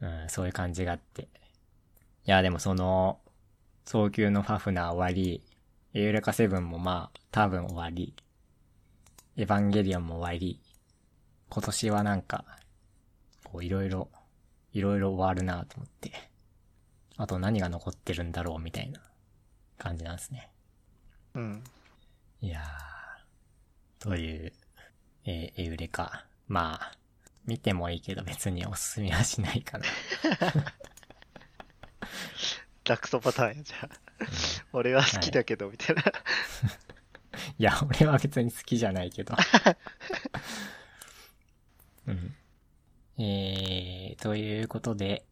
Speaker 1: うん、そういう感じがあって。いや、でもその、早急のファフナー終わり、エウレカセブンもまあ、多分終わり、エヴァンゲリオンも終わり、今年はなんか、こう、いろいろ、いろいろ終わるなと思って、あと何が残ってるんだろうみたいな感じなんですね。
Speaker 2: うん。
Speaker 1: いやー、という、えーエウレカ。まあ、見てもいいけど別におすすめはしないかな。
Speaker 2: ダクソパターンや、じゃあ。 俺は好きだけど、みたいな。
Speaker 1: いや、俺は別に好きじゃないけど。 うん。えー、ということで、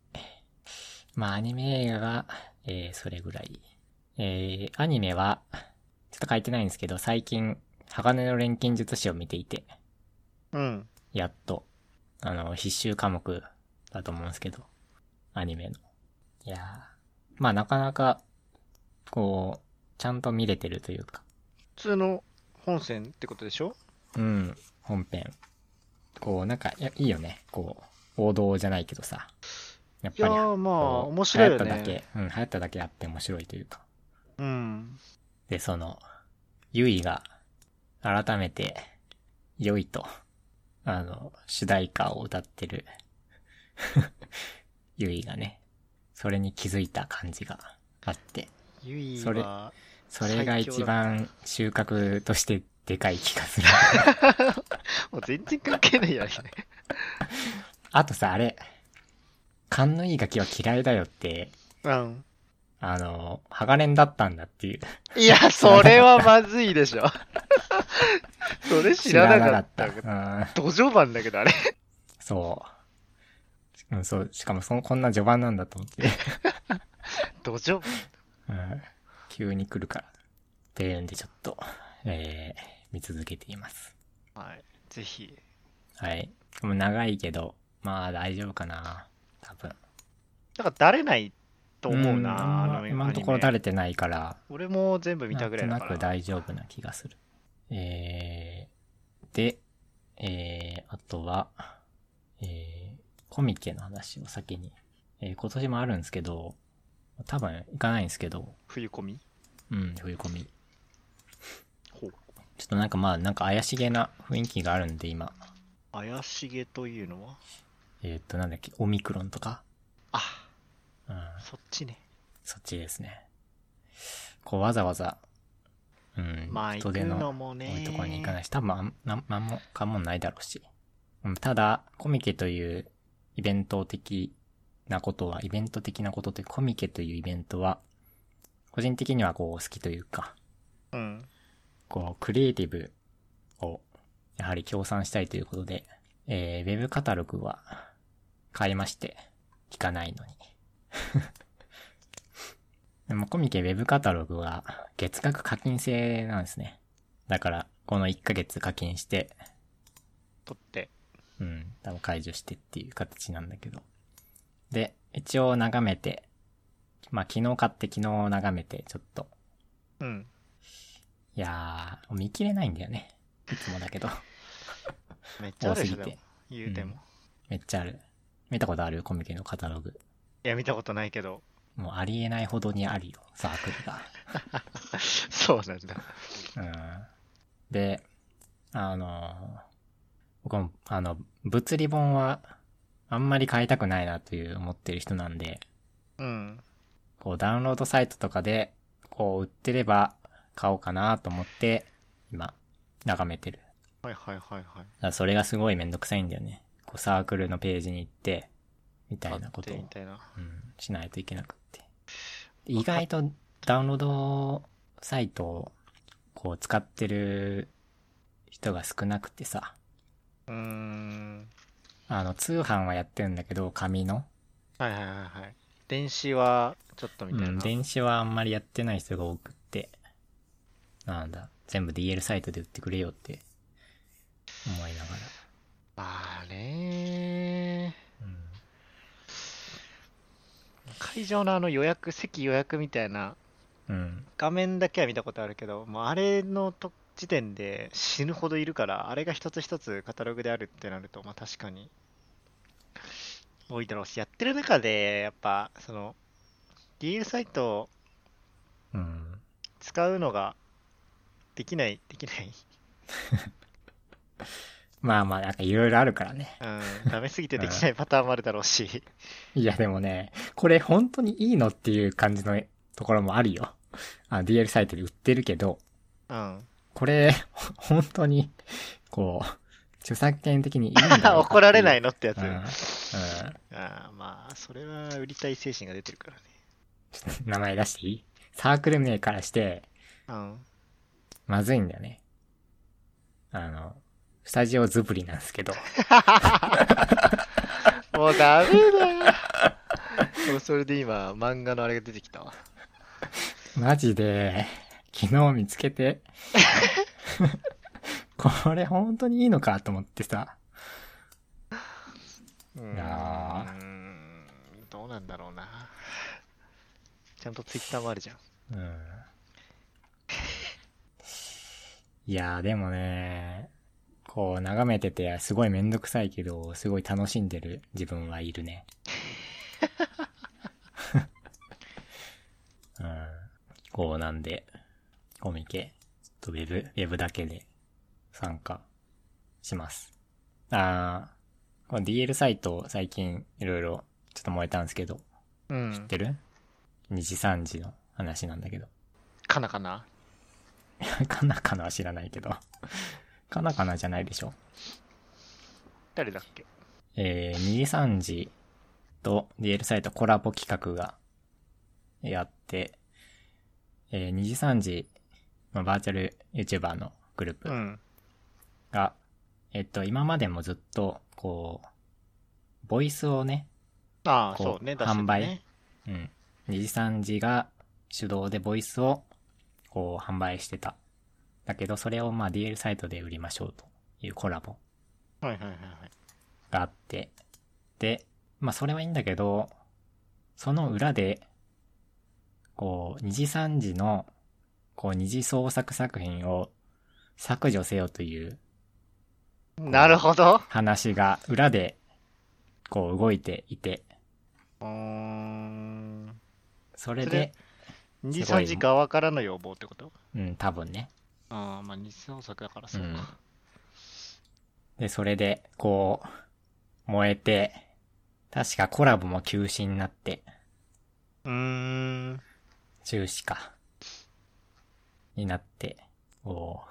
Speaker 1: まあ、アニメ映画が、えー、それぐらい。えー、アニメは、ちょっと書いてないんですけど、最近、鋼の錬金術師を見ていて、
Speaker 2: うん。
Speaker 1: やっと。あの、必修科目だと思うんですけど。アニメの。いやー。まあなかなか、こう、ちゃんと見れてるというか。
Speaker 2: 普通の本線ってことでしょ
Speaker 1: うん。本編。こう、なんか、いやいいよね。こう、王道じゃないけどさ。やっ
Speaker 2: いや
Speaker 1: ぱり、
Speaker 2: ー、まあ、
Speaker 1: こう
Speaker 2: 面白いよ
Speaker 1: 流行っただ
Speaker 2: ね。
Speaker 1: け、うん、流行っただけあって面白いというか。
Speaker 2: うん。
Speaker 1: で、その、ユイが改めて、良いと、あの、主題歌を歌ってる、 ユイがね、それに気づいた感じがあって、
Speaker 2: ゆい
Speaker 1: それ
Speaker 2: は、
Speaker 1: それが一番収穫としてでかい気が する。
Speaker 2: もう全然関係ないやね。
Speaker 1: あとさ、あれ、勘のいいガキは嫌いだよって、
Speaker 2: うん。
Speaker 1: あの、鋼だったんだっていう。
Speaker 2: いや、それはまずい でしょ。それ知らなかった。
Speaker 1: 知らなかった。うん、
Speaker 2: 土壌版だけど、あれ。
Speaker 1: そう。うん、そう。しかもその、こんな序盤なんだと思って。
Speaker 2: 土壌
Speaker 1: うん急に来るから。っていうんで、ちょっと、えー、見続けています。
Speaker 2: はい。ぜひ。
Speaker 1: はい。もう長いけど、まあ大丈夫かな。多分。
Speaker 2: だから、だれないと思うんな、あの
Speaker 1: あんま今のところ
Speaker 2: アニメ
Speaker 1: 垂れてないから、
Speaker 2: 俺も全部見たぐらい
Speaker 1: なん
Speaker 2: だ
Speaker 1: と
Speaker 2: か
Speaker 1: なく
Speaker 2: ら。
Speaker 1: 大丈夫な気がする。えー、で、えー、あとは、えー、コミケの話を先に。えー、今年もあるんですけど、多分行かないんですけど、
Speaker 2: 冬込み
Speaker 1: うん、冬コミ。
Speaker 2: ほう。
Speaker 1: ちょっとなんかまあ、なんか怪しげな雰囲気があるんで、今。
Speaker 2: 怪しげというのは
Speaker 1: えーっと、なんだっけ、オミクロンとか
Speaker 2: あ、
Speaker 1: うん、
Speaker 2: そっちね。
Speaker 1: そっちですね。こう、わざわざ、うん、
Speaker 2: まあ、行くのも
Speaker 1: 多い
Speaker 2: ね。
Speaker 1: ところに行かないし、多分あん、なん、なんも、かもないだろうし。うん、ただ、コミケというイベント的なことは、イベント的なことというコミケというイベントは、個人的にはこう、好きというか、
Speaker 2: うん。
Speaker 1: こう、クリエイティブを、やはり協賛したいということで、えー、ウェブカタログは、買いまして、聞かないのに。 でも、コミケウェブカタログは、月額課金制なんですね。だから、この1ヶ月課金して、
Speaker 2: 取って。
Speaker 1: うん、多分解除してっていう形なんだけど。で、一応眺めて、まあ、昨日買って昨日眺めて、ちょっと、
Speaker 2: うん。
Speaker 1: いやー、見切れないんだよね。いつもだけど。
Speaker 2: めっちゃあるでし
Speaker 1: 多すぎ
Speaker 2: ょ、で
Speaker 1: て
Speaker 2: も。言うても。
Speaker 1: うんめっちゃある。見たことあるコミケのカタログ。
Speaker 2: いや、見たことないけど。
Speaker 1: もうありえないほどにありよ、サークル
Speaker 2: そうなんだ。
Speaker 1: が。うん。で、あのー僕も、あの、物理本は、あんまり買いたくないなという思ってる人なんで、
Speaker 2: うん。
Speaker 1: こうダウンロードサイトとかで、こう売ってれば買おうかなと思って、今、眺めてる。
Speaker 2: はいはいはいはい。
Speaker 1: だからそれがすごいめんどくさいんだよね。こうサークルのページに行って、みたいなこと
Speaker 2: 買って
Speaker 1: を
Speaker 2: みたいな。
Speaker 1: うん、しないといけなくって。意外とダウンロードサイトをこう使ってる人が少なくてさ、
Speaker 2: うーん。
Speaker 1: あの、通販はやってるんだけど、紙の。
Speaker 2: はいはいはいはい。電子は、ちょっとみたいな。
Speaker 1: うん、電子はあんまりやってない人が多くって、なんだ、全部 DL サイトで売ってくれよって思いながら。
Speaker 2: まあね
Speaker 1: うん
Speaker 2: 会場のあの予約、席予約みたいな、
Speaker 1: うん。
Speaker 2: 画面だけは見たことあるけど、もうあれのと時点で死ぬほどいるから、あれが一つ一つカタログであるってなると、まあ確かに多いだろうし、やってる中で、やっぱ、その、DL サイトを
Speaker 1: うん。
Speaker 2: 使うのができない、できない。
Speaker 1: まあまあ、なんかいろいろあるからね。
Speaker 2: うん、ダメすぎてできないパターンもあるだろうし、
Speaker 1: いやでもね、これ本当にいいのっていう感じのところもあるよ。あ DL サイトで売ってるけど、
Speaker 2: うん。
Speaker 1: これ、ほ本当に、こう、著作権的にいいんだろう
Speaker 2: 怒られない
Speaker 1: の
Speaker 2: のってやつ。
Speaker 1: うん。うん。
Speaker 2: ああまあ、それは売りたい精神が出てるからね。
Speaker 1: 名前出していいサークル名からして、
Speaker 2: うん。
Speaker 1: まずいんだよね。あの、スタジオズブリなんですけど、
Speaker 2: もうダメだよ。そうそれで今、漫画のあれが出てきたわ。
Speaker 1: マジで、昨日見つけ て、これ本当にいいのかと思ってさ、
Speaker 2: うー
Speaker 1: いやー
Speaker 2: ん。どうなんだろうな。ちゃんとツイッターもあるじゃん。
Speaker 1: うんいやーでもね、こう眺めててすごいめんどくさいけど、すごい楽しんでる自分はいるね。うん、こうなんで、コミケ、ちょっとウェブ、ウェブだけで参加します。あー、この DL サイト最近いろいろちょっと燃えたんですけど、
Speaker 2: う
Speaker 1: 知っ
Speaker 2: ん。
Speaker 1: てる ?2 時3時の話なんだけど。
Speaker 2: かなかな
Speaker 1: かなかなは知らないけど。 かなかなじゃないでしょ。
Speaker 2: 誰だっけ
Speaker 1: えー、2時3時と DL サイトコラボ企画がやって、えー、2時3時、まあ、バーチャル YouTuber のグループ
Speaker 2: うん。
Speaker 1: が、えっと、今までもずっと、こう、ボイスをね、
Speaker 2: ああ、
Speaker 1: こう
Speaker 2: そうね、出してた
Speaker 1: 販
Speaker 2: ね
Speaker 1: 売。うん、二次三次が手動でボイスを、こう、販売してた。だけど、それをまあ DL サイトで売りましょうというコラボ
Speaker 2: はいはいはいはい。
Speaker 1: があって、で、まあそれはいいんだけど、その裏で、こう、二次三次の、こう、二次創作作品を削除せよという
Speaker 2: なるほど。
Speaker 1: 話が裏で、こう動いていて、
Speaker 2: うーん。
Speaker 1: それ
Speaker 2: それ
Speaker 1: で、
Speaker 2: 2、
Speaker 1: すごい
Speaker 2: 3時側からの要望ってこと
Speaker 1: うん、多分ね。
Speaker 2: ああ、まあ、日本作だからそう
Speaker 1: うん
Speaker 2: か。
Speaker 1: で、それで、こう、燃えて、確かコラボも休止になって、
Speaker 2: うーん。
Speaker 1: 中止か。になって、こ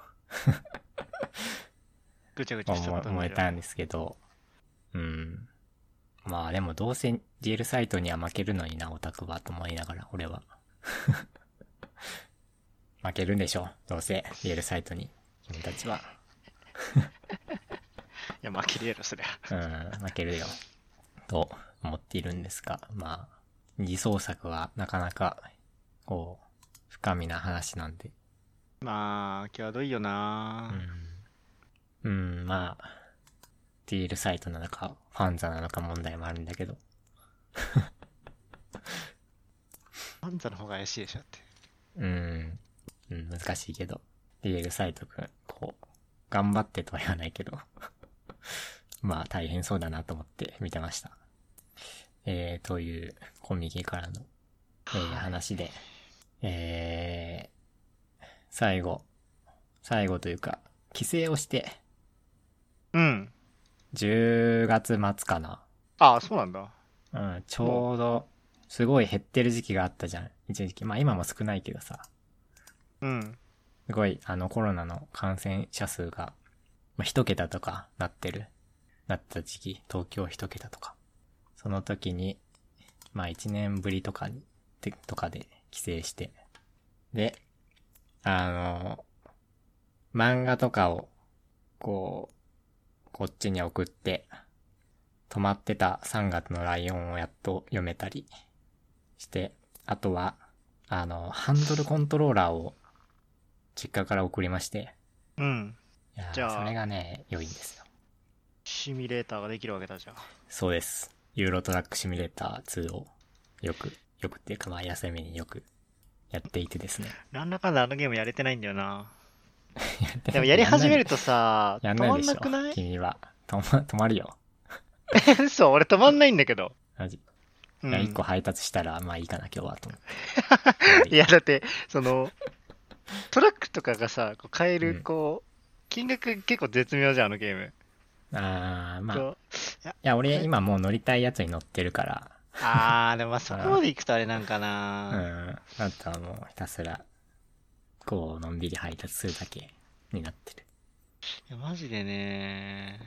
Speaker 2: ぐちゃぐ
Speaker 1: う、
Speaker 2: ちゃしちゃ
Speaker 1: も
Speaker 2: ったんだ
Speaker 1: 燃え
Speaker 2: よ
Speaker 1: たんですけど、うん。まあでもどうせ GL サイトには負けるのにな、オタクは、と思いながら、俺は。 負けるんでしょどうせ、GL サイトに、君たちは。
Speaker 2: いや、まあ、切れろ、そりゃ。
Speaker 1: うん、負けるよ。と思っているんですが、まあ、二次創作はなかなか、こう、深みな話なんで。
Speaker 2: まあ、際どいよな、
Speaker 1: うん、うん、まあ、ディールサイトなのか、ファンザなのか問題もあるんだけど。
Speaker 2: パンザの方が怪しいでしょって。
Speaker 1: うん、うん、難しいけど。ディールサイトくん、こう、頑張ってとは言わないけど。 まあ、大変そうだなと思って見てました。えー、という、コミケからのえー話で。えー最後、最後というか、帰省をして、
Speaker 2: うん。
Speaker 1: 10月末かな。
Speaker 2: ああ、そうなんだ。
Speaker 1: うん、ちょうど、すごい減ってる時期があったじゃん。一時期。まあ今も少ないけどさ。
Speaker 2: うん。
Speaker 1: すごい、あのコロナの感染者数が、まあ一桁とかなってる。なった時期、東京一桁とか。その時に、まあ一年ぶりとかに、てとかで帰省して。で、あの、漫画とかを、こう、こっちに送って、止まってた3月のライオンをやっと読めたりして、あとは、あの、ハンドルコントローラーを実家から送りまして、
Speaker 2: うん。
Speaker 1: いやー
Speaker 2: じゃあ
Speaker 1: それがね、良いんですよ。
Speaker 2: シミュレーターができるわけだじゃん。
Speaker 1: そうです。ユーロトラックシミュレーター2をよく、 よくっていうかまあ休みによくやっていてです ね。
Speaker 2: なんだかんだあのゲームやれてないんだ よな。でもやり始めるとさ、
Speaker 1: や
Speaker 2: 止
Speaker 1: んな
Speaker 2: ま
Speaker 1: いで
Speaker 2: ん
Speaker 1: し
Speaker 2: な
Speaker 1: ょ
Speaker 2: くな。い
Speaker 1: 君は。止ま、 止まるよ。
Speaker 2: 嘘、俺止まんないんだけど。
Speaker 1: マジ。
Speaker 2: う
Speaker 1: い
Speaker 2: ん、
Speaker 1: や一個配達したら、まあいいかな今日はと思って。
Speaker 2: いや、だって、その、トラックとかがさ、こう買え
Speaker 1: うん
Speaker 2: る、こう、金額結構絶妙じゃん、あのゲーム。
Speaker 1: あー、まあ。い
Speaker 2: こう
Speaker 1: や、俺今もう乗りたいやつに乗ってるから、
Speaker 2: あー、でもまあそこまで行くとあれなんかな
Speaker 1: うん。あとはもうひたすら、こう、のんびり配達するだけになってる。
Speaker 2: いや、マジでね。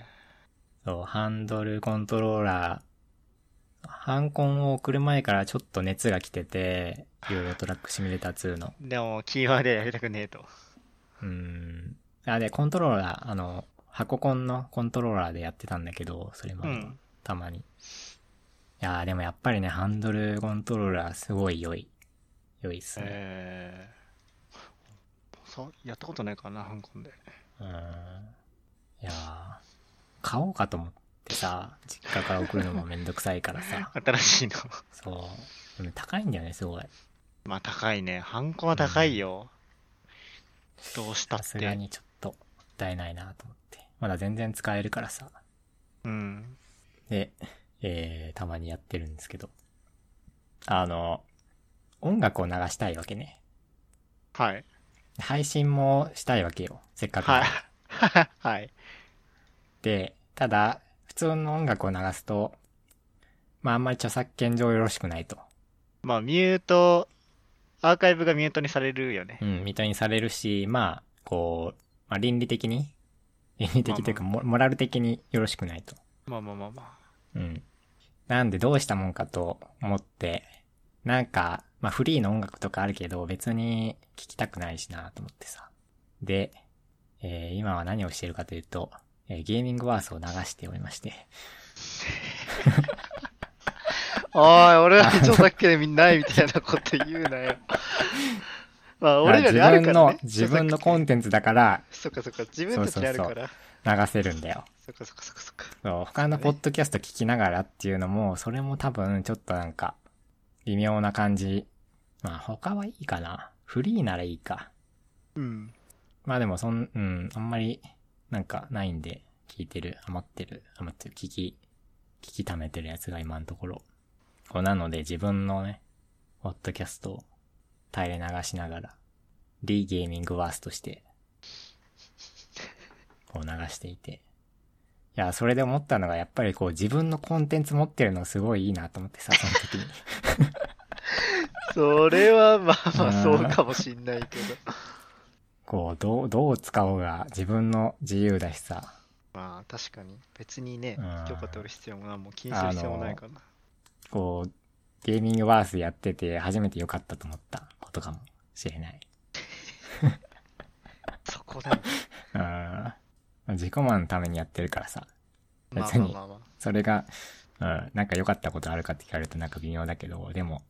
Speaker 1: そう、ハンドルコントローラー、ハンコンを送る前からちょっと熱が来てて、ユーロトラックシミュレーター2の。
Speaker 2: でも、キーワードはやりたくねえと。
Speaker 1: うーん。あ、で、コントローラー、あの、箱コンのコントローラーでやってたんだけど、それも、
Speaker 2: うん
Speaker 1: たまに。いやーでもやっぱりね、ハンドルコントローラーすごい良い。良いっすね。
Speaker 2: えー、そう、やったことないからな、香港で。
Speaker 1: うーん。いやー買おうかと思ってさ、実家から送るのもめんどくさいからさ。
Speaker 2: 新しいの。
Speaker 1: そう。でも高いんだよね、すごい。
Speaker 2: まあ、高いね。ハンコは高いよ。どうしたっ
Speaker 1: さすが
Speaker 2: て。
Speaker 1: にちょっともったいないなと思って。まだ全然使えるからさ。
Speaker 2: うん。
Speaker 1: で、えー、たまにやってるんですけど。あの、音楽を流したいわけね。
Speaker 2: はい。
Speaker 1: 配信もしたいわけよ。せっかくなん
Speaker 2: は
Speaker 1: で。
Speaker 2: い。はい。
Speaker 1: で、ただ、普通の音楽を流すと、まああんまり著作権上よろしくないと。
Speaker 2: まあ、ミュート、アーカイブがミュートにされるよね
Speaker 1: う。ん、みたいにされるし、まあ、こう、まあ倫理的に、倫理的というか、モモラル的によろしくないと。
Speaker 2: まあまあまあま
Speaker 1: うん。なんでどうしたもんかと思って、なんか、まあフリーの音楽とかあるけど、別に聴きたくないしなと思ってさ。で、えー今は何をしているかというと、えーゲーミングワースを流しておりまして。
Speaker 2: あ。おい、俺らに著作権みんないみたいなこと言うなよ。まあ、俺らにあるから、ね。
Speaker 1: 自分の、自 分のコ
Speaker 2: ン
Speaker 1: ンテンツだから
Speaker 2: そっかそっか、自分たちにあるから。
Speaker 1: 流せるんだよ。
Speaker 2: そっかそっかそっかそっか。
Speaker 1: そう、他のポッドキャスト聞きながらっていうのも、それも多分ちょっとなんか、微妙な感じ。まあ他はいいかな。フリーならいいか。
Speaker 2: うん。
Speaker 1: まあでもそん、うん、あんまり、なんかないんで、聞いてる、余ってる、余ってる、聞き、聞き溜めてるやつが今のところ。こうなので自分のね、ポッドキャストを垂れ流しながら、リーゲーミングワースとして、こう流していて。いや、それで思ったのが、やっぱりこう自分のコンテンツ持ってるのすごいいいなと思ってさ、その時に。
Speaker 2: それは、まあま
Speaker 1: あ
Speaker 2: あ、
Speaker 1: ー
Speaker 2: そうかもしんないけど。
Speaker 1: こう、どう、どう使おうが自分の自由だしさ、
Speaker 2: まあ、確かに。別にね
Speaker 1: うん、
Speaker 2: 許可取る必要もなんも気にする必要もないからな。
Speaker 1: こう、ゲーミングワースやってて初めて良かったと思ったことかもしれない。
Speaker 2: そこだよ。
Speaker 1: うん。自己満のためにやってるからさ。
Speaker 2: まあ
Speaker 1: 別
Speaker 2: まあ
Speaker 1: に
Speaker 2: まあまあ。
Speaker 1: それが、うん、なんか良かったことあるかって聞かれるとなんか微妙だけど、でも、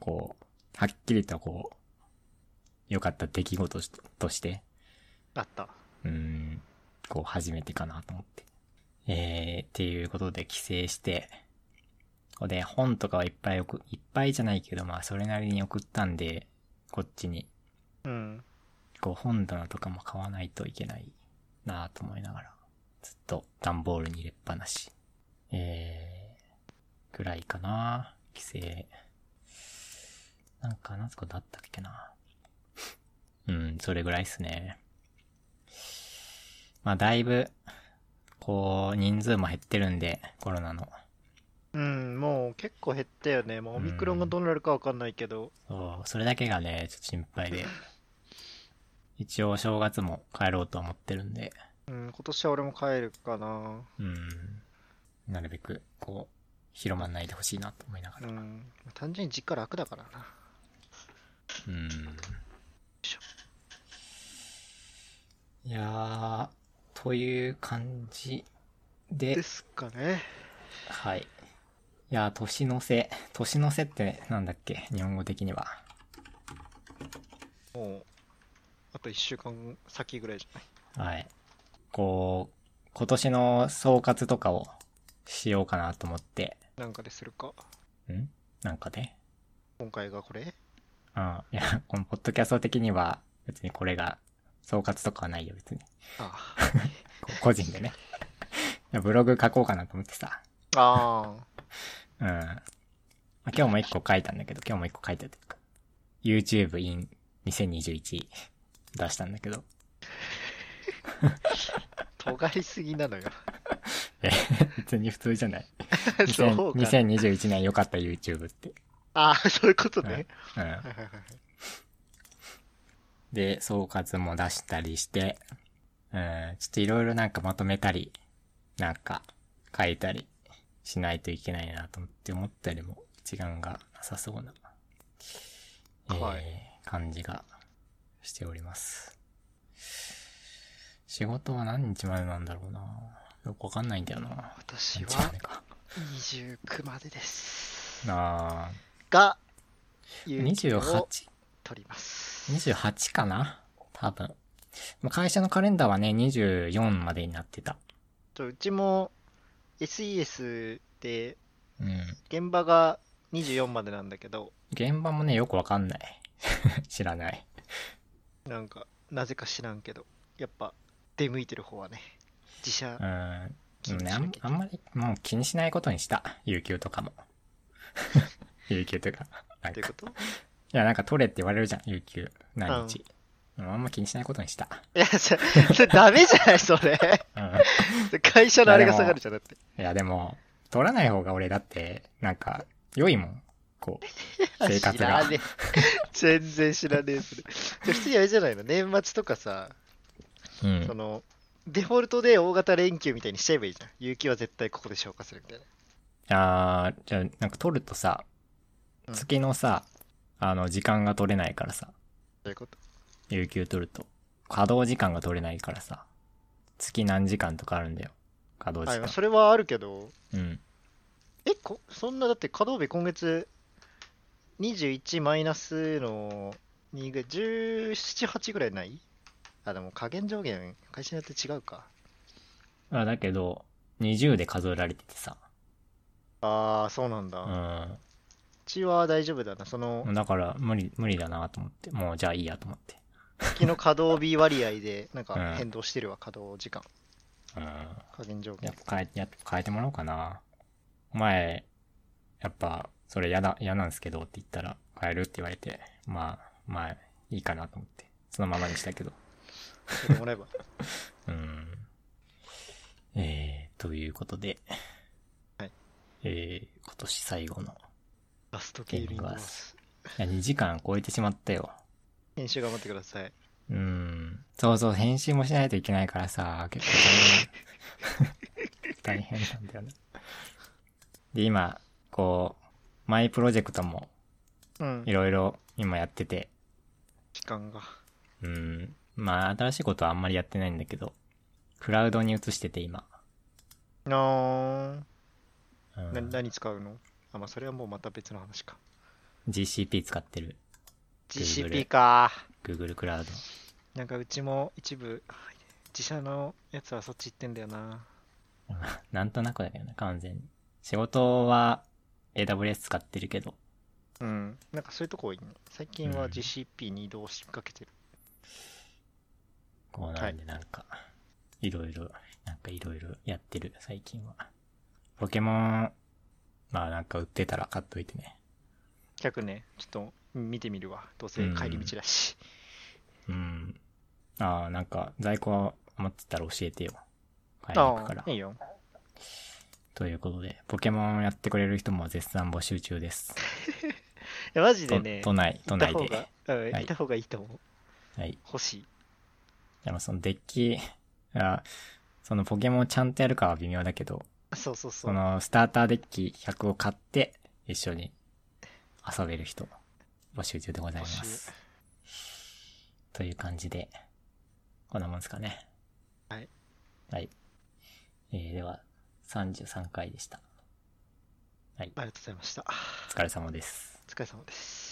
Speaker 1: こう、はっきりとこう、良かった出来事しとして、
Speaker 2: あった。
Speaker 1: うん、こう、初めてかなと思って。えー、っていうことで帰省して、ここで本とかはいっぱい送、いっぱいじゃないけど、まあ、それなりに送ったんで、こっちに
Speaker 2: うん。
Speaker 1: こう本棚とかも買わないといけないなぁと思いながら、ずっと段ボールに入れっぱなし。えー、ぐらいかな帰省。なんか、なんすかだったっけなうん、それぐらいっすね。まあ、だいぶ、こう、人数も減ってるんで、コロナの。
Speaker 2: うん、もう結構減ったよね。もうオミクロンがどうなるかわかんないけど。
Speaker 1: そう、それだけがね、ちょっと心配で。一応、正月も帰ろうと思ってるんで。
Speaker 2: うん、今年は俺も帰るかな。
Speaker 1: うん。なるべく、こう、広まんないでほしいなと思いなが
Speaker 2: う
Speaker 1: ら。
Speaker 2: ん。単純に実家楽だからな。
Speaker 1: うん。いやー、という感じで
Speaker 2: で、すかね。
Speaker 1: はい。いやー、年の瀬。年の瀬ってなんだっけ日本語的には。
Speaker 2: もう、あと1週間先ぐらいじゃない。
Speaker 1: はい。こう、今年の総括とかをしようかなと思って。
Speaker 2: なんかでするか。
Speaker 1: んなんかね。
Speaker 2: 今回がこれ
Speaker 1: うん。いや、このポッドキャスト的には、別にこれが、総括とかはないよ、別に。
Speaker 2: あ
Speaker 1: こ個人でね。いやブログ書こうかなと思ってさ。
Speaker 2: あ。
Speaker 1: う
Speaker 2: あ
Speaker 1: ん。まあ、今日も一個書いたんだけど、今日も一個書いたというか、YouTube in 2021出したんだけど、
Speaker 2: あ。尖りすぎなの よ。
Speaker 1: え別に普通じゃない。
Speaker 2: そうか。
Speaker 1: 2021年良かった YouTube って。
Speaker 2: ああ、そういうことね。
Speaker 1: うん
Speaker 2: は。いはいはいはい。
Speaker 1: で、総括も出したりして、うん、ちょっといろいろなんかまとめたり、なんか書いたりしないといけないなと思って思ったよりも時間がなさそうな、えー
Speaker 2: はい
Speaker 1: 感じがしております。仕事は何日までなんだろうなよくわかんないんだよな
Speaker 2: 私
Speaker 1: 何日ま
Speaker 2: は
Speaker 1: でか。
Speaker 2: 29までです。
Speaker 1: なあ
Speaker 2: が、有給
Speaker 1: 28
Speaker 2: を、取ります。
Speaker 1: 28かな多分。まあ会社のカレンダーはね、24までになってた。
Speaker 2: とうちも SES で
Speaker 1: うん。
Speaker 2: 現場が24までなんだけど、
Speaker 1: 現場もね、よくわかんない。 知らない。
Speaker 2: なんか、なぜか知らんけど、やっぱ、出向いてる方はね、自社
Speaker 1: う、ーん。で
Speaker 2: 気
Speaker 1: も
Speaker 2: に
Speaker 1: ね、
Speaker 2: し
Speaker 1: あ
Speaker 2: なんきゃ
Speaker 1: あんまり、もう気にし ないことにした。有給とかも。有給というか、なん
Speaker 2: という
Speaker 1: か
Speaker 2: こ、と
Speaker 1: いや、なんか取れって言われるじゃん、有給、何日。でもあんま気にしないことにした。
Speaker 2: いや、そ れ、それダメじゃない、それ。
Speaker 1: うん。
Speaker 2: 会社のあれが下がるじゃん、だって。
Speaker 1: いや、でも、取らない方が俺だって、なんか、良いもん。こう、生活
Speaker 2: 知ら
Speaker 1: が。
Speaker 2: ねえ。全然知らねえ、それ。じゃあ普通にあれじゃないの年末とかさ、
Speaker 1: うん
Speaker 2: そ。の、デフォルトで大型連休みたいにしちゃえばいいじゃん。有給は絶対ここで消化するみたいな。
Speaker 1: あーじゃあ、なんか取るとさ
Speaker 2: う、ん
Speaker 1: 月のさ、あの、時間が取れないからさ、
Speaker 2: そういうこと。
Speaker 1: 有給取ると。稼働時間が取れないからさ、月何時間とかあるんだよ。稼働
Speaker 2: はい
Speaker 1: 時
Speaker 2: まあ、
Speaker 1: 間。
Speaker 2: それはあるけど、
Speaker 1: うん。
Speaker 2: え、こそんな、だって稼働日今月21マイナスの2が17、8ぐらいないあ、でも加減上限、会社によって違うか。
Speaker 1: あだけど、20で数えられててさ、
Speaker 2: ああ、そうなんだ。う
Speaker 1: う
Speaker 2: ちは大丈夫だな。その、
Speaker 1: ん。だから、無理、無理だなと思って、もうじゃあいいやと思って。
Speaker 2: 月の稼働日割合で、な
Speaker 1: う
Speaker 2: ん
Speaker 1: ん
Speaker 2: か変動してるわ、稼働時間。
Speaker 1: うん。
Speaker 2: 加減条
Speaker 1: やっ
Speaker 2: 件。
Speaker 1: ぱ変え、やっぱ変えてもらおうかな。お前、やっぱ、それ嫌だ、嫌なんですけどって言ったら、変えるって言われて、まあ、まあ、いいかなと思って、そのままにしたけど。
Speaker 2: それでもら えば。
Speaker 1: うん。えー、ということで、
Speaker 2: はい。
Speaker 1: えー、今年最後の、
Speaker 2: ラストゲーミン
Speaker 1: ゲ
Speaker 2: グ
Speaker 1: ーミング
Speaker 2: マ
Speaker 1: マ
Speaker 2: ス。
Speaker 1: いや、2時間超えてしまったよ。
Speaker 2: 編集頑張ってください。
Speaker 1: うん。そうそう、編集もしないといけないからさ、結構大変。大 変なんだよね。で、今、こう、マイプロジェクトも
Speaker 2: うん
Speaker 1: い。ろいろ今やってて、
Speaker 2: 時間が。
Speaker 1: うん。まあ、新しいことはあんまりやってないんだけど、クラウドに移してて今。
Speaker 2: な
Speaker 1: う
Speaker 2: ーな、
Speaker 1: ん、
Speaker 2: 何使うのあ、まあ、それはもうまた別の話か。
Speaker 1: GCP 使ってる。Google
Speaker 2: GCP か。
Speaker 1: Google クラウド。
Speaker 2: なんかうちも一部、自社のやつはそっち行ってんだよな。
Speaker 1: なんとなくだけどね、完全に。仕事は AWS 使ってるけど、
Speaker 2: うん。なんかそういうとこ多いね。最近
Speaker 1: う
Speaker 2: は
Speaker 1: ん
Speaker 2: GCP に移動しかけてる。
Speaker 1: こうなんでなんか、いろいろ、なんかいろいろやってる、最近は。ポケモン、まあなんか売ってたら買っといてね。
Speaker 2: 100ね、ちょっと見てみるわ。どうせ帰り道だし。
Speaker 1: うん。ああ、なんか在庫余ってたら教えてよ。買いに行く
Speaker 2: あ
Speaker 1: から
Speaker 2: あ、い。いよ。
Speaker 1: ということで、ポケモンやってくれる人も絶賛募集中です。
Speaker 2: いやマジで
Speaker 1: と
Speaker 2: ね、
Speaker 1: 都内、都内で。
Speaker 2: いた方が、う
Speaker 1: は
Speaker 2: ん、
Speaker 1: い
Speaker 2: いた方がいいと思う。
Speaker 1: はい。
Speaker 2: 欲しい。
Speaker 1: でもそのデッキ、あそのポケモンをちゃんとやるかは微妙だけど、
Speaker 2: そうそうそ。
Speaker 1: そうのスターターデッキ100を買って一緒に遊べる人募集中でございます。という感じで、こんなもんですかね。
Speaker 2: はい。
Speaker 1: はい。えー、では、33回でした。
Speaker 2: ありがとうございました。
Speaker 1: お疲れ様です。
Speaker 2: お疲れ様です。